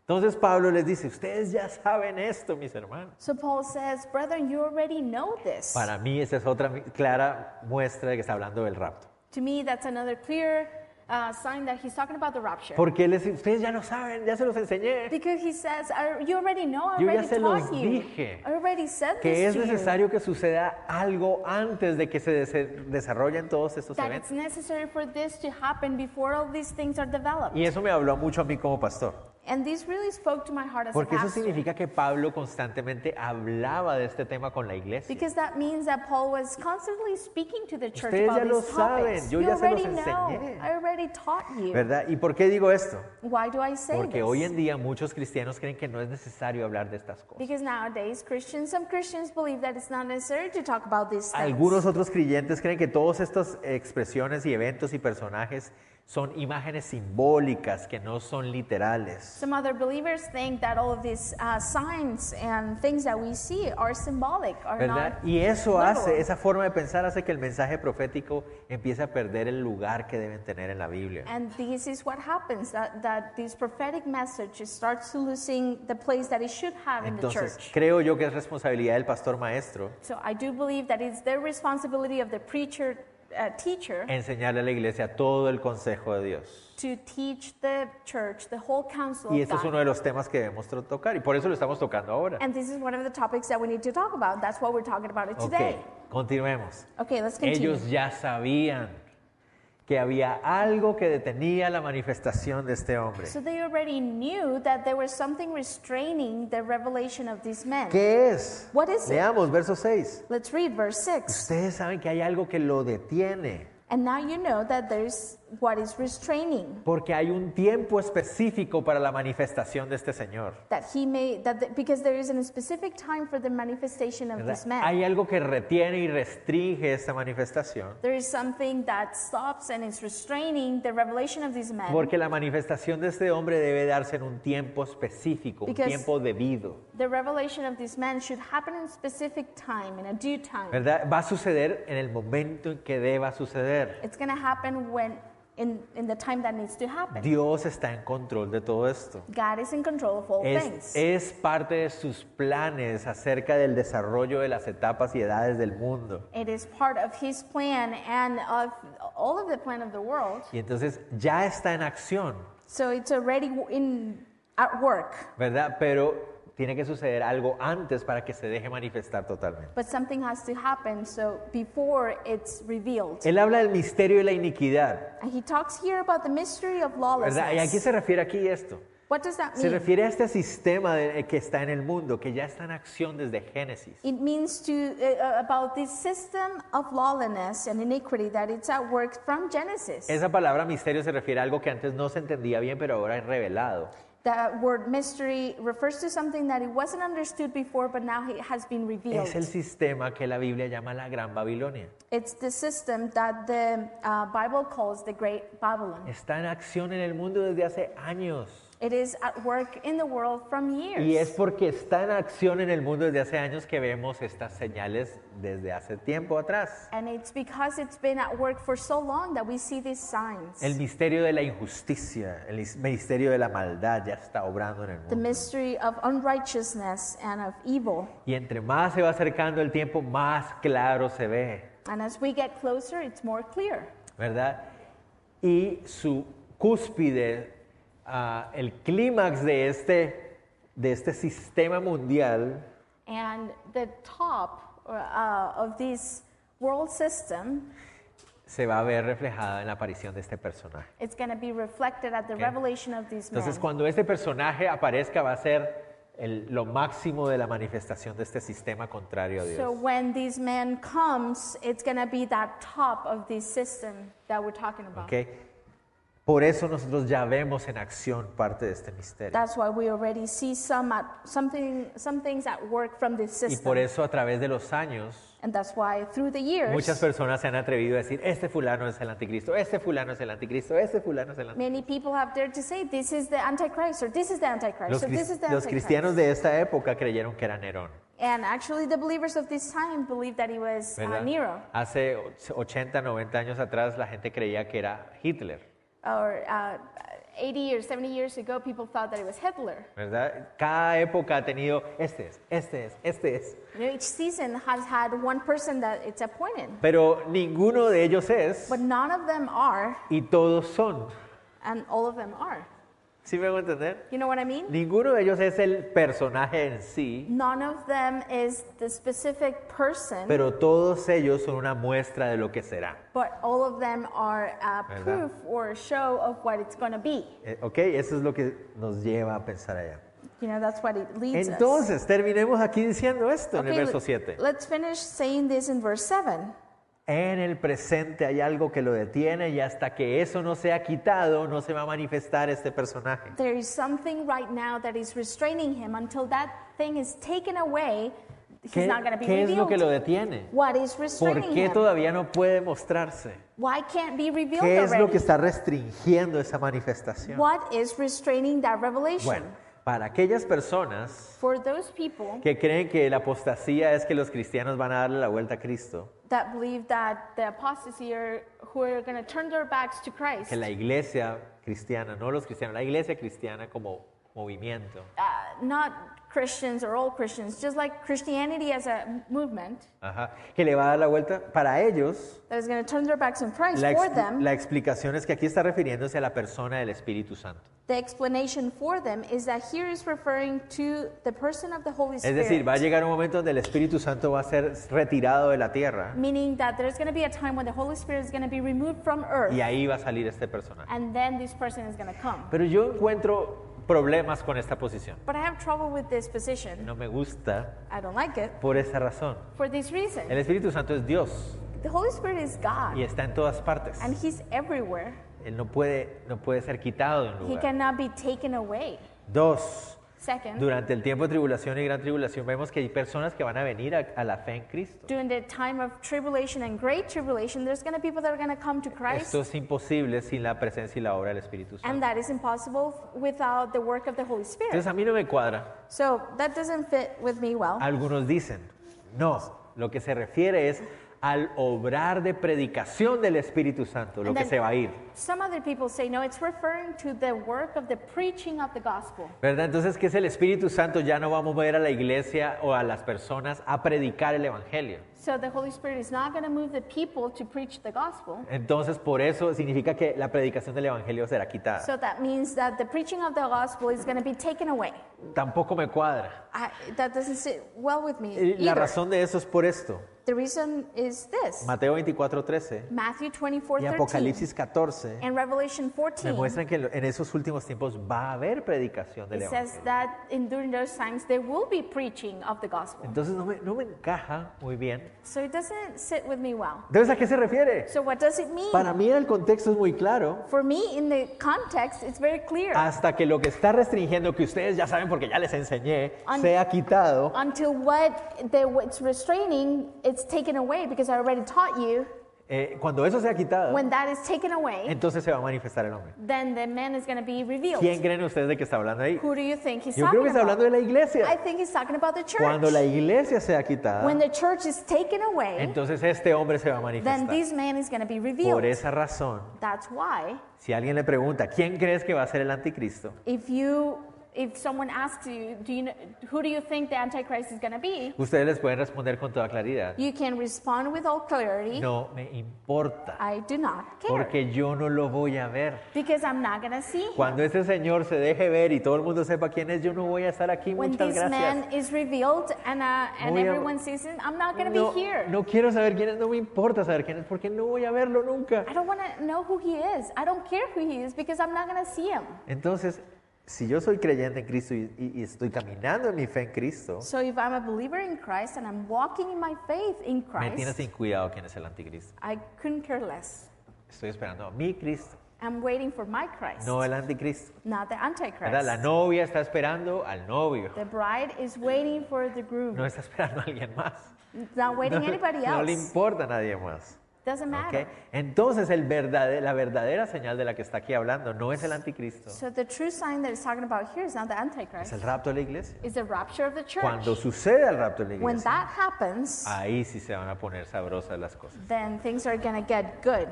Speaker 1: Entonces Pablo les dice, ustedes ya saben esto, mis hermanos.
Speaker 2: so, Paul says, Brethren, you already know this.
Speaker 1: Para mí esa es otra mi- clara muestra de que está hablando del rapto.
Speaker 2: to me, that's another clear uh, sign that he's talking about the rapture.
Speaker 1: Porque él les dice, ustedes ya lo saben, ya se los enseñé,
Speaker 2: because he says, I, You already know, I
Speaker 1: Yo ya
Speaker 2: already
Speaker 1: se
Speaker 2: taught
Speaker 1: los
Speaker 2: you.
Speaker 1: dije
Speaker 2: I already said
Speaker 1: que
Speaker 2: this
Speaker 1: es
Speaker 2: to you.
Speaker 1: necesario que suceda algo antes de que se dese- desarrollen todos estos
Speaker 2: that
Speaker 1: eventos.
Speaker 2: it's necessary for this to happen before all these things are developed.
Speaker 1: Y eso me habló mucho a mí como pastor,
Speaker 2: And this really spoke to my heart as a
Speaker 1: porque eso
Speaker 2: pastor.
Speaker 1: significa que Pablo constantemente hablaba de este tema con la iglesia.
Speaker 2: Because that means that Paul was constantly speaking to the church
Speaker 1: Ustedes
Speaker 2: about
Speaker 1: ya lo
Speaker 2: these topics.
Speaker 1: saben, yo
Speaker 2: you
Speaker 1: ya se los
Speaker 2: already know.
Speaker 1: enseñé.
Speaker 2: I already taught you.
Speaker 1: ¿Verdad? ¿Y por qué digo esto?
Speaker 2: Why do I say
Speaker 1: Porque
Speaker 2: this?
Speaker 1: hoy en día muchos cristianos creen que no es necesario hablar de estas cosas.
Speaker 2: Because nowadays Christians, some Christians believe that it's not necessary to talk about these things.
Speaker 1: Algunos otros creyentes creen que todas estas expresiones y eventos y personajes son imágenes simbólicas que no son literales.
Speaker 2: Some other believers think that all of these uh, signs and things that we see are symbolic, are
Speaker 1: ¿verdad?
Speaker 2: not.
Speaker 1: Y eso
Speaker 2: literal.
Speaker 1: hace, esa forma de pensar hace que el mensaje profético empiece a perder el lugar que deben tener en la Biblia.
Speaker 2: And this is what happens that, that this prophetic message starts to losing the place that it should have in the
Speaker 1: Entonces,
Speaker 2: church.
Speaker 1: creo yo que es responsabilidad del pastor maestro
Speaker 2: So I do believe that it's the responsibility of the preacher, uh, teacher,
Speaker 1: enseñarle a la iglesia todo el consejo de Dios.
Speaker 2: to teach the church the whole counsel
Speaker 1: Y
Speaker 2: of
Speaker 1: este es
Speaker 2: God.
Speaker 1: uno de los temas que debemos tro- tocar y por eso lo estamos tocando ahora.
Speaker 2: And this is one of the topics that we need to talk about. That's why we're talking about it
Speaker 1: Ok,
Speaker 2: today.
Speaker 1: continuemos.
Speaker 2: Okay, let's continue.
Speaker 1: Ellos ya sabían que había algo que detenía la manifestación de este hombre.
Speaker 2: So they already knew that there was something restraining the revelation of these men.
Speaker 1: ¿Qué es?
Speaker 2: What is it?
Speaker 1: Leamos verso 6.
Speaker 2: Let's read verse 6.
Speaker 1: Ustedes saben que hay algo que lo detiene,
Speaker 2: And now you know that there's what is restraining.
Speaker 1: porque hay un tiempo específico para la manifestación de este Señor.
Speaker 2: That he may, that the, because there is a specific time for the manifestation of
Speaker 1: ¿verdad?
Speaker 2: this man.
Speaker 1: Hay algo que retiene y restringe esta manifestación,
Speaker 2: There is something that stops and is restraining the revelation of these men.
Speaker 1: porque la manifestación de este hombre debe darse en un tiempo específico, un
Speaker 2: Because-
Speaker 1: tiempo debido.
Speaker 2: The revelation of these men should happen in specific time, in a due time.
Speaker 1: ¿verdad? Va a suceder en el momento en que deba suceder.
Speaker 2: It's going to happen when, in, in the time that needs to happen.
Speaker 1: Dios está en control de todo esto.
Speaker 2: God is in control of all
Speaker 1: Es,
Speaker 2: things.
Speaker 1: es parte de sus planes acerca del desarrollo de las etapas y edades del mundo.
Speaker 2: it is part of His plan and of all of the plan of the world.
Speaker 1: Y entonces ya está en acción,
Speaker 2: So it's already in at work,
Speaker 1: ¿verdad? Pero tiene que suceder algo antes para que se deje manifestar totalmente.
Speaker 2: but something has to happen. So before it's revealed,
Speaker 1: Él habla del misterio de la iniquidad,
Speaker 2: and He talks here about the mystery of lawlessness.
Speaker 1: ¿verdad? ¿Y a qué se refiere aquí esto?
Speaker 2: what does that
Speaker 1: Se
Speaker 2: mean?
Speaker 1: refiere a este sistema de- que está en el mundo, que ya está en acción desde Génesis.
Speaker 2: It means to uh, uh, about this system of lawlessness and iniquity that it's at work from Genesis.
Speaker 1: Esa palabra misterio se refiere a algo que antes no se entendía bien, pero ahora es revelado.
Speaker 2: that word mystery refers to something that it wasn't understood before, but now it has been revealed.
Speaker 1: Es el sistema que la Biblia llama la Gran Babilonia.
Speaker 2: It's the system that the uh, Bible calls the Great Babylon.
Speaker 1: Está en acción en el mundo desde hace años.
Speaker 2: It is at work in the world from years.
Speaker 1: Y es porque está en acción en el mundo desde hace años que vemos estas señales desde hace tiempo atrás.
Speaker 2: And it's because it's been at work for so long that we see these signs.
Speaker 1: El misterio de la injusticia, el is- misterio de la maldad ya está obrando en el
Speaker 2: the
Speaker 1: mundo.
Speaker 2: mystery of unrighteousness and of evil.
Speaker 1: Y entre más se va acercando el tiempo, más claro se ve,
Speaker 2: And as we get closer, it's more clear.
Speaker 1: ¿verdad? Y su cúspide, ah, el clímax de este, de este sistema mundial
Speaker 2: And the top uh, of this world system
Speaker 1: se va a ver reflejada en la aparición de este personaje.
Speaker 2: is going to be reflected at the
Speaker 1: Okay.
Speaker 2: revelation of these men.
Speaker 1: Entonces, cuando este personaje aparezca, va a ser el- lo máximo de la manifestación de este sistema contrario a Dios.
Speaker 2: So when these men comes, it's going to be that top of this system that we're talking about.
Speaker 1: ¿ok? Por eso nosotros ya vemos en acción parte de este misterio.
Speaker 2: That's why we already see some at, something some things at work from this
Speaker 1: Y
Speaker 2: system.
Speaker 1: por eso a través de los años,
Speaker 2: and that's why through the years
Speaker 1: muchas personas se han atrevido a decir, este fulano es el anticristo, este fulano es el anticristo, este fulano es el anticristo.
Speaker 2: many people have dared to say this is the antichrist or this is the antichrist
Speaker 1: Los,
Speaker 2: or this
Speaker 1: cris-
Speaker 2: is the
Speaker 1: los
Speaker 2: antichrist.
Speaker 1: cristianos de esta época creyeron que era Nerón.
Speaker 2: and actually the believers of this time believed that he was uh,
Speaker 1: ¿verdad?
Speaker 2: Nero
Speaker 1: Hace och- 80, 90 años atrás la gente creía que era Hitler.
Speaker 2: or uh, 80 years 70 years ago people thought that it was Hitler.
Speaker 1: ¿verdad? Cada época ha tenido, este es, este es, este es.
Speaker 2: You know, each season has had one person that it's appointed.
Speaker 1: Pero ninguno de ellos es
Speaker 2: But none of them are,
Speaker 1: y todos son.
Speaker 2: and all of them are.
Speaker 1: ¿Sí me voy a entender?
Speaker 2: You know what I mean?
Speaker 1: Ninguno de ellos es el personaje en sí,
Speaker 2: None of them is the specific person,
Speaker 1: pero todos ellos son una muestra de lo que será.
Speaker 2: but all of them are uh,
Speaker 1: ¿Verdad?
Speaker 2: proof or show of what it's going to be.
Speaker 1: Eh, ¿Ok? Eso es lo que nos lleva a pensar allá.
Speaker 2: You know, that's what it leads us.
Speaker 1: Entonces, terminemos aquí diciendo esto en
Speaker 2: Okay,
Speaker 1: el verso
Speaker 2: let-
Speaker 1: 7.
Speaker 2: Let's finish saying this in verse 7.
Speaker 1: En el presente hay algo que lo detiene y hasta que eso no sea quitado, no se va a manifestar este personaje.
Speaker 2: There is something right now that is restraining him. Until that thing is taken away, he's
Speaker 1: ¿Qué,
Speaker 2: not going to be
Speaker 1: qué es lo
Speaker 2: revealed.
Speaker 1: que lo detiene?
Speaker 2: what is
Speaker 1: ¿Por
Speaker 2: restraining
Speaker 1: qué
Speaker 2: him?
Speaker 1: todavía no puede mostrarse?
Speaker 2: Why can't be revealed
Speaker 1: ¿Qué es
Speaker 2: already?
Speaker 1: lo que está restringiendo esa manifestación?
Speaker 2: What is restraining that revelation?
Speaker 1: Bueno, para aquellas personas
Speaker 2: For those people
Speaker 1: que creen que la apostasía es que los cristianos van a darle la vuelta a Cristo,
Speaker 2: that believe that the apostasy are who are going to turn their backs to Christ,
Speaker 1: que la iglesia cristiana, no los cristianos, la iglesia cristiana como movimiento,
Speaker 2: uh, not Christians or all Christians, just like Christianity as a movement
Speaker 1: ajá, que le va a dar la vuelta, para ellos
Speaker 2: that is going to turn their backs on Christ
Speaker 1: la,
Speaker 2: for
Speaker 1: expli-
Speaker 2: them,
Speaker 1: la explicación es que aquí está refiriéndose a la persona del Espíritu Santo.
Speaker 2: The explanation for them is that here is referring to the person of the Holy
Speaker 1: Es
Speaker 2: Spirit.
Speaker 1: decir, va a llegar un momento donde el Espíritu Santo va a ser retirado de la tierra
Speaker 2: meaning that there's going to be a time when the Holy Spirit is going to be removed from earth,
Speaker 1: y ahí va a salir este personaje.
Speaker 2: and then this person is going to come.
Speaker 1: Pero yo encuentro problemas con esta posición.
Speaker 2: But I have trouble with this position.
Speaker 1: No me gusta
Speaker 2: I don't like it
Speaker 1: por esa razón.
Speaker 2: for this reason.
Speaker 1: El Espíritu Santo es Dios
Speaker 2: the Holy Spirit is God,
Speaker 1: y está en todas partes.
Speaker 2: and He's everywhere.
Speaker 1: Él no puede, no puede ser quitado de un
Speaker 2: He
Speaker 1: lugar.
Speaker 2: cannot be taken away.
Speaker 1: Dos,
Speaker 2: Second,
Speaker 1: durante el tiempo de tribulación y gran tribulación vemos que hay personas que van a venir a, a la fe en Cristo.
Speaker 2: during the time of tribulation and great tribulation, there's going to be people that are going to come to Christ,
Speaker 1: Esto es imposible sin la presencia y la obra del Espíritu Santo.
Speaker 2: and that is impossible without the work of the Holy Spirit.
Speaker 1: Entonces a mí no me cuadra.
Speaker 2: So that doesn't fit with me well.
Speaker 1: Algunos dicen, no, lo que se refiere es al obrar de predicación del Espíritu Santo, lo
Speaker 2: And
Speaker 1: que
Speaker 2: then-
Speaker 1: se va a ir.
Speaker 2: Some other people say no, it's referring to the work of the preaching of the gospel.
Speaker 1: ¿Verdad? Entonces, ¿qué es el Espíritu Santo? Ya no vamos a mover a la iglesia o a las personas a predicar el Evangelio.
Speaker 2: So the Holy Spirit is not going to move the people to preach the gospel.
Speaker 1: Entonces, por eso significa que la predicación del Evangelio será quitada.
Speaker 2: So that means that the preaching of the gospel is going to be taken away.
Speaker 1: Tampoco me cuadra.
Speaker 2: I, that doesn't sit well with me
Speaker 1: Y Eh, La
Speaker 2: either.
Speaker 1: razón de eso es por esto.
Speaker 2: The reason is this:
Speaker 1: Mateo 24, 13
Speaker 2: Matthew 24,
Speaker 1: y
Speaker 2: 13,
Speaker 1: Apocalipsis 14
Speaker 2: and Revelation 14.
Speaker 1: me muestran que en lo- en esos últimos tiempos va a haber predicación del
Speaker 2: It says
Speaker 1: Evangelio.
Speaker 2: that in during those times there will be preaching of the gospel.
Speaker 1: Entonces, no me, no me encaja muy bien.
Speaker 2: So it doesn't sit with me well.
Speaker 1: Entonces, ¿a qué se refiere?
Speaker 2: So what does it mean?
Speaker 1: Para mí el contexto es muy claro.
Speaker 2: For me, in the context, it's very clear.
Speaker 1: Hasta que lo que está restringiendo, que ustedes ya saben porque ya les enseñé,
Speaker 2: An-
Speaker 1: sea quitado,
Speaker 2: until what the, what's restraining it's taken away because i already taught you
Speaker 1: Eh, cuando eso sea quitado,
Speaker 2: when that is taken away
Speaker 1: entonces se va a manifestar el hombre.
Speaker 2: then the man is going to be revealed
Speaker 1: ¿Quién creen ustedes de que está hablando ahí?
Speaker 2: who do you think he's
Speaker 1: Yo creo
Speaker 2: talking
Speaker 1: que está
Speaker 2: about
Speaker 1: hablando de la
Speaker 2: i
Speaker 1: iglesia.
Speaker 2: think he's talking about the
Speaker 1: Cuando la
Speaker 2: church
Speaker 1: iglesia sea quitada,
Speaker 2: when the church is taken away
Speaker 1: entonces este hombre se va a
Speaker 2: then
Speaker 1: manifestar.
Speaker 2: this man is going to be
Speaker 1: Por
Speaker 2: revealed
Speaker 1: esa razón,
Speaker 2: that's why
Speaker 1: si alguien le pregunta, ¿quién crees que va a ser el anticristo?
Speaker 2: if you if someone asks you do you know, who do you think the antichrist is going to be
Speaker 1: Ustedes les pueden responder con toda claridad.
Speaker 2: you can respond with all clarity
Speaker 1: No me importa,
Speaker 2: i do not care
Speaker 1: porque yo no lo voy a ver.
Speaker 2: because i'm not going to see him
Speaker 1: Cuando este señor se deje ver y todo el mundo sepa quién es, yo no voy a estar aquí.
Speaker 2: when
Speaker 1: Muchas
Speaker 2: this
Speaker 1: gracias.
Speaker 2: man is revealed and, uh, and
Speaker 1: Voy a-
Speaker 2: everyone sees it, I'm not going to
Speaker 1: No,
Speaker 2: be here.
Speaker 1: no quiero saber quién es, no me importa saber quién es, porque no voy a verlo nunca.
Speaker 2: I don't want to know who he is. I don't care who he is because I'm not going to see him.
Speaker 1: Entonces, si yo soy creyente en Cristo y, y- y estoy caminando en mi fe en Cristo,
Speaker 2: So if I'm a believer in Christ and I'm walking in my faith in
Speaker 1: me tiene
Speaker 2: Christ,
Speaker 1: sin cuidado quién es el anticristo.
Speaker 2: I couldn't care less.
Speaker 1: Estoy esperando a mi Cristo,
Speaker 2: I'm waiting for my Christ,
Speaker 1: no el anticristo.
Speaker 2: not the
Speaker 1: ¿Verdad? La
Speaker 2: Antichrist.
Speaker 1: novia está esperando al novio,
Speaker 2: The bride is waiting for the groom,
Speaker 1: no está esperando a alguien más.
Speaker 2: not waiting anybody
Speaker 1: no le
Speaker 2: else.
Speaker 1: importa a nadie más. ¿ok?
Speaker 2: Doesn't matter.
Speaker 1: Entonces, el verdade- la verdadera señal de la que está aquí hablando no es el anticristo,
Speaker 2: So the true sign that it's talking about here is not the
Speaker 1: es
Speaker 2: Antichrist.
Speaker 1: el rapto de la iglesia.
Speaker 2: It's the rapture of the church.
Speaker 1: Cuando sucede el rapto de la
Speaker 2: When
Speaker 1: iglesia,
Speaker 2: that happens,
Speaker 1: ahí sí se van a poner sabrosas las cosas.
Speaker 2: then things are going to get good.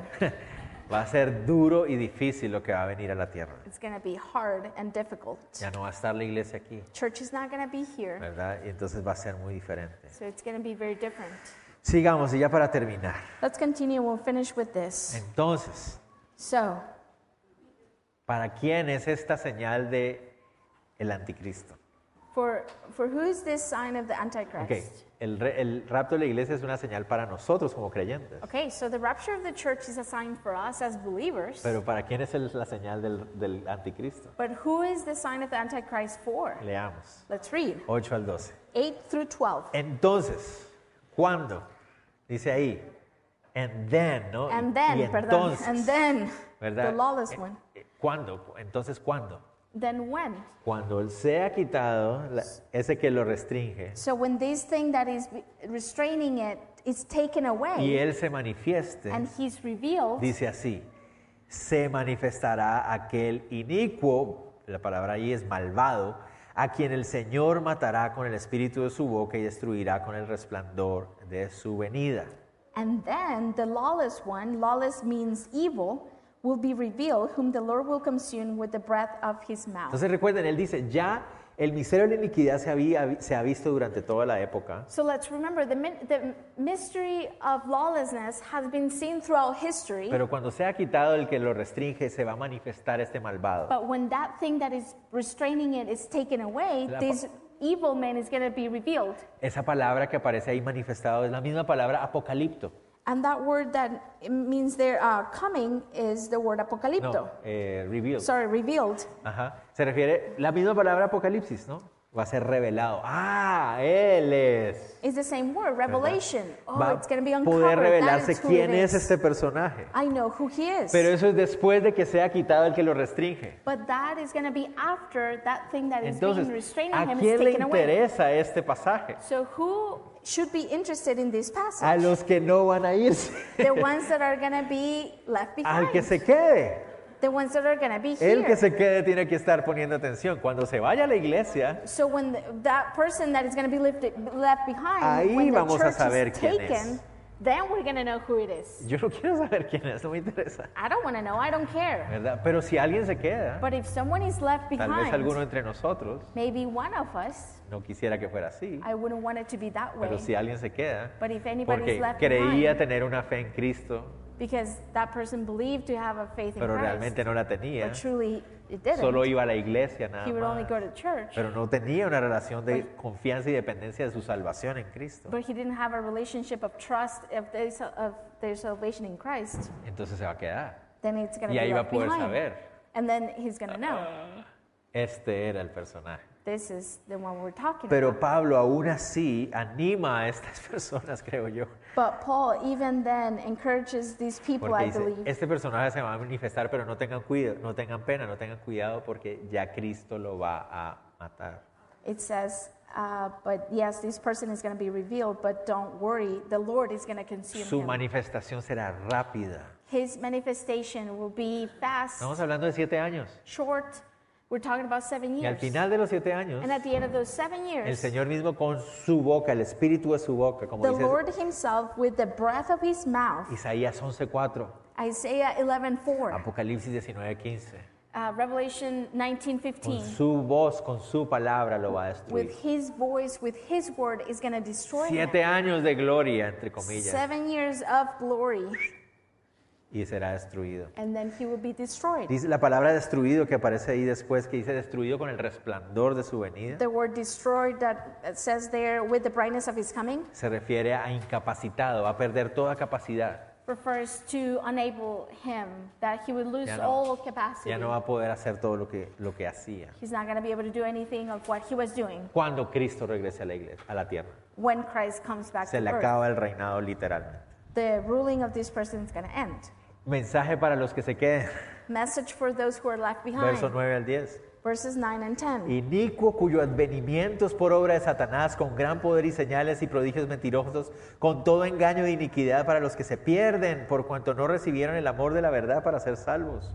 Speaker 1: Va a ser duro y difícil lo que va a venir a la tierra.
Speaker 2: It's going to be hard and difficult.
Speaker 1: Ya no va a estar la iglesia aquí,
Speaker 2: Church is not going to be here,
Speaker 1: ¿verdad? Y entonces va a ser muy diferente.
Speaker 2: so it's going to be very different.
Speaker 1: Sigamos y ya para terminar.
Speaker 2: Let's continue. We'll finish with
Speaker 1: Eh.
Speaker 2: this.
Speaker 1: Entonces,
Speaker 2: So,
Speaker 1: ¿para quién es esta señal de el anticristo?
Speaker 2: for for who is this sign of the
Speaker 1: Ok,
Speaker 2: Antichrist?
Speaker 1: el, re- el rapto de la iglesia es una señal para nosotros como creyentes.
Speaker 2: Okay, so the rapture of the church is a sign for us as believers.
Speaker 1: Pero ¿para quién es el- la señal del, del anticristo?
Speaker 2: But who is the sign of the Antichrist for?
Speaker 1: Leamos.
Speaker 2: Let's read
Speaker 1: 8 al 12.
Speaker 2: 8 through 12.
Speaker 1: Entonces, ¿cuándo? Dice ahí. And then, ¿no?
Speaker 2: And
Speaker 1: Oh, y
Speaker 2: then, perdón,
Speaker 1: entonces,
Speaker 2: and then
Speaker 1: ¿verdad?
Speaker 2: the lawless
Speaker 1: Eh,
Speaker 2: one.
Speaker 1: eh, ¿Cuándo? Entonces, ¿cuándo?
Speaker 2: Then when?
Speaker 1: Cuando él sea quitado, la- ese que lo restringe,
Speaker 2: So when this thing that is restraining it is taken
Speaker 1: y
Speaker 2: away
Speaker 1: él se manifieste,
Speaker 2: and he's revealed,
Speaker 1: dice así, se manifestará aquel inicuo, la palabra ahí es malvado, a quien el Señor matará con el espíritu de su boca y destruirá con el resplandor de su venida.
Speaker 2: And then the lawless one, lawless means evil, will be revealed, whom the Lord will consume with the breath of his mouth.
Speaker 1: Entonces recuerden, él dice, ya El misterio de la iniquidad se, había- se ha visto durante toda la época,
Speaker 2: So let's remember the, min- the mystery of lawlessness has been seen throughout history,
Speaker 1: pero cuando sea quitado el que lo restringe, se va a manifestar este malvado.
Speaker 2: but when that thing that is restraining it is taken away,
Speaker 1: La pa-
Speaker 2: this evil man is going to be revealed.
Speaker 1: Esa palabra que aparece ahí manifestado es la misma palabra apocalipto.
Speaker 2: And that word that it means they're uh, coming is the word apocalypto.
Speaker 1: No, eh, revealed.
Speaker 2: Sorry, revealed.
Speaker 1: Ajá. Se refiere la misma palabra apocalipsis, ¿no? Va a ser revelado. Ah, él es.
Speaker 2: It's the same word, revelation. Oh,
Speaker 1: Va
Speaker 2: it's going to be
Speaker 1: a
Speaker 2: uncovered.
Speaker 1: poder
Speaker 2: that
Speaker 1: revelarse
Speaker 2: is who
Speaker 1: quién
Speaker 2: it
Speaker 1: es
Speaker 2: is.
Speaker 1: este personaje.
Speaker 2: I know who he is.
Speaker 1: Pero eso es después de que sea quitado el que lo restringe.
Speaker 2: but that is going to be after that thing that is
Speaker 1: Entonces,
Speaker 2: being restraining
Speaker 1: ¿a
Speaker 2: him is
Speaker 1: quién le
Speaker 2: taken away.
Speaker 1: interesa este pasaje?
Speaker 2: So who should be interested in this passage?
Speaker 1: A los que no van a irse.
Speaker 2: the ones that are going to be left behind.
Speaker 1: Al que se quede.
Speaker 2: the ones that are going to be
Speaker 1: El
Speaker 2: here.
Speaker 1: que se quede tiene que estar poniendo atención. Cuando se vaya a la iglesia,
Speaker 2: so when the, that person that is going to be left, left behind,
Speaker 1: Ahí
Speaker 2: when
Speaker 1: vamos a
Speaker 2: the church
Speaker 1: saber
Speaker 2: is
Speaker 1: quién es.
Speaker 2: taken, then we're going to know who it is.
Speaker 1: yo no quiero saber quién es, no me interesa.
Speaker 2: I don't want to know. I don't care.
Speaker 1: ¿Verdad? Pero si alguien se queda,
Speaker 2: But if someone is left
Speaker 1: tal vez
Speaker 2: behind,
Speaker 1: alguno entre nosotros,
Speaker 2: maybe one of us,
Speaker 1: no quisiera que fuera así,
Speaker 2: I wouldn't want it to be that way.
Speaker 1: pero si alguien se queda,
Speaker 2: But if anybody is
Speaker 1: porque
Speaker 2: left
Speaker 1: creía
Speaker 2: behind,
Speaker 1: tener una fe en Cristo,
Speaker 2: because that person believed to have a faith in
Speaker 1: pero
Speaker 2: Christ,
Speaker 1: realmente no la tenía,
Speaker 2: but truly it didn't.
Speaker 1: solo iba a la iglesia nada
Speaker 2: he would only
Speaker 1: más,
Speaker 2: go to church,
Speaker 1: pero no tenía una relación de confianza y dependencia de su salvación en Cristo,
Speaker 2: but he didn't have a relationship of trust of their, sal- of their salvation in Christ.
Speaker 1: entonces se va a quedar.
Speaker 2: Then it's going
Speaker 1: Y
Speaker 2: to
Speaker 1: ahí
Speaker 2: be
Speaker 1: va a
Speaker 2: left
Speaker 1: poder
Speaker 2: behind.
Speaker 1: saber, Ah,
Speaker 2: And then he's going to know
Speaker 1: este era el personaje.
Speaker 2: this is the one we're talking
Speaker 1: Pero
Speaker 2: about.
Speaker 1: Pablo aún así anima a estas personas, creo yo.
Speaker 2: But Paul even then encourages these people,
Speaker 1: Porque
Speaker 2: I
Speaker 1: dice,
Speaker 2: believe.
Speaker 1: este personaje se va a manifestar, pero no tengan cuidado, no tengan pena, no tengan cuidado porque ya Cristo lo va a matar.
Speaker 2: It says, uh, but yes, this person is going to be revealed, but don't worry, the Lord is going to consume
Speaker 1: Su
Speaker 2: him.
Speaker 1: manifestación será rápida.
Speaker 2: His manifestation will be fast,
Speaker 1: Estamos hablando de siete años.
Speaker 2: short. We're talking about seven
Speaker 1: Y al
Speaker 2: years.
Speaker 1: final de los siete años,
Speaker 2: and at the end of those seven
Speaker 1: el
Speaker 2: years,
Speaker 1: Señor mismo con su boca, el espíritu de su boca, como
Speaker 2: the
Speaker 1: dice
Speaker 2: Lord Himself, with the breath of His mouth,
Speaker 1: Isaías 11:4,
Speaker 2: Isaiah 11:4,
Speaker 1: Apocalipsis 19:15,
Speaker 2: uh, Revelation
Speaker 1: con
Speaker 2: 19:15,
Speaker 1: su voz, con su palabra lo va a destruir.
Speaker 2: with His voice, with His word, is going to destroy him.
Speaker 1: Siete años de gloria, entre comillas,
Speaker 2: Seven years of glory,
Speaker 1: y será destruido.
Speaker 2: and then He will be destroyed.
Speaker 1: Dice la palabra destruido que aparece ahí después, que dice destruido con el resplandor de su venida,
Speaker 2: The word destroyed that it says there, with the brightness of His coming,
Speaker 1: se refiere a incapacitado, va a perder toda capacidad,
Speaker 2: refers to unable Him, that He would lose
Speaker 1: Ya no-
Speaker 2: all capacity.
Speaker 1: ya no va a poder hacer todo lo que, lo que hacía.
Speaker 2: He's not going to be able to do anything of what he was doing
Speaker 1: Cuando Cristo regrese a la iglesia, a la tierra,
Speaker 2: when Christ comes back
Speaker 1: se
Speaker 2: to
Speaker 1: le
Speaker 2: earth.
Speaker 1: acaba el reinado literalmente.
Speaker 2: The ruling of this person is going to end.
Speaker 1: Mensaje para los que se queden,
Speaker 2: Message for those who are left behind.
Speaker 1: versos 9 al 10.
Speaker 2: Verses 9 and 10.
Speaker 1: Inicuo cuyo advenimiento es por obra de Satanás, con gran poder y señales y prodigios mentirosos, con todo engaño de iniquidad para los que se pierden, por cuanto no recibieron el amor de la verdad para ser salvos.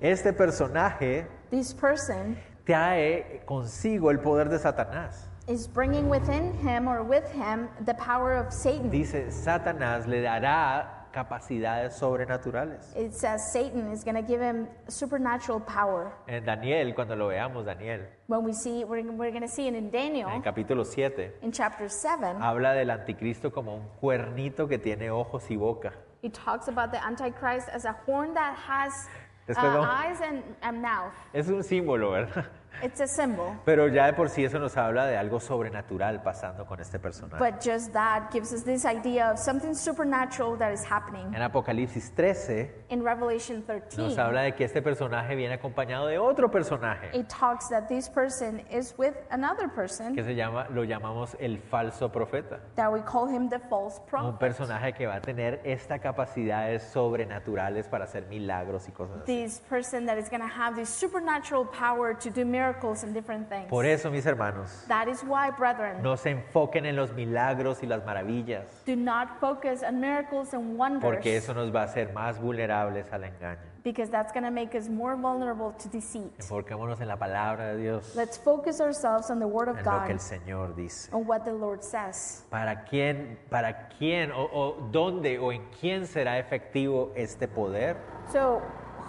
Speaker 1: Este personaje
Speaker 2: This person
Speaker 1: trae consigo el poder de Satanás.
Speaker 2: is bringing within him or with him the power of Satan.
Speaker 1: Dice, Satanás le dará capacidades sobrenaturales.
Speaker 2: It says Satan is going to give him supernatural power.
Speaker 1: En Daniel, cuando lo veamos, Daniel,
Speaker 2: When we see, we're, we're going to see it in
Speaker 1: en el
Speaker 2: Daniel
Speaker 1: capítulo 7,
Speaker 2: in chapter 7.
Speaker 1: habla del anticristo como un cuernito que tiene ojos y boca.
Speaker 2: He talks about the Antichrist as a horn that has
Speaker 1: Después
Speaker 2: uh,
Speaker 1: vamos-
Speaker 2: eyes and, and mouth.
Speaker 1: Es un símbolo, ¿verdad?
Speaker 2: It's a symbol.
Speaker 1: Pero ya de por sí eso nos habla de algo sobrenatural pasando con este personaje.
Speaker 2: But just that gives us this idea of something supernatural that is happening.
Speaker 1: En Apocalipsis 13
Speaker 2: In Revelation
Speaker 1: nos
Speaker 2: 13,
Speaker 1: habla de que este personaje viene acompañado de otro personaje
Speaker 2: it talks that this person is with another person
Speaker 1: que se llama, lo llamamos el falso profeta.
Speaker 2: that we call him the false
Speaker 1: Un
Speaker 2: prophet.
Speaker 1: personaje que va a tener estas capacidades sobrenaturales para hacer milagros y cosas así.
Speaker 2: This person that is going to have this supernatural power to do miracles and different things.
Speaker 1: Por eso, mis hermanos,
Speaker 2: That is why, brethren,
Speaker 1: no se enfoquen en los milagros y las maravillas,
Speaker 2: do not focus on miracles and
Speaker 1: porque
Speaker 2: wonders
Speaker 1: eso nos va a hacer más vulnerables al engaño.
Speaker 2: because that's going to make us more vulnerable to deceit.
Speaker 1: Enfoquémonos en la palabra de Dios,
Speaker 2: Let's focus ourselves on the Word of
Speaker 1: en lo que
Speaker 2: God,
Speaker 1: el Señor dice.
Speaker 2: on what the Lord says.
Speaker 1: ¿Para quién, para quién o, o dónde o en quién será efectivo este poder?
Speaker 2: So,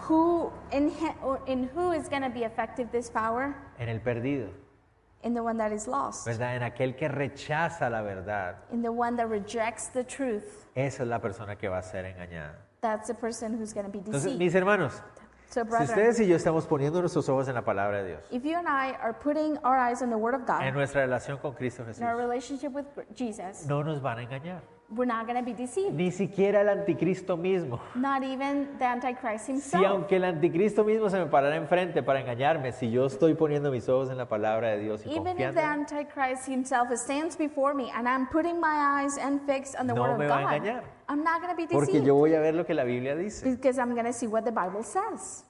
Speaker 2: who in, hi- or in who is going to be effective this power?
Speaker 1: En el perdido,
Speaker 2: in the one that is lost,
Speaker 1: ¿verdad? En aquel que rechaza la verdad,
Speaker 2: in the one that rejects the truth.
Speaker 1: esa es la persona que va a ser engañada.
Speaker 2: That's the person who's going to be
Speaker 1: Entonces,
Speaker 2: deceived.
Speaker 1: mis hermanos,
Speaker 2: So,
Speaker 1: si
Speaker 2: brethren,
Speaker 1: ustedes y yo estamos poniendo nuestros ojos en la palabra de Dios,
Speaker 2: if you and I are putting our eyes on the Word of
Speaker 1: en
Speaker 2: God,
Speaker 1: nuestra relación con Cristo Jesús,
Speaker 2: in our relationship with Jesus,
Speaker 1: no nos van a engañar.
Speaker 2: we're not going to be deceived.
Speaker 1: Ni siquiera el anticristo mismo.
Speaker 2: Not even the Antichrist
Speaker 1: Si
Speaker 2: himself.
Speaker 1: aunque el anticristo mismo se me parara enfrente para engañarme, si yo estoy poniendo mis ojos en la palabra de Dios y
Speaker 2: Even if
Speaker 1: confiando,
Speaker 2: the
Speaker 1: en-
Speaker 2: Antichrist himself stands before me and I'm putting my eyes and fixed on the
Speaker 1: No
Speaker 2: Word
Speaker 1: me
Speaker 2: of
Speaker 1: va a
Speaker 2: God,
Speaker 1: engañar.
Speaker 2: I'm not going to be
Speaker 1: porque
Speaker 2: deceived
Speaker 1: yo voy a ver lo que la Biblia dice.
Speaker 2: because I'm going to see what the Bible says.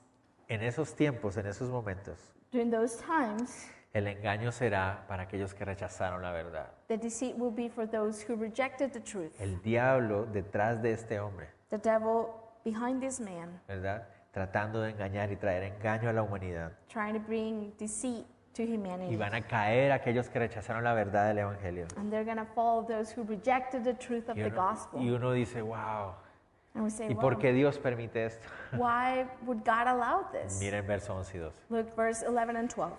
Speaker 1: En esos tiempos, en esos momentos,
Speaker 2: During those times,
Speaker 1: el engaño será para aquellos que rechazaron la verdad.
Speaker 2: the deceit will be for those who rejected the truth.
Speaker 1: El diablo detrás de este hombre,
Speaker 2: The devil behind this man
Speaker 1: ¿verdad? Tratando de engañar y traer engaño a la humanidad.
Speaker 2: trying to bring deceit to
Speaker 1: Y
Speaker 2: humanity.
Speaker 1: van a caer aquellos que rechazaron la verdad del Evangelio.
Speaker 2: And they're going to follow those who rejected the truth of
Speaker 1: Y
Speaker 2: the
Speaker 1: uno,
Speaker 2: gospel.
Speaker 1: y uno dice, wow,
Speaker 2: and we say,
Speaker 1: ¿y
Speaker 2: "Wow,
Speaker 1: por qué Dios permite esto?
Speaker 2: why would God allow this?
Speaker 1: Miren verso 11 y 12.
Speaker 2: Look, verse 11 and 12.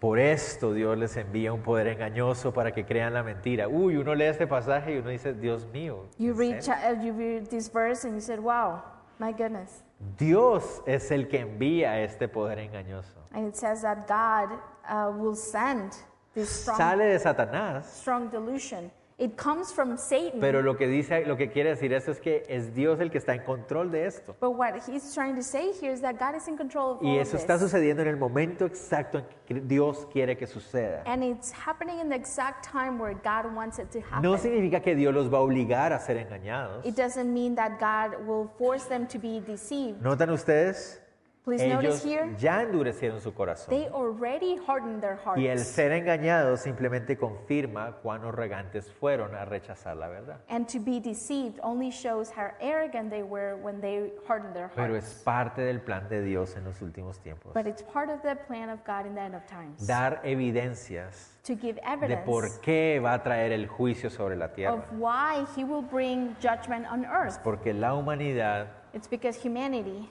Speaker 1: Por esto Dios les envía un poder engañoso para que crean la mentira. Uy, uno lee este pasaje y uno dice, Dios mío.
Speaker 2: You
Speaker 1: ¿en serio?
Speaker 2: read, cha- uh, you read this verse and you said, wow, my goodness.
Speaker 1: Dios es el que envía este poder engañoso.
Speaker 2: And it says that God uh, will send this strong,
Speaker 1: Sale de Satanás,
Speaker 2: strong delusion. It comes from Satan.
Speaker 1: pero lo que dice, lo que quiere decir esto es que es Dios el que está en control de esto.
Speaker 2: but what he's trying to say here is that God is in control of all
Speaker 1: Y
Speaker 2: of
Speaker 1: eso está
Speaker 2: this.
Speaker 1: sucediendo en el momento exacto en que Dios quiere que suceda.
Speaker 2: And it's happening in the exact time where God wants it to happen.
Speaker 1: No significa que Dios los va a obligar a ser engañados.
Speaker 2: It doesn't mean that God will force them to be deceived.
Speaker 1: ¿Notan ustedes?
Speaker 2: Please
Speaker 1: Ellos
Speaker 2: notice here,
Speaker 1: ya endurecieron su corazón.
Speaker 2: they already hardened their hearts.
Speaker 1: Y el ser engañado simplemente confirma cuán arrogantes fueron a rechazar la verdad.
Speaker 2: And to be deceived only shows how arrogant they were when they hardened their
Speaker 1: Pero
Speaker 2: hearts.
Speaker 1: es parte del plan de Dios en los últimos tiempos.
Speaker 2: But it's part of the plan of God in the end of times
Speaker 1: Dar evidencias
Speaker 2: to give
Speaker 1: de
Speaker 2: evidence
Speaker 1: por qué va a traer el juicio sobre la tierra.
Speaker 2: of why He will bring judgment on earth.
Speaker 1: Porque la humanidad
Speaker 2: It's because humanity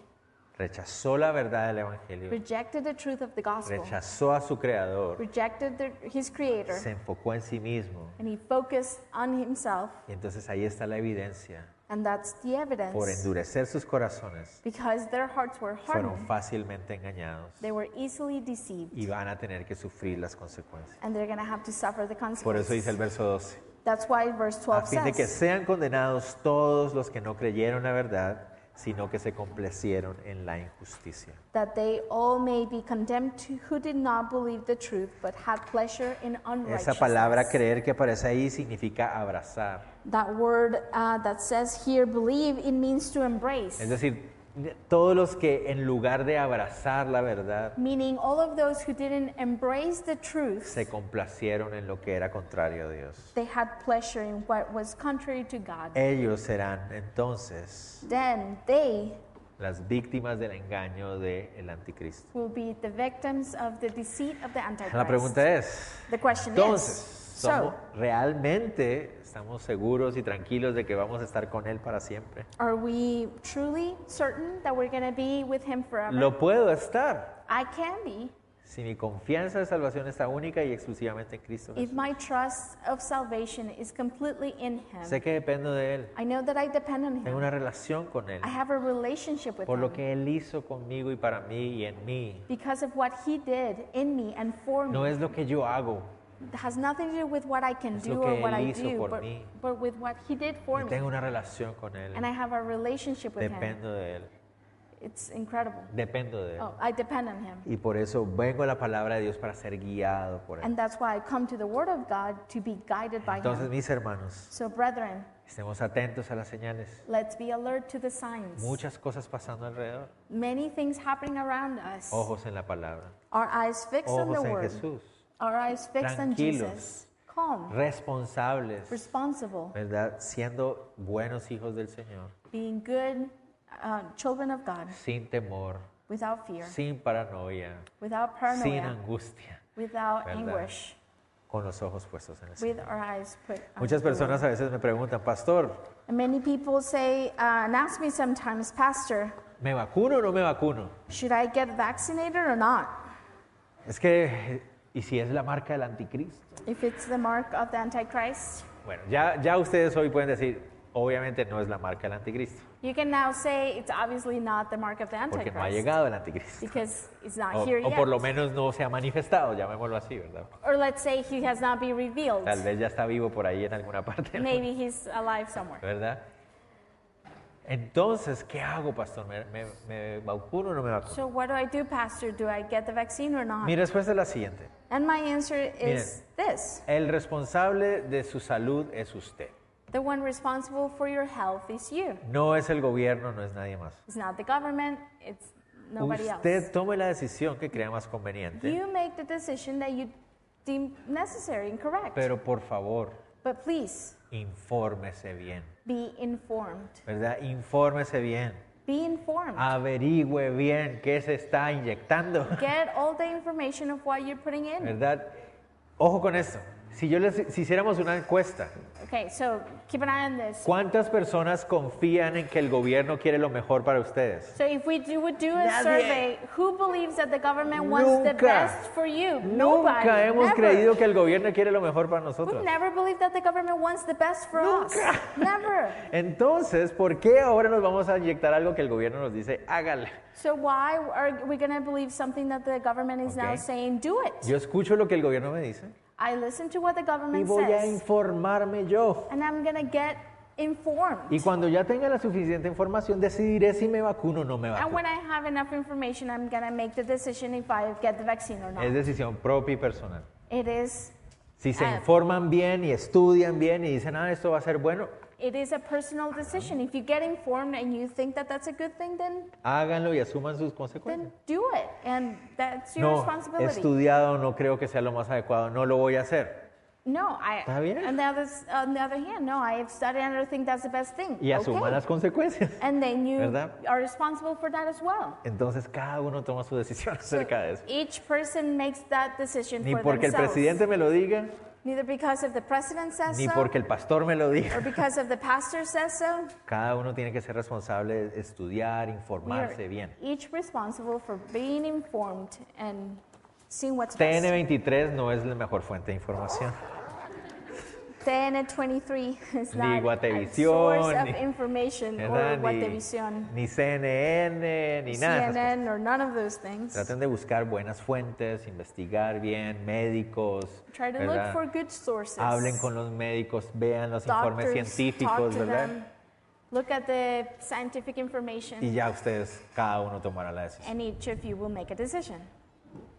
Speaker 1: rechazó la verdad del Evangelio,
Speaker 2: rejected the truth of the gospel,
Speaker 1: rechazó a su creador,
Speaker 2: rejected the, His Creator,
Speaker 1: se enfocó en sí mismo.
Speaker 2: and He focused on Himself.
Speaker 1: Y entonces ahí está la evidencia.
Speaker 2: And that's the evidence.
Speaker 1: Por endurecer sus corazones,
Speaker 2: Because their hearts were
Speaker 1: fueron
Speaker 2: hardened,
Speaker 1: fácilmente engañados
Speaker 2: they were easily deceived,
Speaker 1: y van a tener que sufrir las consecuencias.
Speaker 2: and they're going to have to suffer the
Speaker 1: Por eso
Speaker 2: consequences.
Speaker 1: dice el verso 12.
Speaker 2: That's why verse
Speaker 1: A
Speaker 2: 12
Speaker 1: fin de que
Speaker 2: says,
Speaker 1: sean condenados todos los que no creyeron la verdad, sino que se complacieron en la injusticia.
Speaker 2: that they all may be condemned to, who did not believe the truth, but had pleasure in
Speaker 1: Esa palabra
Speaker 2: unrighteousness.
Speaker 1: creer que aparece ahí significa abrazar.
Speaker 2: That word uh, that says here, believe, it means to embrace.
Speaker 1: Es decir, todos los que en lugar de abrazar la verdad,
Speaker 2: Meaning, all of those who didn't embrace the truth,
Speaker 1: se complacieron en lo que era contrario a Dios.
Speaker 2: they had pleasure in what was contrary to God.
Speaker 1: Ellos serán entonces
Speaker 2: Then they
Speaker 1: las víctimas del engaño del anticristo.
Speaker 2: will be the victims of the deceit of the Antichrist.
Speaker 1: La pregunta es,
Speaker 2: The question
Speaker 1: Entonces,
Speaker 2: is,
Speaker 1: ¿somos-
Speaker 2: so
Speaker 1: ¿realmente estamos seguros y tranquilos de que vamos a estar con Él para siempre?
Speaker 2: are we truly certain that we're going to be with him forever?
Speaker 1: Lo puedo estar
Speaker 2: I can be
Speaker 1: si mi confianza de salvación está única y exclusivamente en Cristo.
Speaker 2: if
Speaker 1: Jesús.
Speaker 2: my trust of salvation is completely in him.
Speaker 1: Sé que dependo de Él,
Speaker 2: I know that I depend on
Speaker 1: tengo
Speaker 2: him.
Speaker 1: una relación con Él,
Speaker 2: I have a relationship with
Speaker 1: por
Speaker 2: him
Speaker 1: lo que Él hizo conmigo y para mí y en mí.
Speaker 2: because of what he did in me and for me.
Speaker 1: No es lo que yo hago,
Speaker 2: It has nothing to do with what I can
Speaker 1: Es
Speaker 2: do
Speaker 1: lo que
Speaker 2: or what
Speaker 1: él
Speaker 2: I
Speaker 1: hizo
Speaker 2: do,
Speaker 1: por
Speaker 2: but,
Speaker 1: mí.
Speaker 2: but with what he did for
Speaker 1: yo
Speaker 2: me.
Speaker 1: tengo una relación con Él,
Speaker 2: And I have a relationship with him.
Speaker 1: dependo de Él,
Speaker 2: It's incredible.
Speaker 1: dependo de Él.
Speaker 2: Oh, I depend on him.
Speaker 1: Y por eso vengo a la palabra de Dios para ser guiado por Él.
Speaker 2: And that's why I come to the word of God to be guided by him.
Speaker 1: Entonces, mis hermanos,
Speaker 2: So, brethren,
Speaker 1: Estemos atentos a las señales.
Speaker 2: let's be alert to the signs.
Speaker 1: Muchas cosas pasando alrededor.
Speaker 2: Many things happening around us.
Speaker 1: Ojos en la palabra.
Speaker 2: Our eyes fixed on the
Speaker 1: Ojos en
Speaker 2: word.
Speaker 1: Jesús.
Speaker 2: Our eyes fixed on
Speaker 1: Tranquilos.
Speaker 2: Jesus. Calm,
Speaker 1: Responsables.
Speaker 2: responsible,
Speaker 1: ¿Verdad? Siendo buenos hijos del Señor.
Speaker 2: being good uh, children of God,
Speaker 1: Sin temor.
Speaker 2: without fear,
Speaker 1: Sin paranoia.
Speaker 2: without
Speaker 1: Sin
Speaker 2: paranoia,
Speaker 1: angustia.
Speaker 2: without
Speaker 1: ¿Verdad?
Speaker 2: anguish,
Speaker 1: Con los ojos puestos en el Señor.
Speaker 2: with our eyes put. on
Speaker 1: Muchas
Speaker 2: the Lord.
Speaker 1: personas a veces me preguntan, Pastor,
Speaker 2: And many people say uh, and ask me sometimes, Pastor,
Speaker 1: ¿me vacuno o no me vacuno?
Speaker 2: should I get vaccinated or not?
Speaker 1: Es que eh, ¿Y si es la marca del anticristo?
Speaker 2: If it's the mark of the Antichrist,
Speaker 1: Bueno, ya, ya ustedes hoy pueden decir, obviamente no es la marca del anticristo,
Speaker 2: you can now say it's obviously not the mark of the
Speaker 1: porque no ha
Speaker 2: Antichrist
Speaker 1: llegado el anticristo.
Speaker 2: because it's not
Speaker 1: O,
Speaker 2: here
Speaker 1: o
Speaker 2: yet.
Speaker 1: por lo menos no se ha manifestado, llamémoslo así, ¿verdad?
Speaker 2: Or let's say he has not been revealed.
Speaker 1: Tal vez ya está vivo por ahí en alguna parte, ¿no?
Speaker 2: Maybe he's alive somewhere.
Speaker 1: ¿verdad? Entonces, ¿qué hago, pastor? ¿Me, me, me vacuno o no me vacuno?
Speaker 2: So what do I do, Pastor? Do I get the vaccine or not?
Speaker 1: Mi respuesta es la siguiente.
Speaker 2: And my answer is this:
Speaker 1: El responsable de su salud es usted.
Speaker 2: the one responsible for your health is you.
Speaker 1: No es el gobierno, no es nadie más.
Speaker 2: It's not the government. It's nobody else.
Speaker 1: Usted tome la decisión que crea más conveniente,
Speaker 2: You make the decision that you deem necessary and correct.
Speaker 1: pero por favor,
Speaker 2: but please
Speaker 1: infórmese bien,
Speaker 2: be informed.
Speaker 1: ¿verdad? Infórmese bien.
Speaker 2: Be informed.
Speaker 1: Ah. Averigüe bien qué se está inyectando,
Speaker 2: Get all the information of what you're putting in.
Speaker 1: ¿verdad? Ojo con esto. Si yo les si hiciéramos una encuesta,
Speaker 2: Okay, so keep an eye on this.
Speaker 1: ¿Cuántas personas confían en que el gobierno quiere lo mejor para ustedes?
Speaker 2: So if we do, would do a
Speaker 1: Nadie.
Speaker 2: survey, who believes that the government wants the
Speaker 1: Nunca.
Speaker 2: best for you? Nobody.
Speaker 1: Nunca hemos
Speaker 2: never.
Speaker 1: creído que el gobierno quiere lo mejor para
Speaker 2: We
Speaker 1: nosotros.
Speaker 2: never believe that the government wants the best for us. Never.
Speaker 1: Entonces, ¿por qué ahora nos vamos a inyectar algo que el gobierno nos dice, hágale?
Speaker 2: So why are we going to believe something that the government is now
Speaker 1: Okay.
Speaker 2: saying, do it?
Speaker 1: Yo escucho lo que el gobierno me dice
Speaker 2: I listen to what the
Speaker 1: y
Speaker 2: government
Speaker 1: voy a
Speaker 2: says,
Speaker 1: informarme yo.
Speaker 2: and I'm going to get informed.
Speaker 1: Y cuando ya tenga la suficiente información, decidiré si me vacuno o no me
Speaker 2: And
Speaker 1: vacuno.
Speaker 2: when I have enough information, I'm going to make the decision if I get the vaccine or
Speaker 1: Es
Speaker 2: not.
Speaker 1: decisión propia y personal.
Speaker 2: It is,
Speaker 1: Si se
Speaker 2: Ah.
Speaker 1: informan bien y estudian bien y dicen, ah, esto va a ser bueno,
Speaker 2: it is a personal decision. If you get informed and you think that that's a good thing, then
Speaker 1: háganlo y asuman sus consecuencias.
Speaker 2: then do it. And that's your
Speaker 1: No, he
Speaker 2: responsibility.
Speaker 1: estudiado, no creo que sea lo más adecuado, no lo voy a hacer.
Speaker 2: No, I.
Speaker 1: Está bien.
Speaker 2: On the, other, s- on the other hand, no, I have studied and I think that's the best thing.
Speaker 1: Y asuma
Speaker 2: Okay.
Speaker 1: las consecuencias.
Speaker 2: And then you
Speaker 1: ¿Verdad?
Speaker 2: are responsible for that as well.
Speaker 1: Entonces cada uno toma su decisión acerca de eso.
Speaker 2: Each person makes that decision
Speaker 1: Ni
Speaker 2: for
Speaker 1: porque el
Speaker 2: themselves.
Speaker 1: presidente me lo diga,
Speaker 2: Neither because of the president says
Speaker 1: ni
Speaker 2: so,
Speaker 1: porque el pastor me lo diga.
Speaker 2: or because of the pastor says so.
Speaker 1: Cada uno tiene que ser responsable de estudiar,
Speaker 2: We are
Speaker 1: informarse bien.
Speaker 2: each responsible for being informed and seeing what's best.
Speaker 1: TN23 no es la mejor fuente de información.
Speaker 2: TN 23 is
Speaker 1: Ni
Speaker 2: not a
Speaker 1: Guatevisión,
Speaker 2: source of
Speaker 1: ni-
Speaker 2: information
Speaker 1: ¿verdad?
Speaker 2: or what
Speaker 1: Ni, ni CNN, ni nada. de esas cosas.
Speaker 2: CNN or none of those things.
Speaker 1: Traten de buscar buenas fuentes, investigar bien, médicos.
Speaker 2: Try to
Speaker 1: ¿verdad?
Speaker 2: look for good sources.
Speaker 1: Hablen con los médicos, vean los informes
Speaker 2: Doctors, talk
Speaker 1: científicos,
Speaker 2: to them.
Speaker 1: ¿verdad?
Speaker 2: Look at the scientific
Speaker 1: Y
Speaker 2: information,
Speaker 1: ya ustedes, cada uno tomará la decisión.
Speaker 2: and each of you will make a decision.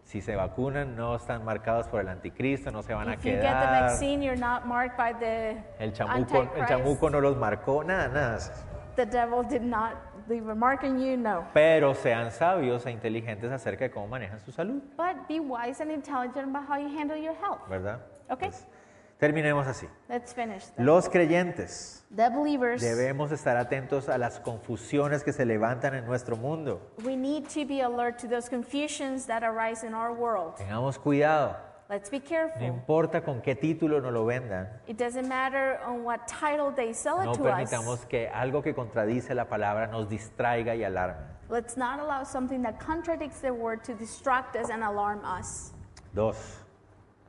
Speaker 1: Si se vacunan, no están marcados por el anticristo, no se van a
Speaker 2: If you get the
Speaker 1: quedar.
Speaker 2: vaccine, you're not marked by the
Speaker 1: El chamuco, el
Speaker 2: Antichrist.
Speaker 1: chamuco no los marcó, nada, nada. de eso.
Speaker 2: The devil did not leave a mark on you, no.
Speaker 1: Pero sean sabios e inteligentes acerca de cómo manejan su salud,
Speaker 2: But be wise and intelligent about how you handle your health.
Speaker 1: ¿verdad? Pues,
Speaker 2: Ok.
Speaker 1: terminemos así.
Speaker 2: Let's finish. that.
Speaker 1: Los creyentes
Speaker 2: The believers,
Speaker 1: debemos estar atentos a las confusiones que se levantan en nuestro mundo.
Speaker 2: we need to be alert to those confusions that arise in our world.
Speaker 1: Tengamos cuidado,
Speaker 2: Let's be
Speaker 1: no
Speaker 2: careful.
Speaker 1: importa con qué título nos lo vendan.
Speaker 2: It doesn't matter on what title they sell it
Speaker 1: No
Speaker 2: to us.
Speaker 1: permitamos que algo que contradice la palabra nos distraiga y alarme.
Speaker 2: Let's not allow something that contradicts the word to distract us and alarm us.
Speaker 1: Dos,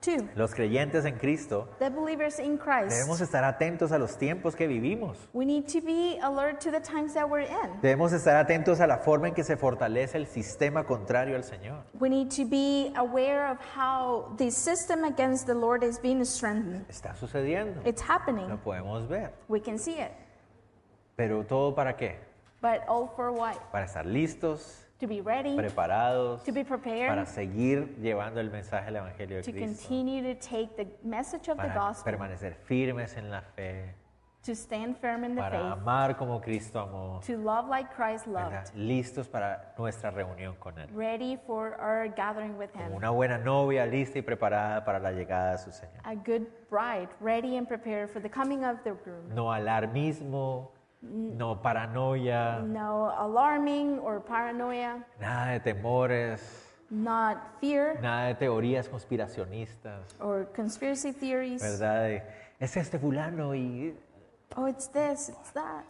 Speaker 2: Two,
Speaker 1: los creyentes en Cristo
Speaker 2: the believers in
Speaker 1: debemos
Speaker 2: Christ.
Speaker 1: estar atentos a los tiempos que vivimos.
Speaker 2: We need to be alert to the times that we're in.
Speaker 1: Debemos estar atentos a la forma en que se fortalece el sistema contrario al Señor.
Speaker 2: We need to be aware of how the system against the Lord is being strengthened.
Speaker 1: Está sucediendo,
Speaker 2: It's happening.
Speaker 1: lo podemos ver.
Speaker 2: We can see it.
Speaker 1: Pero todo para qué?
Speaker 2: But all for what?
Speaker 1: Para estar listos,
Speaker 2: To be ready,
Speaker 1: preparados,
Speaker 2: to be
Speaker 1: para
Speaker 2: prepared,
Speaker 1: seguir llevando el mensaje del Evangelio de
Speaker 2: to
Speaker 1: Cristo,
Speaker 2: continue to take the message of the
Speaker 1: para
Speaker 2: gospel,
Speaker 1: permanecer firmes en la fe,
Speaker 2: to stand firm in the
Speaker 1: para
Speaker 2: faith,
Speaker 1: amar como Cristo amó.
Speaker 2: to love like Christ
Speaker 1: ¿verdad?
Speaker 2: loved,
Speaker 1: listos para nuestra reunión con Él.
Speaker 2: ready for our gathering with
Speaker 1: Como
Speaker 2: Him.
Speaker 1: una buena novia lista y preparada para la llegada de su Señor.
Speaker 2: A good bride, ready and prepared for the coming of the groom.
Speaker 1: No alarmismo,
Speaker 2: Mm.
Speaker 1: no paranoia,
Speaker 2: No alarming or paranoia,
Speaker 1: nada de temores,
Speaker 2: not fear
Speaker 1: nada de teorías conspiracionistas,
Speaker 2: or conspiracy theories.
Speaker 1: ¿verdad? De, es este fulano y
Speaker 2: Oh, it's this, it's that.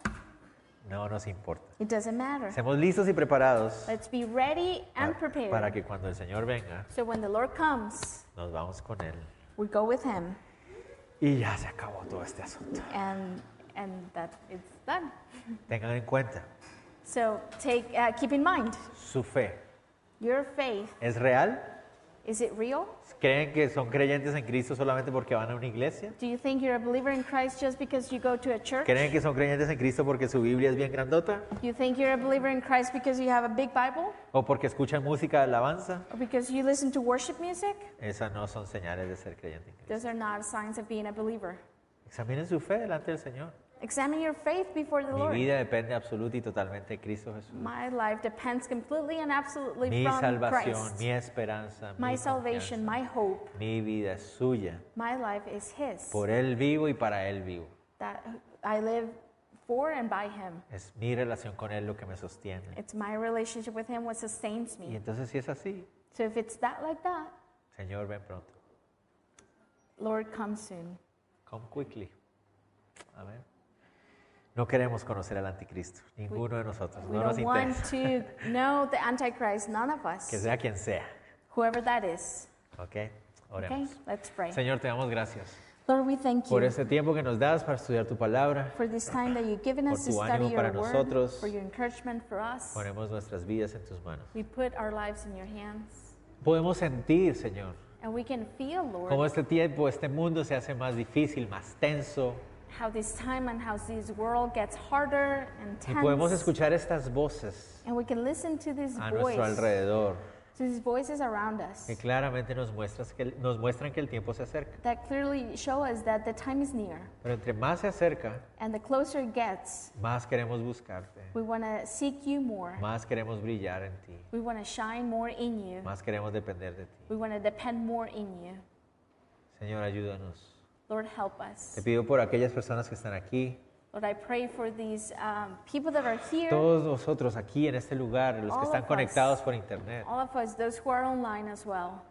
Speaker 1: No nos importa.
Speaker 2: It doesn't matter.
Speaker 1: Estemos listos y preparados
Speaker 2: Let's be ready
Speaker 1: para,
Speaker 2: and
Speaker 1: para
Speaker 2: prepared.
Speaker 1: que cuando el Señor venga,
Speaker 2: So when the Lord comes,
Speaker 1: nos vamos con Él.
Speaker 2: we go with Him,
Speaker 1: Y ya se acabó todo este asunto.
Speaker 2: and and that it's done.
Speaker 1: Tengan en cuenta,
Speaker 2: So take uh, keep in mind
Speaker 1: su fe
Speaker 2: your faith.
Speaker 1: es real.
Speaker 2: Is it real?
Speaker 1: ¿Creen que son creyentes en Cristo solamente porque van a una iglesia?
Speaker 2: Do you think you're a believer in Christ just because you go to a church?
Speaker 1: ¿Creen que son creyentes en Cristo porque su Biblia es bien grandota?
Speaker 2: You think you're a believer in Christ because you have a big Bible
Speaker 1: ¿O porque escuchan música de alabanza?
Speaker 2: or because you listen to worship music?
Speaker 1: Esas no son señales de ser creyente en Cristo.
Speaker 2: Those are not signs of being a believer.
Speaker 1: Examinen su fe delante del Señor.
Speaker 2: Examine your faith before the
Speaker 1: Mi
Speaker 2: Lord.
Speaker 1: vida depende absoluta y totalmente de Cristo Jesús.
Speaker 2: My life depends completely and absolutely
Speaker 1: Mi
Speaker 2: from
Speaker 1: salvación,
Speaker 2: Christ.
Speaker 1: mi esperanza, mi
Speaker 2: My
Speaker 1: confianza,
Speaker 2: salvation, my hope,
Speaker 1: mi vida es suya.
Speaker 2: my life is His.
Speaker 1: Por Él vivo y para Él vivo.
Speaker 2: That I live for and by Him.
Speaker 1: Es mi relación con Él lo que me sostiene.
Speaker 2: It's my relationship with Him what sustains
Speaker 1: Y
Speaker 2: me.
Speaker 1: entonces si es así,
Speaker 2: So if it's that like that,
Speaker 1: Señor, ven pronto.
Speaker 2: Lord, come soon.
Speaker 1: Come quickly. Amén. No queremos conocer al anticristo, ninguno de nosotros.
Speaker 2: We
Speaker 1: No nos
Speaker 2: don't want
Speaker 1: interesa.
Speaker 2: to know the Antichrist, none of us,
Speaker 1: Que sea quien sea.
Speaker 2: whoever that is.
Speaker 1: ¿Ok?
Speaker 2: Okay,
Speaker 1: Oremos.
Speaker 2: let's pray.
Speaker 1: Señor, te damos gracias
Speaker 2: Lord, we thank
Speaker 1: por
Speaker 2: you
Speaker 1: este tiempo que nos das para estudiar tu palabra.
Speaker 2: for this time that you've given
Speaker 1: por
Speaker 2: us to
Speaker 1: tu
Speaker 2: study
Speaker 1: ánimo
Speaker 2: your
Speaker 1: para
Speaker 2: word,
Speaker 1: nosotros.
Speaker 2: for your encouragement for us.
Speaker 1: Ponemos nuestras vidas en tus manos.
Speaker 2: We put our lives in your hands,
Speaker 1: Podemos sentir, Señor,
Speaker 2: and we can feel,
Speaker 1: cómo
Speaker 2: Lord,
Speaker 1: este tiempo, este mundo se hace más difícil, más tenso.
Speaker 2: how this time and how this world gets harder and
Speaker 1: Y podemos
Speaker 2: tense.
Speaker 1: escuchar estas voces
Speaker 2: And we can listen to this
Speaker 1: a
Speaker 2: voice,
Speaker 1: nuestro alrededor
Speaker 2: to these voices around us
Speaker 1: que claramente nos, muestras que, el- nos muestran que el tiempo se acerca.
Speaker 2: that clearly show us that the time is near.
Speaker 1: Pero entre más se acerca,
Speaker 2: And the closer it gets,
Speaker 1: más queremos buscarte,
Speaker 2: we want to seek you more.
Speaker 1: más queremos brillar en ti,
Speaker 2: We want to shine more in you.
Speaker 1: más queremos depender de ti.
Speaker 2: We want to depend more in you.
Speaker 1: Señor, ayúdanos.
Speaker 2: Lord, help
Speaker 1: Te
Speaker 2: us.
Speaker 1: pido por aquellas personas que están aquí,
Speaker 2: Lord, I pray for these um, people that are here,
Speaker 1: todos nosotros aquí en este lugar, los que
Speaker 2: All
Speaker 1: están
Speaker 2: of us.
Speaker 1: conectados por internet,
Speaker 2: all of us, those who are online as well,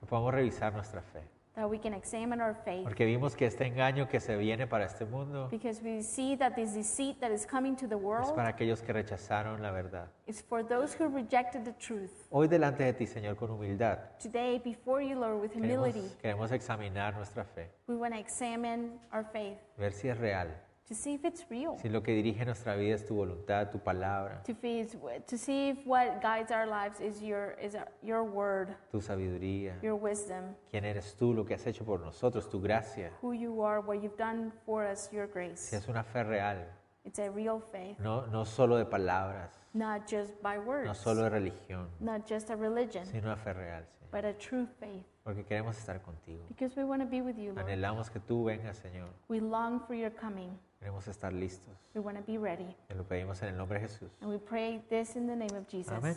Speaker 1: que podamos revisar nuestra fe.
Speaker 2: that we can examine our faith.
Speaker 1: Porque vimos que este engaño que se viene para este mundo
Speaker 2: Because we see that this deceit that is coming to the
Speaker 1: es
Speaker 2: world
Speaker 1: para aquellos que rechazaron la verdad.
Speaker 2: is for those who rejected the truth.
Speaker 1: Hoy delante de ti, Señor, con humildad,
Speaker 2: Today, before you, Lord, with humility,
Speaker 1: queremos, queremos examinar nuestra fe,
Speaker 2: we want to examine our faith
Speaker 1: ver si es real,
Speaker 2: to see if it's real,
Speaker 1: si lo que dirige nuestra vida es tu voluntad, tu palabra,
Speaker 2: to, see if- to see if what guides our lives is your, is our- your word,
Speaker 1: tu sabiduría,
Speaker 2: your wisdom,
Speaker 1: quién eres tú, lo que has hecho por nosotros, tu gracia.
Speaker 2: who you are, what you've done for us, your grace.
Speaker 1: Si es una fe real,
Speaker 2: It's a real faith,
Speaker 1: no, no solo de palabras,
Speaker 2: not just by
Speaker 1: no
Speaker 2: words,
Speaker 1: solo de religión,
Speaker 2: not just a religion,
Speaker 1: sino una fe real, Señor.
Speaker 2: but a true faith.
Speaker 1: Porque queremos estar contigo.
Speaker 2: Because we want to be with you, Lord.
Speaker 1: Anhelamos que tú vengas, Señor.
Speaker 2: We long for your coming.
Speaker 1: Queremos estar listos.
Speaker 2: We want to be ready.
Speaker 1: Te lo pedimos en el nombre de Jesús.
Speaker 2: And we pray this in the name of Jesus.
Speaker 1: Amén.